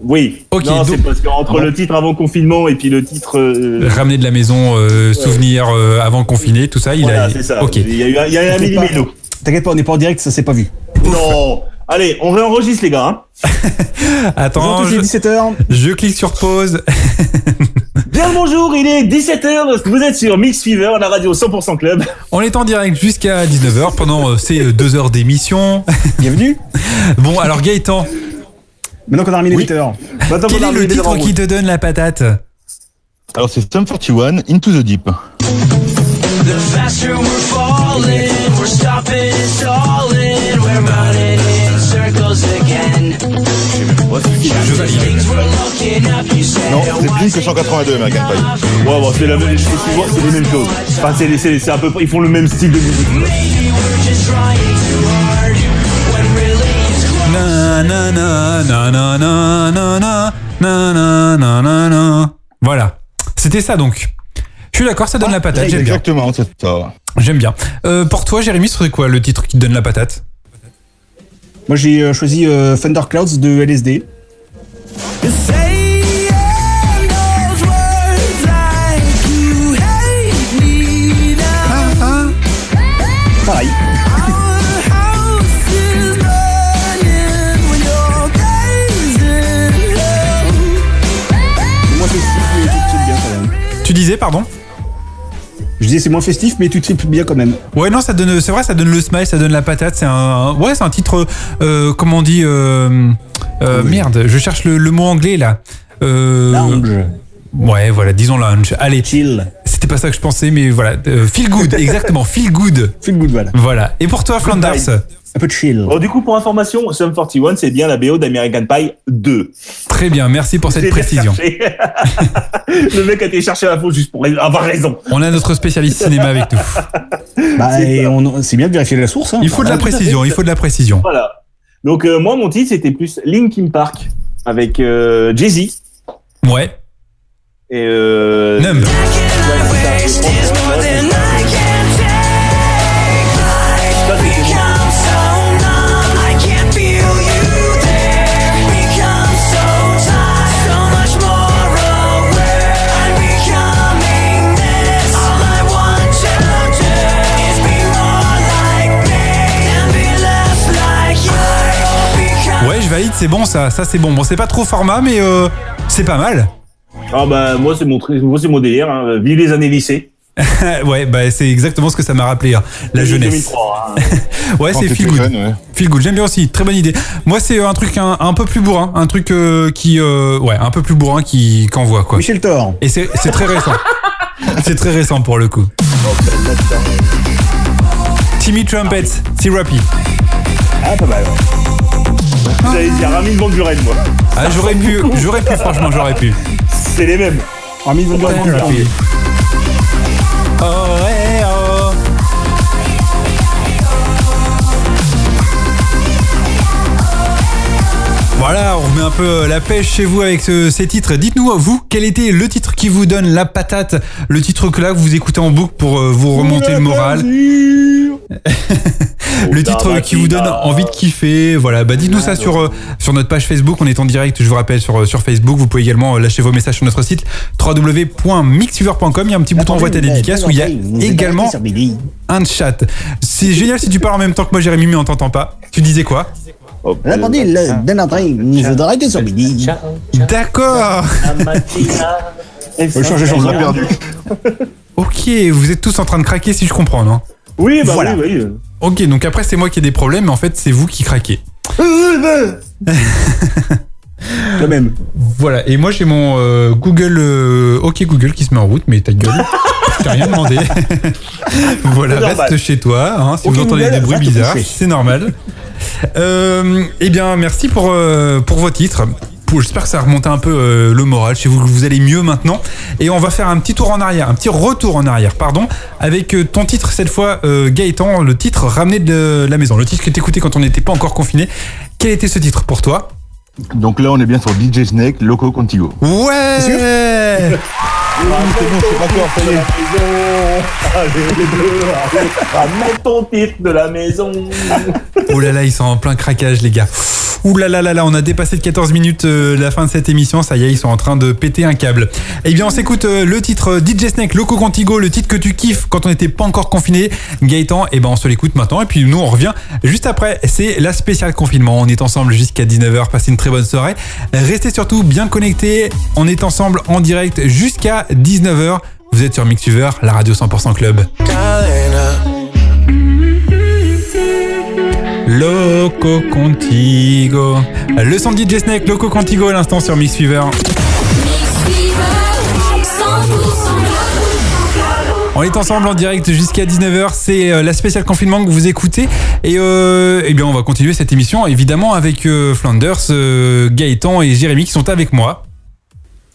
Speaker 5: Oui.
Speaker 1: Ok,
Speaker 5: non,
Speaker 1: donc- Ah
Speaker 5: c'est parce qu'entre le titre avant confinement et puis le titre euh,
Speaker 1: Ramener de la maison, euh, souvenirs euh, avant confiné, tout ça, il
Speaker 5: voilà,
Speaker 1: a.
Speaker 5: c'est ça.
Speaker 1: Ok.
Speaker 5: Il y a eu un, il y a eu un
Speaker 6: T'inquiète pas.
Speaker 5: millimélo.
Speaker 6: T'inquiète pas, on n'est pas en direct, ça s'est pas vu.
Speaker 5: Non. Allez, on réenregistre les gars. hein.
Speaker 1: Attends,
Speaker 6: Aujourd'hui
Speaker 1: je,
Speaker 6: c'est 17h.
Speaker 1: je clique sur pause.
Speaker 5: Bien le bonjour, il est 17h, vous êtes sur Mix Fever, la radio 100% club.
Speaker 1: On est en direct jusqu'à 19h pendant euh, ces euh, deux heures d'émission.
Speaker 6: Bienvenue.
Speaker 1: Bon, alors Gaëtan,
Speaker 6: Maintenant qu'on a remis les 8h.
Speaker 5: Maintenant,
Speaker 1: quel
Speaker 5: on a
Speaker 1: est le
Speaker 5: les
Speaker 1: titre
Speaker 5: en
Speaker 1: qui te donne la patate
Speaker 7: Alors, c'est Sum 41, Into the Deep.
Speaker 2: The faster we're falling, we're stopping and stalling, we're running in circles again. Just things we're looking up, you said.
Speaker 7: Non, c'est Blink 182, American Pie.
Speaker 5: route. Ouais, bon, c'est la même chose, souvent, c'est les mêmes choses. Enfin, c'est, c'est, c'est à peu près, ils font le même style de musique.
Speaker 2: Maybe we're just trying too hard, when really it's close.
Speaker 1: Na, Nanana, nanana, nanana, nanana, nanana. Voilà. C'était ça donc. Je suis d'accord,
Speaker 5: Ah,
Speaker 1: ça donne la patate, j'aime bien.
Speaker 7: Exactement, c'est ça.
Speaker 1: J'aime bien. Euh, pour toi, Jérémy, ce serait quoi le titre qui te donne la patate
Speaker 6: Moi, j'ai euh, choisi euh, Thunderclouds de LSD. Pareil. Moins festif, mais tu tripes bien quand même.
Speaker 1: Tu disais, pardon
Speaker 6: Je disais, c'est moins festif, mais tu tripes bien quand même.
Speaker 1: Ouais, non, ça donne, c'est vrai, ça donne le smile, ça donne la patate. C'est un, un- ouais, c'est un titre, euh, comment on dit, euh, euh, merde, je cherche le, le mot anglais là. Euh,
Speaker 6: Lounge.
Speaker 1: Ouais, voilà, disons lounge. Allez,
Speaker 6: Chill.
Speaker 1: c'était pas ça que je pensais, mais voilà, euh, feel good, exactement, feel good.
Speaker 6: Feel good, voilà.
Speaker 1: Voilà. Et pour toi, Flanders,
Speaker 6: Un peu de chill.
Speaker 1: Oh,
Speaker 5: Bon, du coup, pour information, Sum 41, c'est bien la BO d'American Pie 2.
Speaker 1: très bien, merci pour cette
Speaker 5: J'ai
Speaker 1: précision.
Speaker 5: cherché. le mec a été chercher la faute juste pour avoir raison.
Speaker 1: On a notre spécialiste cinéma avec nous.
Speaker 6: Bah, et on- c'est bien de vérifier la source. hein.
Speaker 1: Il faut de la
Speaker 6: Voilà.
Speaker 1: précision, il faut de la précision.
Speaker 5: Voilà. Donc, euh, moi, mon titre, c'était plus Linkin Park avec euh, Jay-Z.
Speaker 1: Ouais,
Speaker 5: Et euh,
Speaker 1: Numb.
Speaker 5: ouais, c'est ça. Je pense que c'est ça.
Speaker 1: Ouais, je valide, c'est bon ça, ça c'est bon. Bon, c'est pas trop format, mais euh, c'est pas mal.
Speaker 5: Ah bah moi c'est mon tri- moi c'est mon délire. Hein. Vive les années lycée.
Speaker 1: ouais, bah c'est exactement ce que ça m'a rappelé, hein. la jeunesse.
Speaker 5: 2003, hein.
Speaker 1: Ouais,
Speaker 7: Quand
Speaker 1: c'est
Speaker 7: t'es
Speaker 1: feel
Speaker 7: plus
Speaker 1: good.
Speaker 7: jeune, ouais.
Speaker 1: Feel good, j'aime bien aussi, très bonne idée. Moi, c'est euh, un truc un, un peu plus bourrin, un truc euh, qui, euh, ouais, un peu plus bourrin qui qu'envoie quoi.
Speaker 6: Michel Thor.
Speaker 1: Et c'est c'est très récent. c'est très récent pour le coup. Timmy Trumpet, Therapy.
Speaker 6: Ah, pas mal. ouais.
Speaker 5: J'allais dire Ramin Van Buren moi.
Speaker 1: Ah, j'aurais pu, j'aurais pu, franchement, j'aurais pu.
Speaker 5: C'est les mêmes.
Speaker 6: Armin Van Buren,
Speaker 1: Therapy.
Speaker 6: Armin.
Speaker 1: Oh, eh, oh. Voilà, on remet un peu la pêche chez vous avec ce- ces titres. Dites-nous, vous, quel était le titre qui vous donne la patate Le titre que là, vous écoutez en boucle pour euh, vous remonter le moral le titre qui vous donne envie de kiffer. Voilà, bah dites-nous ça sur, euh, sur notre page Facebook. On est en direct, je vous rappelle, sur, euh, sur Facebook. Vous pouvez également euh, lâcher vos messages sur notre site www.mixfever.com. Il y a un petit bouton envoie ta dédicace où il y a également
Speaker 6: Sur Billy.
Speaker 1: un chat. C'est génial si tu parles en même temps que moi, Jérémy, mais on t'entend pas. Tu disais quoi
Speaker 6: On a demandé le- de l'entrain, il faudrait arrêter sur Billy.
Speaker 1: D'accord
Speaker 6: Faut changer de chanson.
Speaker 1: Ok, vous êtes tous en train de craquer si je comprends, non
Speaker 5: Oui bah
Speaker 6: Voilà.
Speaker 5: oui oui.
Speaker 1: Ok, donc après c'est moi qui ai des problèmes, mais en fait c'est vous qui craquez.
Speaker 6: Le même.
Speaker 1: Voilà, et moi j'ai mon euh, Google, euh, ok Google qui se met en route, mais ta gueule, je t'ai rien demandé. voilà,
Speaker 5: C'est normal.
Speaker 1: reste chez toi, hein, si
Speaker 6: Ok
Speaker 1: vous entendez
Speaker 6: Google,
Speaker 1: des bruits
Speaker 6: va te
Speaker 1: bizarres,
Speaker 6: coucher.
Speaker 1: c'est normal. Euh, eh bien, merci pour, euh, pour vos titres. Pour- J'espère que ça a remonté un peu euh, le moral chez vous, que vous allez mieux maintenant. Et on va faire un petit tour en arrière, un petit retour en arrière, pardon, avec euh, ton titre cette fois, euh, Gaëtan, le titre ramené de la maison, le titre que t'écoutais quand on n'était pas encore confiné. Quel était ce titre pour toi
Speaker 7: Donc là, on est bien sur DJ Snake, Loco Contigo.
Speaker 1: Ouais
Speaker 5: Ramène ton titre de la maison.
Speaker 1: Oh là là, ils sont en plein craquage, les gars. Ouh là là là là, on a dépassé de 14 minutes euh, la fin de cette émission. Ça y est, ils sont en train de péter un câble. Eh bien, on s'écoute euh, le titre euh, DJ Snake, Loco Contigo, le titre que tu kiffes quand on n'était pas encore confiné. Gaëtan, eh ben, on se l'écoute maintenant. Et puis, nous, on revient juste après. C'est la spéciale confinement. On est ensemble jusqu'à 19h. Passez une très bonne soirée. Restez surtout bien connectés. On est ensemble en direct jusqu'à 19h. Vous êtes sur Mixuver, la radio 100% Club. Loco Contigo. Le son de DJ Snake, Loco Contigo à l'instant sur Mix Fever. On est ensemble en direct jusqu'à 19h, c'est euh, la spéciale confinement que vous écoutez. Et euh, eh bien on va continuer cette émission évidemment avec euh, Flanders, euh, Gaëtan et Jérémy qui sont avec moi.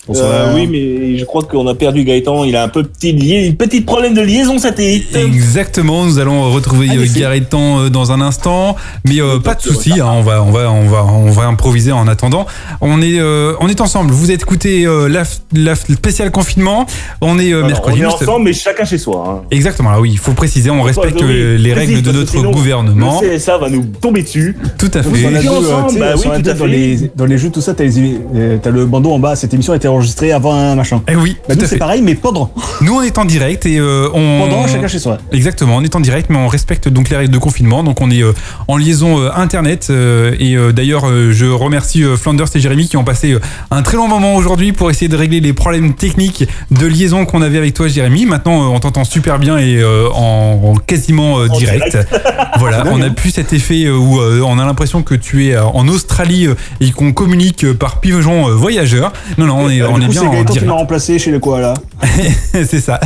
Speaker 6: On
Speaker 5: Euh,
Speaker 6: sera-
Speaker 5: oui, mais je crois qu'on a perdu Gaëtan. Il a un peu petit lié, une petite problème de liaison satellite.
Speaker 1: Exactement, nous allons retrouver
Speaker 5: Ah,
Speaker 1: euh,
Speaker 5: c'est-
Speaker 1: Gaëtan euh, dans un instant, mais euh, pas de
Speaker 5: c'est vrai.
Speaker 1: souci, hein, on va on va on va on va improviser en attendant. On est euh, on est ensemble. Vous êtes écouté euh, la, la spéciale confinement. On est euh,
Speaker 5: Alors, on
Speaker 1: mercredi.
Speaker 5: est
Speaker 1: juste-
Speaker 5: ensemble, mais chacun chez soi. hein.
Speaker 1: Exactement. là, oui, il faut préciser, on respecte
Speaker 5: Oui,
Speaker 1: euh, les
Speaker 5: précise,
Speaker 1: règles de
Speaker 5: parce que
Speaker 1: notre
Speaker 5: sinon,
Speaker 1: gouvernement.
Speaker 5: Le CSA va nous tomber dessus.
Speaker 1: Tout à
Speaker 6: Sur la
Speaker 1: fait.
Speaker 5: Qui
Speaker 6: deux, euh,
Speaker 5: ensemble,
Speaker 6: tu sais, sur
Speaker 5: bah oui,
Speaker 6: la
Speaker 5: tout à
Speaker 6: deux, dans,
Speaker 5: fait.
Speaker 6: les, dans les jeux, tout ça, t'as les- euh, t'as le bandeau en bas. Cette émission a été enregistrée avant un machin.
Speaker 1: Eh oui,
Speaker 6: Bah,
Speaker 1: tout
Speaker 6: nous,
Speaker 1: à
Speaker 6: c'est
Speaker 1: fait.
Speaker 6: pareil, mais pendant.
Speaker 1: Nous, on est en direct et euh, on.
Speaker 6: Pendant, chacun chez soi.
Speaker 1: Exactement, on est en direct, mais on respecte donc les règles de confinement. Donc on est euh, en liaison euh, internet. euh, et euh, d'ailleurs, euh, je remercie euh, Flanders et Jérémy qui ont passé euh, un très long moment aujourd'hui pour essayer de régler les problèmes techniques de liaison qu'on avait avec toi, Jérémy. Maintenant, euh, on t'entend super bien et euh, en, en quasiment euh, direct. voilà, on a plus cet effet euh, où euh, on a l'impression que tu es euh, en Australie euh, et qu'on communique euh, par pigeon euh, voyageur. Non, non, on est,
Speaker 6: Euh,
Speaker 1: on
Speaker 6: du
Speaker 1: est
Speaker 6: coup,
Speaker 1: bien
Speaker 6: c'est
Speaker 1: en
Speaker 6: Gaëtan qui
Speaker 1: direct.
Speaker 6: m'a remplacé chez le koala.
Speaker 1: C'est ça.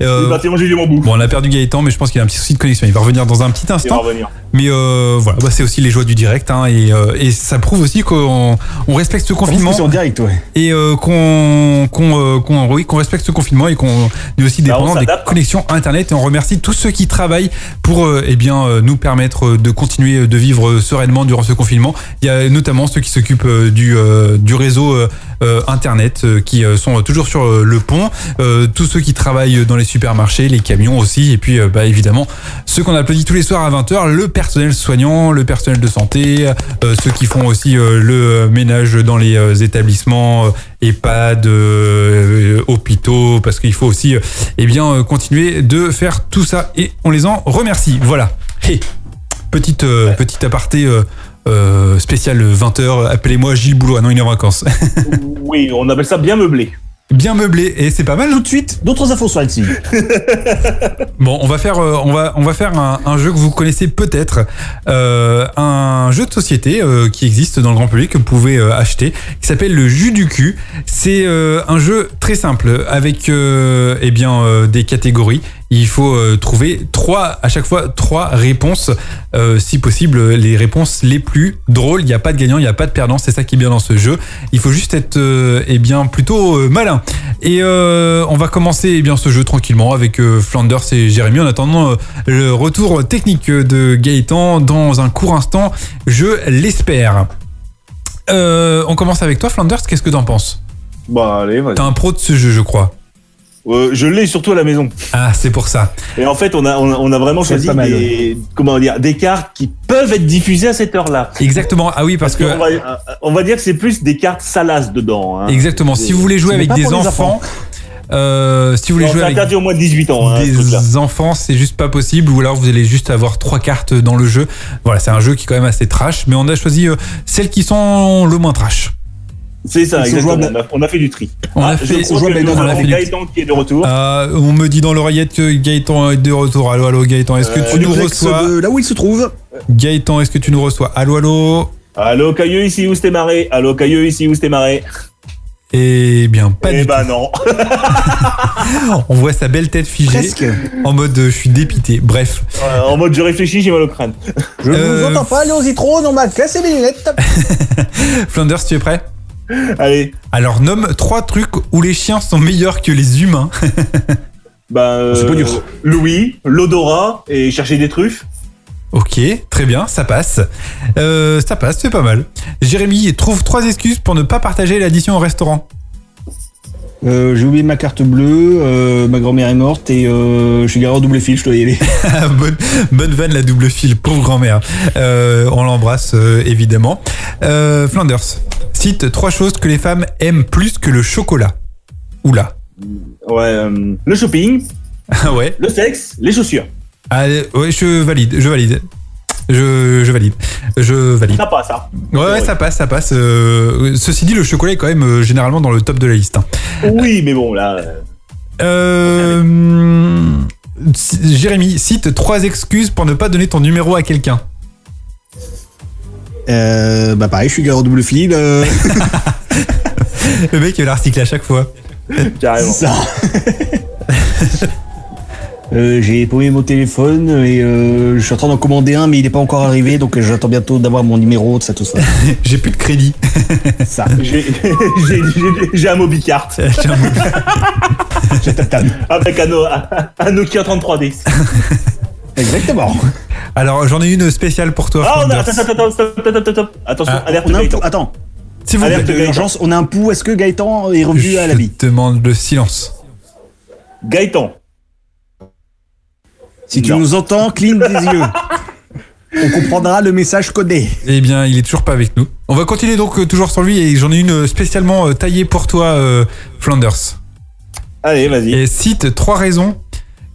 Speaker 5: Il
Speaker 1: Euh,
Speaker 6: bah,
Speaker 5: va te manger du bambou.
Speaker 1: Bon, on a perdu Gaëtan, mais je pense qu'il a un petit souci de connexion. Il va revenir dans un petit
Speaker 5: Il va
Speaker 1: instant.
Speaker 5: revenir.
Speaker 1: Mais euh, voilà, bah, c'est aussi les joies du direct. hein, et, euh, et ça prouve aussi qu'on on respecte ce
Speaker 6: Je pense que
Speaker 1: confinement
Speaker 6: c'est en direct, ouais.
Speaker 1: et euh, qu'on qu'on euh, qu'on- oui, qu'on respecte ce confinement et qu'on est aussi
Speaker 5: Bah, on
Speaker 1: dépendant des
Speaker 5: s'adapte.
Speaker 1: connexions Internet. Et on remercie tous ceux qui travaillent pour euh, eh bien, euh, nous permettre euh, de continuer euh, de vivre euh, sereinement durant ce confinement. Il y a notamment ceux qui s'occupent euh, du, euh, du réseau euh, euh, Internet euh, qui euh, sont toujours sur euh, le pont. Euh, tous ceux qui travaillent dans les supermarchés, les camions aussi. Et puis, euh, bah, évidemment, ceux qu'on applaudit tous les soirs à 20h, le personnel soignant, le personnel de santé, euh, ceux qui font aussi euh, le euh, ménage dans les euh, établissements, euh, EHPAD, euh, euh, hôpitaux, parce qu'il faut aussi euh, eh bien, euh, continuer de faire tout ça. Et on les en remercie. Voilà. Hé. petite, euh, petite aparté. euh, euh, spécial 20h, appelez-moi Gilles Boulot. Ah non, il est en vacances.
Speaker 5: Oui, on appelle ça bien meublé.
Speaker 1: Bien meublé, et c'est pas mal. hein.
Speaker 6: Tout de suite, d'autres infos sur Leipzig.
Speaker 1: Bon, on va faire, euh, on va, on va faire un, un jeu que vous connaissez peut-être, Euh, un jeu de société euh, qui existe dans le grand public que vous pouvez euh, acheter, qui s'appelle le jus du cul. C'est euh, un jeu très simple avec, euh, eh bien, euh, des catégories. Il faut euh, trouver trois, à chaque fois trois réponses, euh, si possible les réponses les plus drôles. Il n'y a pas de gagnant, il n'y a pas de perdant. C'est ça qui est bien dans ce jeu. Il faut juste être, euh, eh bien, plutôt euh, malin. Et euh, on va commencer eh bien ce jeu tranquillement avec euh, Flanders et Jérémy en attendant euh, le retour technique de Gaëtan dans un court instant, je l'espère. Euh, on commence avec toi Flanders, qu'est-ce que t'en penses
Speaker 5: Bah allez, vas-y.
Speaker 1: T'es un pro de ce jeu je crois.
Speaker 5: Euh, je l'ai surtout à la maison.
Speaker 1: Ah c'est pour ça.
Speaker 5: Et en fait, on a, on a, on a vraiment
Speaker 6: C'est
Speaker 5: choisi
Speaker 6: pas mal,
Speaker 5: des, comment dire, des cartes qui peuvent être diffusées à cette heure-là.
Speaker 1: Exactement, ah oui parce que...
Speaker 5: On va, on va dire que c'est plus des cartes salaces dedans. hein.
Speaker 1: Exactement, si vous voulez jouer
Speaker 6: Ce
Speaker 1: avec
Speaker 6: n'est pas
Speaker 1: des
Speaker 6: pour les
Speaker 1: enfants...
Speaker 6: enfants.
Speaker 1: euh, si vous voulez
Speaker 5: Non,
Speaker 1: jouer
Speaker 5: C'est
Speaker 1: avec
Speaker 5: interdit au moins de 18 ans. hein, ce truc-là.
Speaker 1: des enfants, c'est juste pas possible. Ou alors vous allez juste avoir trois cartes dans le jeu. Voilà, c'est un jeu qui est quand même assez trash, mais on a choisi euh, celles qui sont le moins trash.
Speaker 5: C'est ça,
Speaker 6: Ils sont
Speaker 5: exactement.
Speaker 6: jouables.
Speaker 5: On a, on a fait du tri.
Speaker 1: On
Speaker 5: Ah,
Speaker 1: a
Speaker 5: je
Speaker 1: fait-
Speaker 5: crois
Speaker 1: jouables
Speaker 5: que
Speaker 1: et
Speaker 5: nous
Speaker 1: non, on a
Speaker 5: avons
Speaker 1: fait du
Speaker 5: Gaëtan qui est de retour.
Speaker 1: Euh, on me dit dans l'oreillette que Gaëtan est de retour. Allô, allô, Gaëtan, est-ce que
Speaker 5: Euh,
Speaker 1: tu nous
Speaker 6: Duplex
Speaker 1: reçois
Speaker 6: de euh, là où il se trouve.
Speaker 1: Gaëtan, est-ce que tu nous reçois Allô, allô
Speaker 5: Allô, Cailleux, ici où c'était marré. Allô, Cailleux, ici où c'était marré.
Speaker 1: Eh bien, pas
Speaker 5: Eh
Speaker 1: du
Speaker 5: ben non.
Speaker 1: tout. On voit sa belle tête figée
Speaker 6: Presque.
Speaker 1: en mode euh, je suis dépité. Bref.
Speaker 5: Euh, en mode je réfléchis, j'ai mal au crâne.
Speaker 6: Je
Speaker 1: Euh,
Speaker 6: ne vous entends pas, Léon Zitrone, on m'a cassé mes lunettes.
Speaker 1: Flanders, tu es prêt
Speaker 5: Allez,
Speaker 1: Alors, nomme trois trucs où les chiens sont meilleurs que les humains.
Speaker 5: bah,
Speaker 1: Ah,
Speaker 5: euh,
Speaker 6: C'est pas dur.
Speaker 5: Louis, l'odorat et chercher des truffes.
Speaker 1: Ok, très bien, ça passe. Euh, ça passe, c'est pas mal. Jérémy trouve trois excuses pour ne pas partager l'addition au restaurant.
Speaker 6: Euh, j'ai oublié ma carte bleue, euh, ma grand-mère est morte et euh, je suis garé en double fil, je dois y aller.
Speaker 1: Ah, bonne, bonne vanne, la double file, pauvre grand-mère. Euh, on l'embrasse, euh, évidemment. Euh, Flanders, cite trois choses que les femmes aiment plus que le chocolat. Oula.
Speaker 5: Ouais, euh, le shopping,
Speaker 1: Ah ouais.
Speaker 5: le sexe, les chaussures.
Speaker 1: Ah, ouais, je valide, je valide. Je, je valide. Je valide.
Speaker 5: Ça passe, hein. ça.
Speaker 1: Ouais, ouais, ça passe, ça passe. Euh, ceci dit, le chocolat est quand même euh, généralement dans le top de la liste. hein.
Speaker 5: Oui, mais bon, là. euh,
Speaker 1: Euh, c- Jérémy, cite trois excuses pour ne pas donner ton numéro à quelqu'un.
Speaker 6: Euh, bah pareil, je suis garé en double fil. euh,
Speaker 1: Le mec, il l'article à chaque fois.
Speaker 5: Carrément.
Speaker 6: ça. Euh, j'ai paumé mon téléphone et euh, je suis en train d'en commander un, mais il n'est pas encore arrivé, donc euh, j'attends bientôt d'avoir mon numéro, tout ça, tout ça.
Speaker 1: J'ai plus de crédit.
Speaker 6: ça.
Speaker 5: J'ai- J'ai j'ai- j'ai un Mobicart avec un, O- un Nokia 33D.
Speaker 6: Exactement.
Speaker 1: Alors j'en ai une spéciale pour toi.
Speaker 5: Ah, on a,
Speaker 1: Flanders.
Speaker 5: attends, attends, attends, stop, stop, stop, stop. Attention,
Speaker 1: Bah, Ah,
Speaker 5: alerte
Speaker 6: On a un
Speaker 5: Gaëtan.
Speaker 6: pou- Attends,
Speaker 1: S'il vous
Speaker 5: Alerte
Speaker 1: plaît.
Speaker 6: de
Speaker 5: Gaëtan.
Speaker 6: l'urgence, on a un pouls. Est-ce que Gaëtan est revenu à la
Speaker 1: Je
Speaker 6: vie
Speaker 1: te demande le silence.
Speaker 5: Gaëtan.
Speaker 6: Si tu
Speaker 5: Non.
Speaker 6: nous entends, cligne des yeux. On comprendra le message codé.
Speaker 1: Eh bien, il est toujours pas avec nous. On va continuer donc euh, toujours sur lui et j'en ai une spécialement euh, taillée pour toi, euh, Flanders.
Speaker 5: Allez, vas-y.
Speaker 1: Et cite trois raisons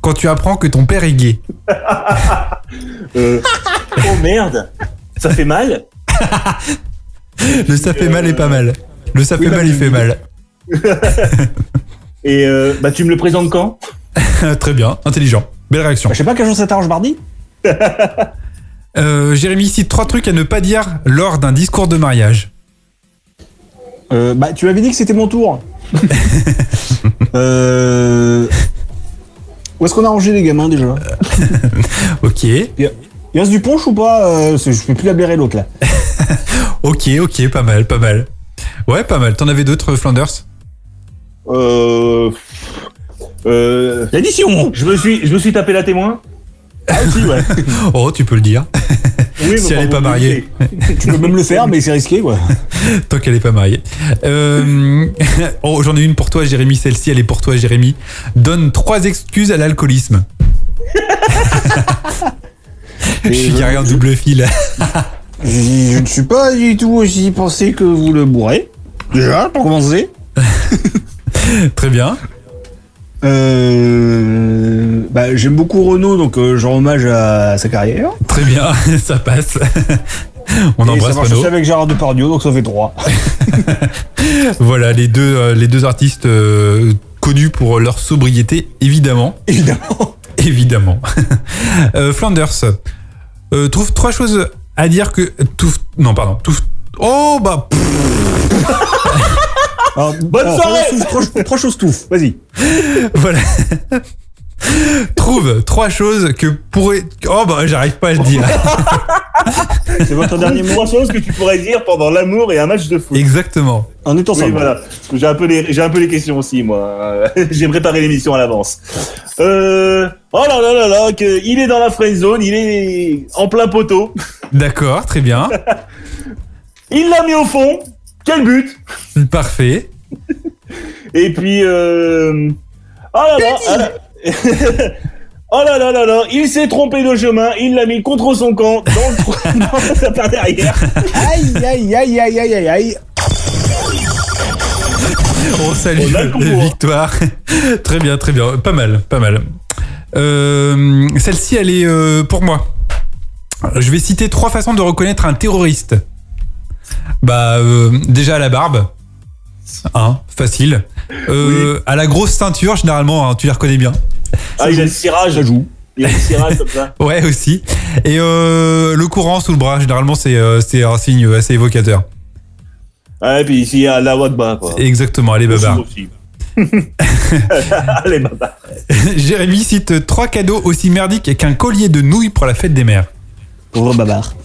Speaker 1: quand tu apprends que ton père est gay.
Speaker 5: Euh, oh merde, ça fait mal.
Speaker 1: Le ça fait mal et pas mal. Le ça
Speaker 5: bah,
Speaker 1: fait mal, il fait mal.
Speaker 5: Et euh, bah, tu me le présentes quand
Speaker 1: Très bien, intelligent. Belle réaction.
Speaker 6: Bah, je sais pas quel jour ça t'arrange mardi
Speaker 1: Euh, Jérémy cite trois trucs à ne pas dire lors d'un discours de mariage.
Speaker 6: Euh, Bah tu m'avais dit que c'était mon tour. euh... Où est-ce qu'on a rangé les gamins déjà
Speaker 1: Ok,
Speaker 6: Il reste du punch ou pas Euh, parce que Je peux plus la blairer l'autre là.
Speaker 1: ok, ok, pas mal, pas mal. Ouais, pas mal. T'en avais d'autres, Flanders
Speaker 5: euh, euh,
Speaker 6: L'addition
Speaker 5: je, me suis, je me suis tapé la témoin. Ah, aussi, ouais.
Speaker 1: Oh, tu peux le dire.
Speaker 5: Oui,
Speaker 1: Si
Speaker 5: mais
Speaker 1: elle est
Speaker 5: bon,
Speaker 1: pas
Speaker 5: vous
Speaker 1: mariée.
Speaker 5: le
Speaker 6: Tu peux même le faire, mais c'est risqué quoi.
Speaker 1: Tant qu'elle n'est pas mariée. Euh, oh, J'en ai une pour toi, Jérémy. Celle-ci, elle est pour toi, Jérémy. Donne trois excuses à l'alcoolisme. Je suis carré en double fil.
Speaker 6: Je, je ne suis pas du tout aussi pensé que vous le bourrez. Déjà, pour commencer.
Speaker 1: Très bien.
Speaker 6: Euh... Bah, j'aime beaucoup Renault, donc euh, je rends hommage à sa carrière.
Speaker 1: Très bien. Ça passe. On
Speaker 6: Et
Speaker 1: embrasse
Speaker 6: ça marche
Speaker 1: Renaud.
Speaker 6: aussi avec Gérard Depardieu, donc ça fait 3.
Speaker 1: Voilà, les deux, euh, les deux artistes euh, connus pour leur sobriété, évidemment.
Speaker 6: Évidemment.
Speaker 1: Évidemment. Euh, Flanders, euh, trouve trois choses à dire que. Trouve- non, pardon. trouve- oh, bah. pff,
Speaker 6: Alors,
Speaker 5: Bonne soirée.
Speaker 6: trois choses- Trois, trois choses touffe, vas-y.
Speaker 1: voilà. trouve trois choses que pourrait. Oh, bah, j'arrive pas à le dire.
Speaker 6: C'est votre dernier
Speaker 5: Dernier mot, trois choses que tu pourrais dire pendant l'amour et un match de foot.
Speaker 1: Exactement.
Speaker 6: En étant
Speaker 5: Oui,
Speaker 6: simple.
Speaker 5: voilà. Parce que J'ai un peu les, j'ai un peu les questions aussi, moi. J'ai préparé l'émission à l'avance. Euh, oh là là là là, que, il est dans la friend zone, il est en plein poteau.
Speaker 1: D'accord, très bien.
Speaker 5: Il l'a mis au fond. Quel but
Speaker 1: Parfait.
Speaker 5: Et puis, euh, oh là là, ah là- oh là là là là, il s'est trompé de chemin, il l'a mis contre son camp, dans le trou- dans sa part derrière.
Speaker 6: Aïe, aïe, aïe, aïe, aïe, aïe, aïe.
Speaker 1: On salue
Speaker 5: On a le hein. concours.
Speaker 1: Oh, victoire. très bien, très bien. Pas mal, pas mal. Euh, Celle-ci, elle est euh, pour moi. Je vais citer trois façons de reconnaître un terroriste. Bah, euh, déjà à la barbe. Hein, facile. Euh, À la grosse ceinture, généralement, hein, tu les reconnais bien.
Speaker 5: Ah, il a le cirage.
Speaker 6: Ça joue.
Speaker 5: Il a le cirage comme ça.
Speaker 1: Ouais, aussi. Et euh, le courant sous le bras, généralement, c'est euh, c'est un signe assez évocateur.
Speaker 5: Ah, et puis ici, il y a la Wadba, quoi.
Speaker 1: Exactement, allez, baba.
Speaker 5: Aussi. Allez, baba.
Speaker 1: Jérémy cite trois cadeaux aussi merdiques qu'un collier de nouilles pour la fête des mères.
Speaker 6: Pauvre babard.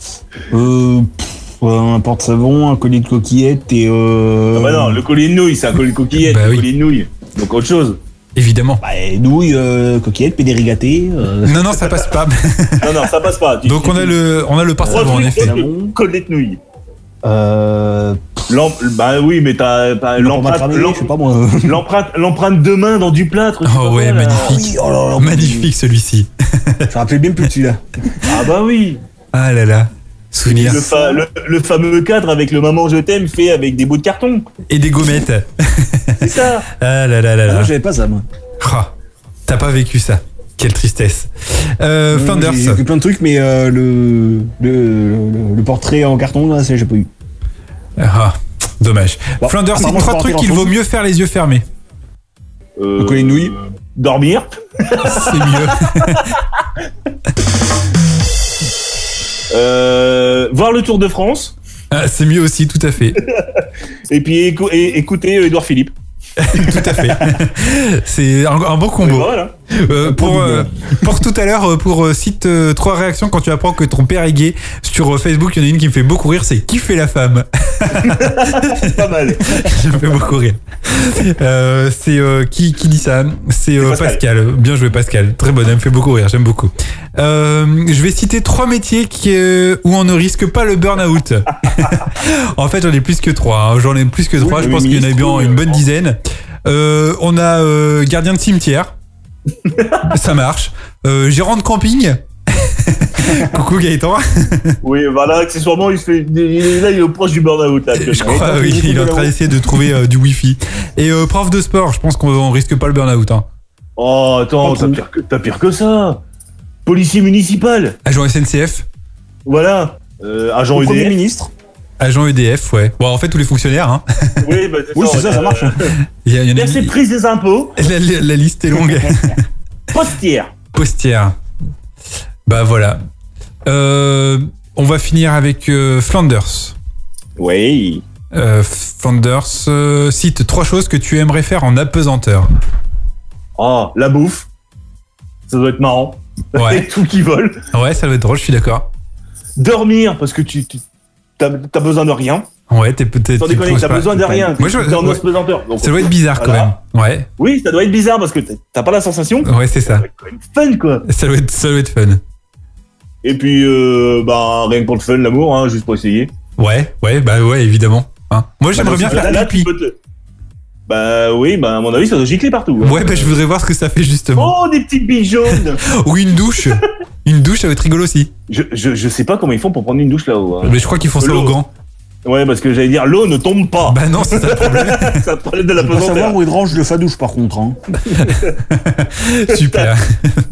Speaker 6: Euh, pff, un porte-savon, un collier de coquillettes et euh...
Speaker 5: Ah bah non, le collier de nouilles, c'est un collier de coquillettes,
Speaker 1: Bah
Speaker 5: le
Speaker 1: oui.
Speaker 5: collier de nouilles. Donc autre chose.
Speaker 1: Évidemment.
Speaker 6: bah, et nouilles, euh, coquillettes, pédérigatées, euh,
Speaker 1: Non, non, ça passe pas.
Speaker 5: Non, non, ça passe pas. Tu-
Speaker 1: Donc
Speaker 5: tu-
Speaker 1: on a
Speaker 5: tu-
Speaker 1: le, on a le
Speaker 5: Trois
Speaker 1: parfum en
Speaker 5: trucs,
Speaker 1: effet.
Speaker 5: collier- collier de nouilles.
Speaker 6: euh,
Speaker 5: L'em- Bah oui, mais t'as t'as
Speaker 6: pour ma
Speaker 5: l'empreinte,
Speaker 6: cramer,
Speaker 5: l'em-
Speaker 6: je sais pas moi. euh,
Speaker 5: l'empreinte, l'empreinte de main dans du plâtre. je sais
Speaker 1: Oh
Speaker 5: pas
Speaker 1: ouais,
Speaker 5: quoi, là.
Speaker 1: magnifique.
Speaker 6: oh là là.
Speaker 1: Magnifique celui-ci.
Speaker 6: Je me rappelais même plus de celui-là.
Speaker 5: Ah bah oui.
Speaker 1: Ah là là. Souvenir.
Speaker 5: Le, fa- le- le fameux cadre avec le maman je t'aime fait avec des bouts de carton.
Speaker 1: Et des gommettes.
Speaker 5: C'est ça.
Speaker 1: Ah là là là
Speaker 6: Ah,
Speaker 1: là.
Speaker 6: non, j'avais pas ça moi.
Speaker 1: Ah, T'as pas vécu ça. Quelle tristesse. Euh,
Speaker 6: J'ai- J'ai
Speaker 1: Flanders.
Speaker 6: fait plein de trucs, mais euh, le, le, le, le portrait en carton, là, c'est- j'ai pas eu.
Speaker 1: Ah, dommage.
Speaker 6: Bon,
Speaker 1: Flanders, c'est
Speaker 6: apparemment, Bah, je
Speaker 1: trois
Speaker 6: peux
Speaker 1: trucs
Speaker 6: en
Speaker 1: qu'il
Speaker 6: faire
Speaker 1: vaut mieux faire les yeux fermés.
Speaker 5: Euh,
Speaker 6: Le collier de nouilles.
Speaker 5: Dormir.
Speaker 1: C'est mieux.
Speaker 5: Euh, voir le Tour de France.
Speaker 1: Ah, c'est mieux aussi, tout à fait.
Speaker 5: Et puis écou- et- écouter Edouard Philippe.
Speaker 1: Tout à fait. C'est un, un bon
Speaker 5: C'est
Speaker 1: combo.
Speaker 5: pas mal, hein.
Speaker 1: Euh, pour, euh, pour tout à l'heure, euh, pour euh, site euh, trois réactions quand tu apprends que ton père est gay sur euh, Facebook, il y en a une qui me fait beaucoup rire, c'est qui fait la femme
Speaker 5: Pas mal.
Speaker 1: Qui me fait beaucoup rire. Euh, c'est euh, qui, qui dit ça C'est euh,
Speaker 5: Pascal.
Speaker 1: Pascal. Bien joué Pascal. Très bonne, elle me fait beaucoup rire, j'aime beaucoup. Euh, je vais citer trois métiers qui, euh, où on ne risque pas le burn-out. en fait, j'en ai plus que trois. hein. J'en ai plus que trois.
Speaker 5: le
Speaker 1: je pense qu'il y en a
Speaker 5: ministre,
Speaker 1: bien
Speaker 5: oui,
Speaker 1: une bonne
Speaker 5: euh,
Speaker 1: dizaine. Euh, on a euh, gardien de cimetière. Ça marche. Euh, gérant de camping. Coucou Gaëtan.
Speaker 5: Oui, voilà, accessoirement, il se fait. il est- Là, il est proche du burn-out, là.
Speaker 1: Je
Speaker 5: actuellement.
Speaker 1: crois oui, il est en train d'essayer de trouver euh, du wifi. Et euh, prof de sport, je pense qu'on on risque pas le burn-out. hein.
Speaker 5: Oh, attends, t'as pire, que- t'as pire que ça. Policier municipal.
Speaker 1: Agent SNCF.
Speaker 5: Voilà. Euh, agent
Speaker 6: Premier
Speaker 5: UDF.
Speaker 6: ministre.
Speaker 1: Agent EDF, ouais. Bon, en fait, tous les fonctionnaires. hein.
Speaker 5: Oui, bah,
Speaker 6: Oui, c'est ça, ça
Speaker 5: euh,
Speaker 6: marche.
Speaker 1: Il y a- il y en a-
Speaker 5: Verser prise des impôts.
Speaker 1: la- la- la liste est longue.
Speaker 5: Postière.
Speaker 1: Postière. Bah voilà. Euh, on va finir avec euh, Flanders.
Speaker 5: Oui.
Speaker 1: Euh, Flanders, euh, cite trois choses que tu aimerais faire en apesanteur.
Speaker 5: Oh, la bouffe. Ça doit être marrant.
Speaker 1: Ouais,
Speaker 5: Avec tout qui vole.
Speaker 1: ouais ça doit être drôle, je suis d'accord.
Speaker 5: Dormir, parce que tu. tu t'as t'as besoin de rien.
Speaker 1: Ouais, t'es peut-être.
Speaker 5: Sans
Speaker 1: tu
Speaker 5: déconner,
Speaker 1: poses
Speaker 5: t'as
Speaker 1: pas-
Speaker 5: besoin de rien.
Speaker 1: Moi, je-
Speaker 5: T'es en
Speaker 1: ouais.
Speaker 5: ospesanteur. Donc,
Speaker 1: Ça doit être bizarre
Speaker 5: Voilà.
Speaker 1: quand même.
Speaker 5: Oui, ça doit être bizarre parce que t'as- t'as pas la sensation.
Speaker 1: Ouais, ouais, c'est ça.
Speaker 5: Fun, quoi.
Speaker 1: Ça doit être, ça doit être fun.
Speaker 5: Et puis, euh, bah, rien que pour le fun, l'amour, hein, juste pour essayer.
Speaker 1: Ouais, ouais, bah ouais, évidemment. hein. Moi, j'aimerais
Speaker 5: Bah,
Speaker 1: bien
Speaker 5: là,
Speaker 1: faire
Speaker 5: là,
Speaker 1: pipi.
Speaker 5: tu peux te- Bah oui, bah à mon avis, ça doit gicler partout. hein.
Speaker 1: Ouais, bah je voudrais voir ce que ça fait justement.
Speaker 5: Oh, des petites billes jaunes
Speaker 1: Ou une douche. Une douche, ça va être rigolo aussi.
Speaker 5: je, je, je sais pas comment ils font pour prendre une douche là-haut. hein.
Speaker 1: Mais je crois qu'ils font ça au
Speaker 5: L'eau.
Speaker 1: gant.
Speaker 5: Ouais, parce que j'allais dire, l'eau ne tombe pas.
Speaker 1: Bah non, c'est ça le problème.
Speaker 5: ça problème de la
Speaker 6: Pour savoir
Speaker 5: pesanteur.
Speaker 6: où il range le fadouche, par contre. hein.
Speaker 1: Super.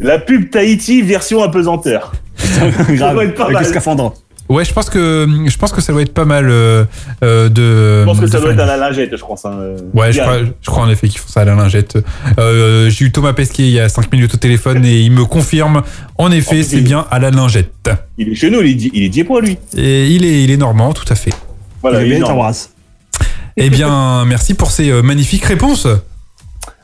Speaker 5: La pub Tahiti version apesanteur.
Speaker 6: Grave.
Speaker 5: doit être pas
Speaker 6: Avec
Speaker 5: mal.
Speaker 6: le scaphandre.
Speaker 1: Ouais, je pense que je pense que ça doit être pas mal euh, euh, de.
Speaker 5: Je pense que ça
Speaker 1: de
Speaker 5: doit être
Speaker 1: faire
Speaker 5: à la lingette, je pense. hein, euh,
Speaker 1: une- Ouais, je
Speaker 5: bien.
Speaker 1: crois, je crois en effet qu'ils font ça à la lingette. Euh, J'ai eu Thomas Pesquet il y a 5 minutes au téléphone et il me confirme, en effet,
Speaker 5: En
Speaker 1: c'est
Speaker 5: plus,
Speaker 1: bien à la lingette.
Speaker 5: Il est chez nous, il est, di- il est diépois, lui.
Speaker 1: Et il est, il est normand, tout à fait.
Speaker 6: Eh
Speaker 5: Voilà, il est
Speaker 6: bien,
Speaker 5: énorme.
Speaker 6: t'embrasse.
Speaker 1: Eh bien, merci pour ces euh, magnifiques réponses.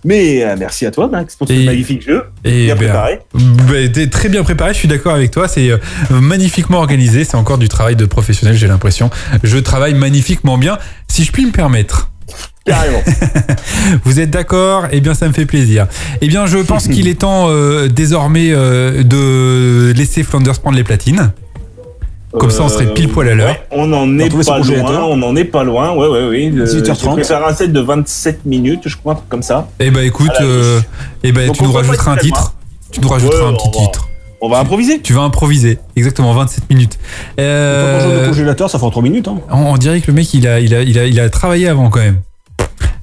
Speaker 5: Mais euh, merci à toi, Max, pour ce
Speaker 1: Et-
Speaker 5: magnifique jeu.
Speaker 1: Et ben,
Speaker 5: Bien préparé.
Speaker 1: bah, t'es très bien préparé, je suis d'accord avec toi. C'est euh, magnifiquement organisé. C'est encore du travail de professionnel, j'ai l'impression. Je travaille magnifiquement bien, si je puis me permettre.
Speaker 5: Carrément.
Speaker 1: Vous êtes d'accord Eh bien, ça me fait plaisir. Eh bien, je pense qu'il est temps euh, désormais euh, de laisser Flanders prendre les platines. Comme ça, on serait pile poil à l'heure.
Speaker 5: Euh, ouais, on en
Speaker 6: va
Speaker 5: est
Speaker 6: trouver son
Speaker 5: pas loin,
Speaker 6: congélateur.
Speaker 5: on en est pas loin. Ouais, ouais, oui. Euh,
Speaker 6: 18h30.
Speaker 5: j'ai préparé un set de 27 minutes, je crois, un truc comme ça.
Speaker 1: Eh ben, écoute,
Speaker 5: À la
Speaker 1: euh,
Speaker 5: louche.
Speaker 1: eh ben,
Speaker 5: Donc,
Speaker 1: tu
Speaker 5: on
Speaker 1: nous
Speaker 5: va pas
Speaker 1: rajouteras un
Speaker 5: être hein.
Speaker 1: titre. Tu nous rajouteras
Speaker 5: Ouais,
Speaker 1: un petit
Speaker 5: on va-
Speaker 1: titre.
Speaker 5: On va improviser.
Speaker 1: Tu vas improviser. Exactement, 27 minutes.
Speaker 6: Quand on range le
Speaker 1: Euh,
Speaker 6: congélateur, ça fait en 3 minutes. hein.
Speaker 1: on, on dirait que le mec, il a, il a, il a, il a travaillé avant quand même.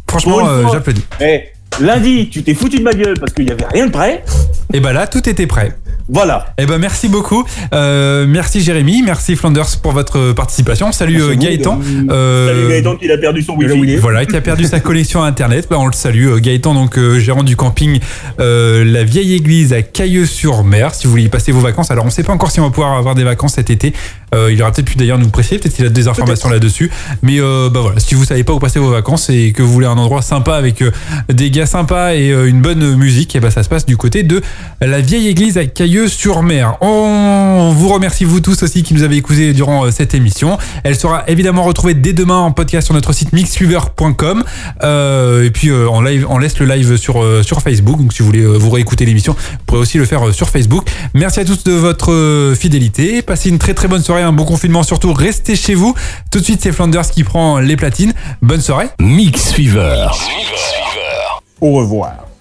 Speaker 5: Pour
Speaker 1: Franchement,
Speaker 5: une
Speaker 1: euh,
Speaker 5: fois.
Speaker 1: j'applaudis.
Speaker 5: Eh, lundi, tu t'es foutu de ma gueule parce qu'il n'y avait rien de prêt.
Speaker 1: Et ben là, tout était prêt.
Speaker 5: Voilà.
Speaker 1: Eh ben merci beaucoup. Euh, merci Jérémy, merci Flanders pour votre participation. Salut euh, Gaëtan. Euh,
Speaker 5: Salut Gaëtan, il a perdu son wifi.
Speaker 1: Voilà, qui a perdu sa collection à Internet. Bah, on le salue, euh, Gaëtan, donc euh, gérant du camping euh, La Vieille Église à Cailleux-sur-Mer. Si vous voulez y passer vos vacances, alors on ne sait pas encore si on va pouvoir avoir des vacances cet été. Euh, il aura peut-être pu d'ailleurs nous préciser, peut-être qu'il a des informations là-dessus. Mais euh, bah voilà, si vous savez pas où passer vos vacances et que vous voulez un endroit sympa avec euh, des gars sympas et euh, une bonne musique, et ben ça se passe du côté de la vieille église à Cailleux-sur-Mer. On vous remercie vous tous aussi qui nous avez écoutés durant euh, cette émission. Elle sera évidemment retrouvée dès demain en podcast sur notre site mixweaver.com Euh, et puis euh, en live, on laisse le live sur euh, sur Facebook. Donc si vous voulez euh, vous réécouter l'émission, vous pourrez aussi le faire euh, sur Facebook. Merci à tous de votre euh, fidélité. Passez une très très bonne soirée, un bon confinement surtout. Restez chez vous. Tout de suite c'est Flanders qui prend les platines. Bonne soirée.
Speaker 11: Mix Fever.
Speaker 6: Au revoir.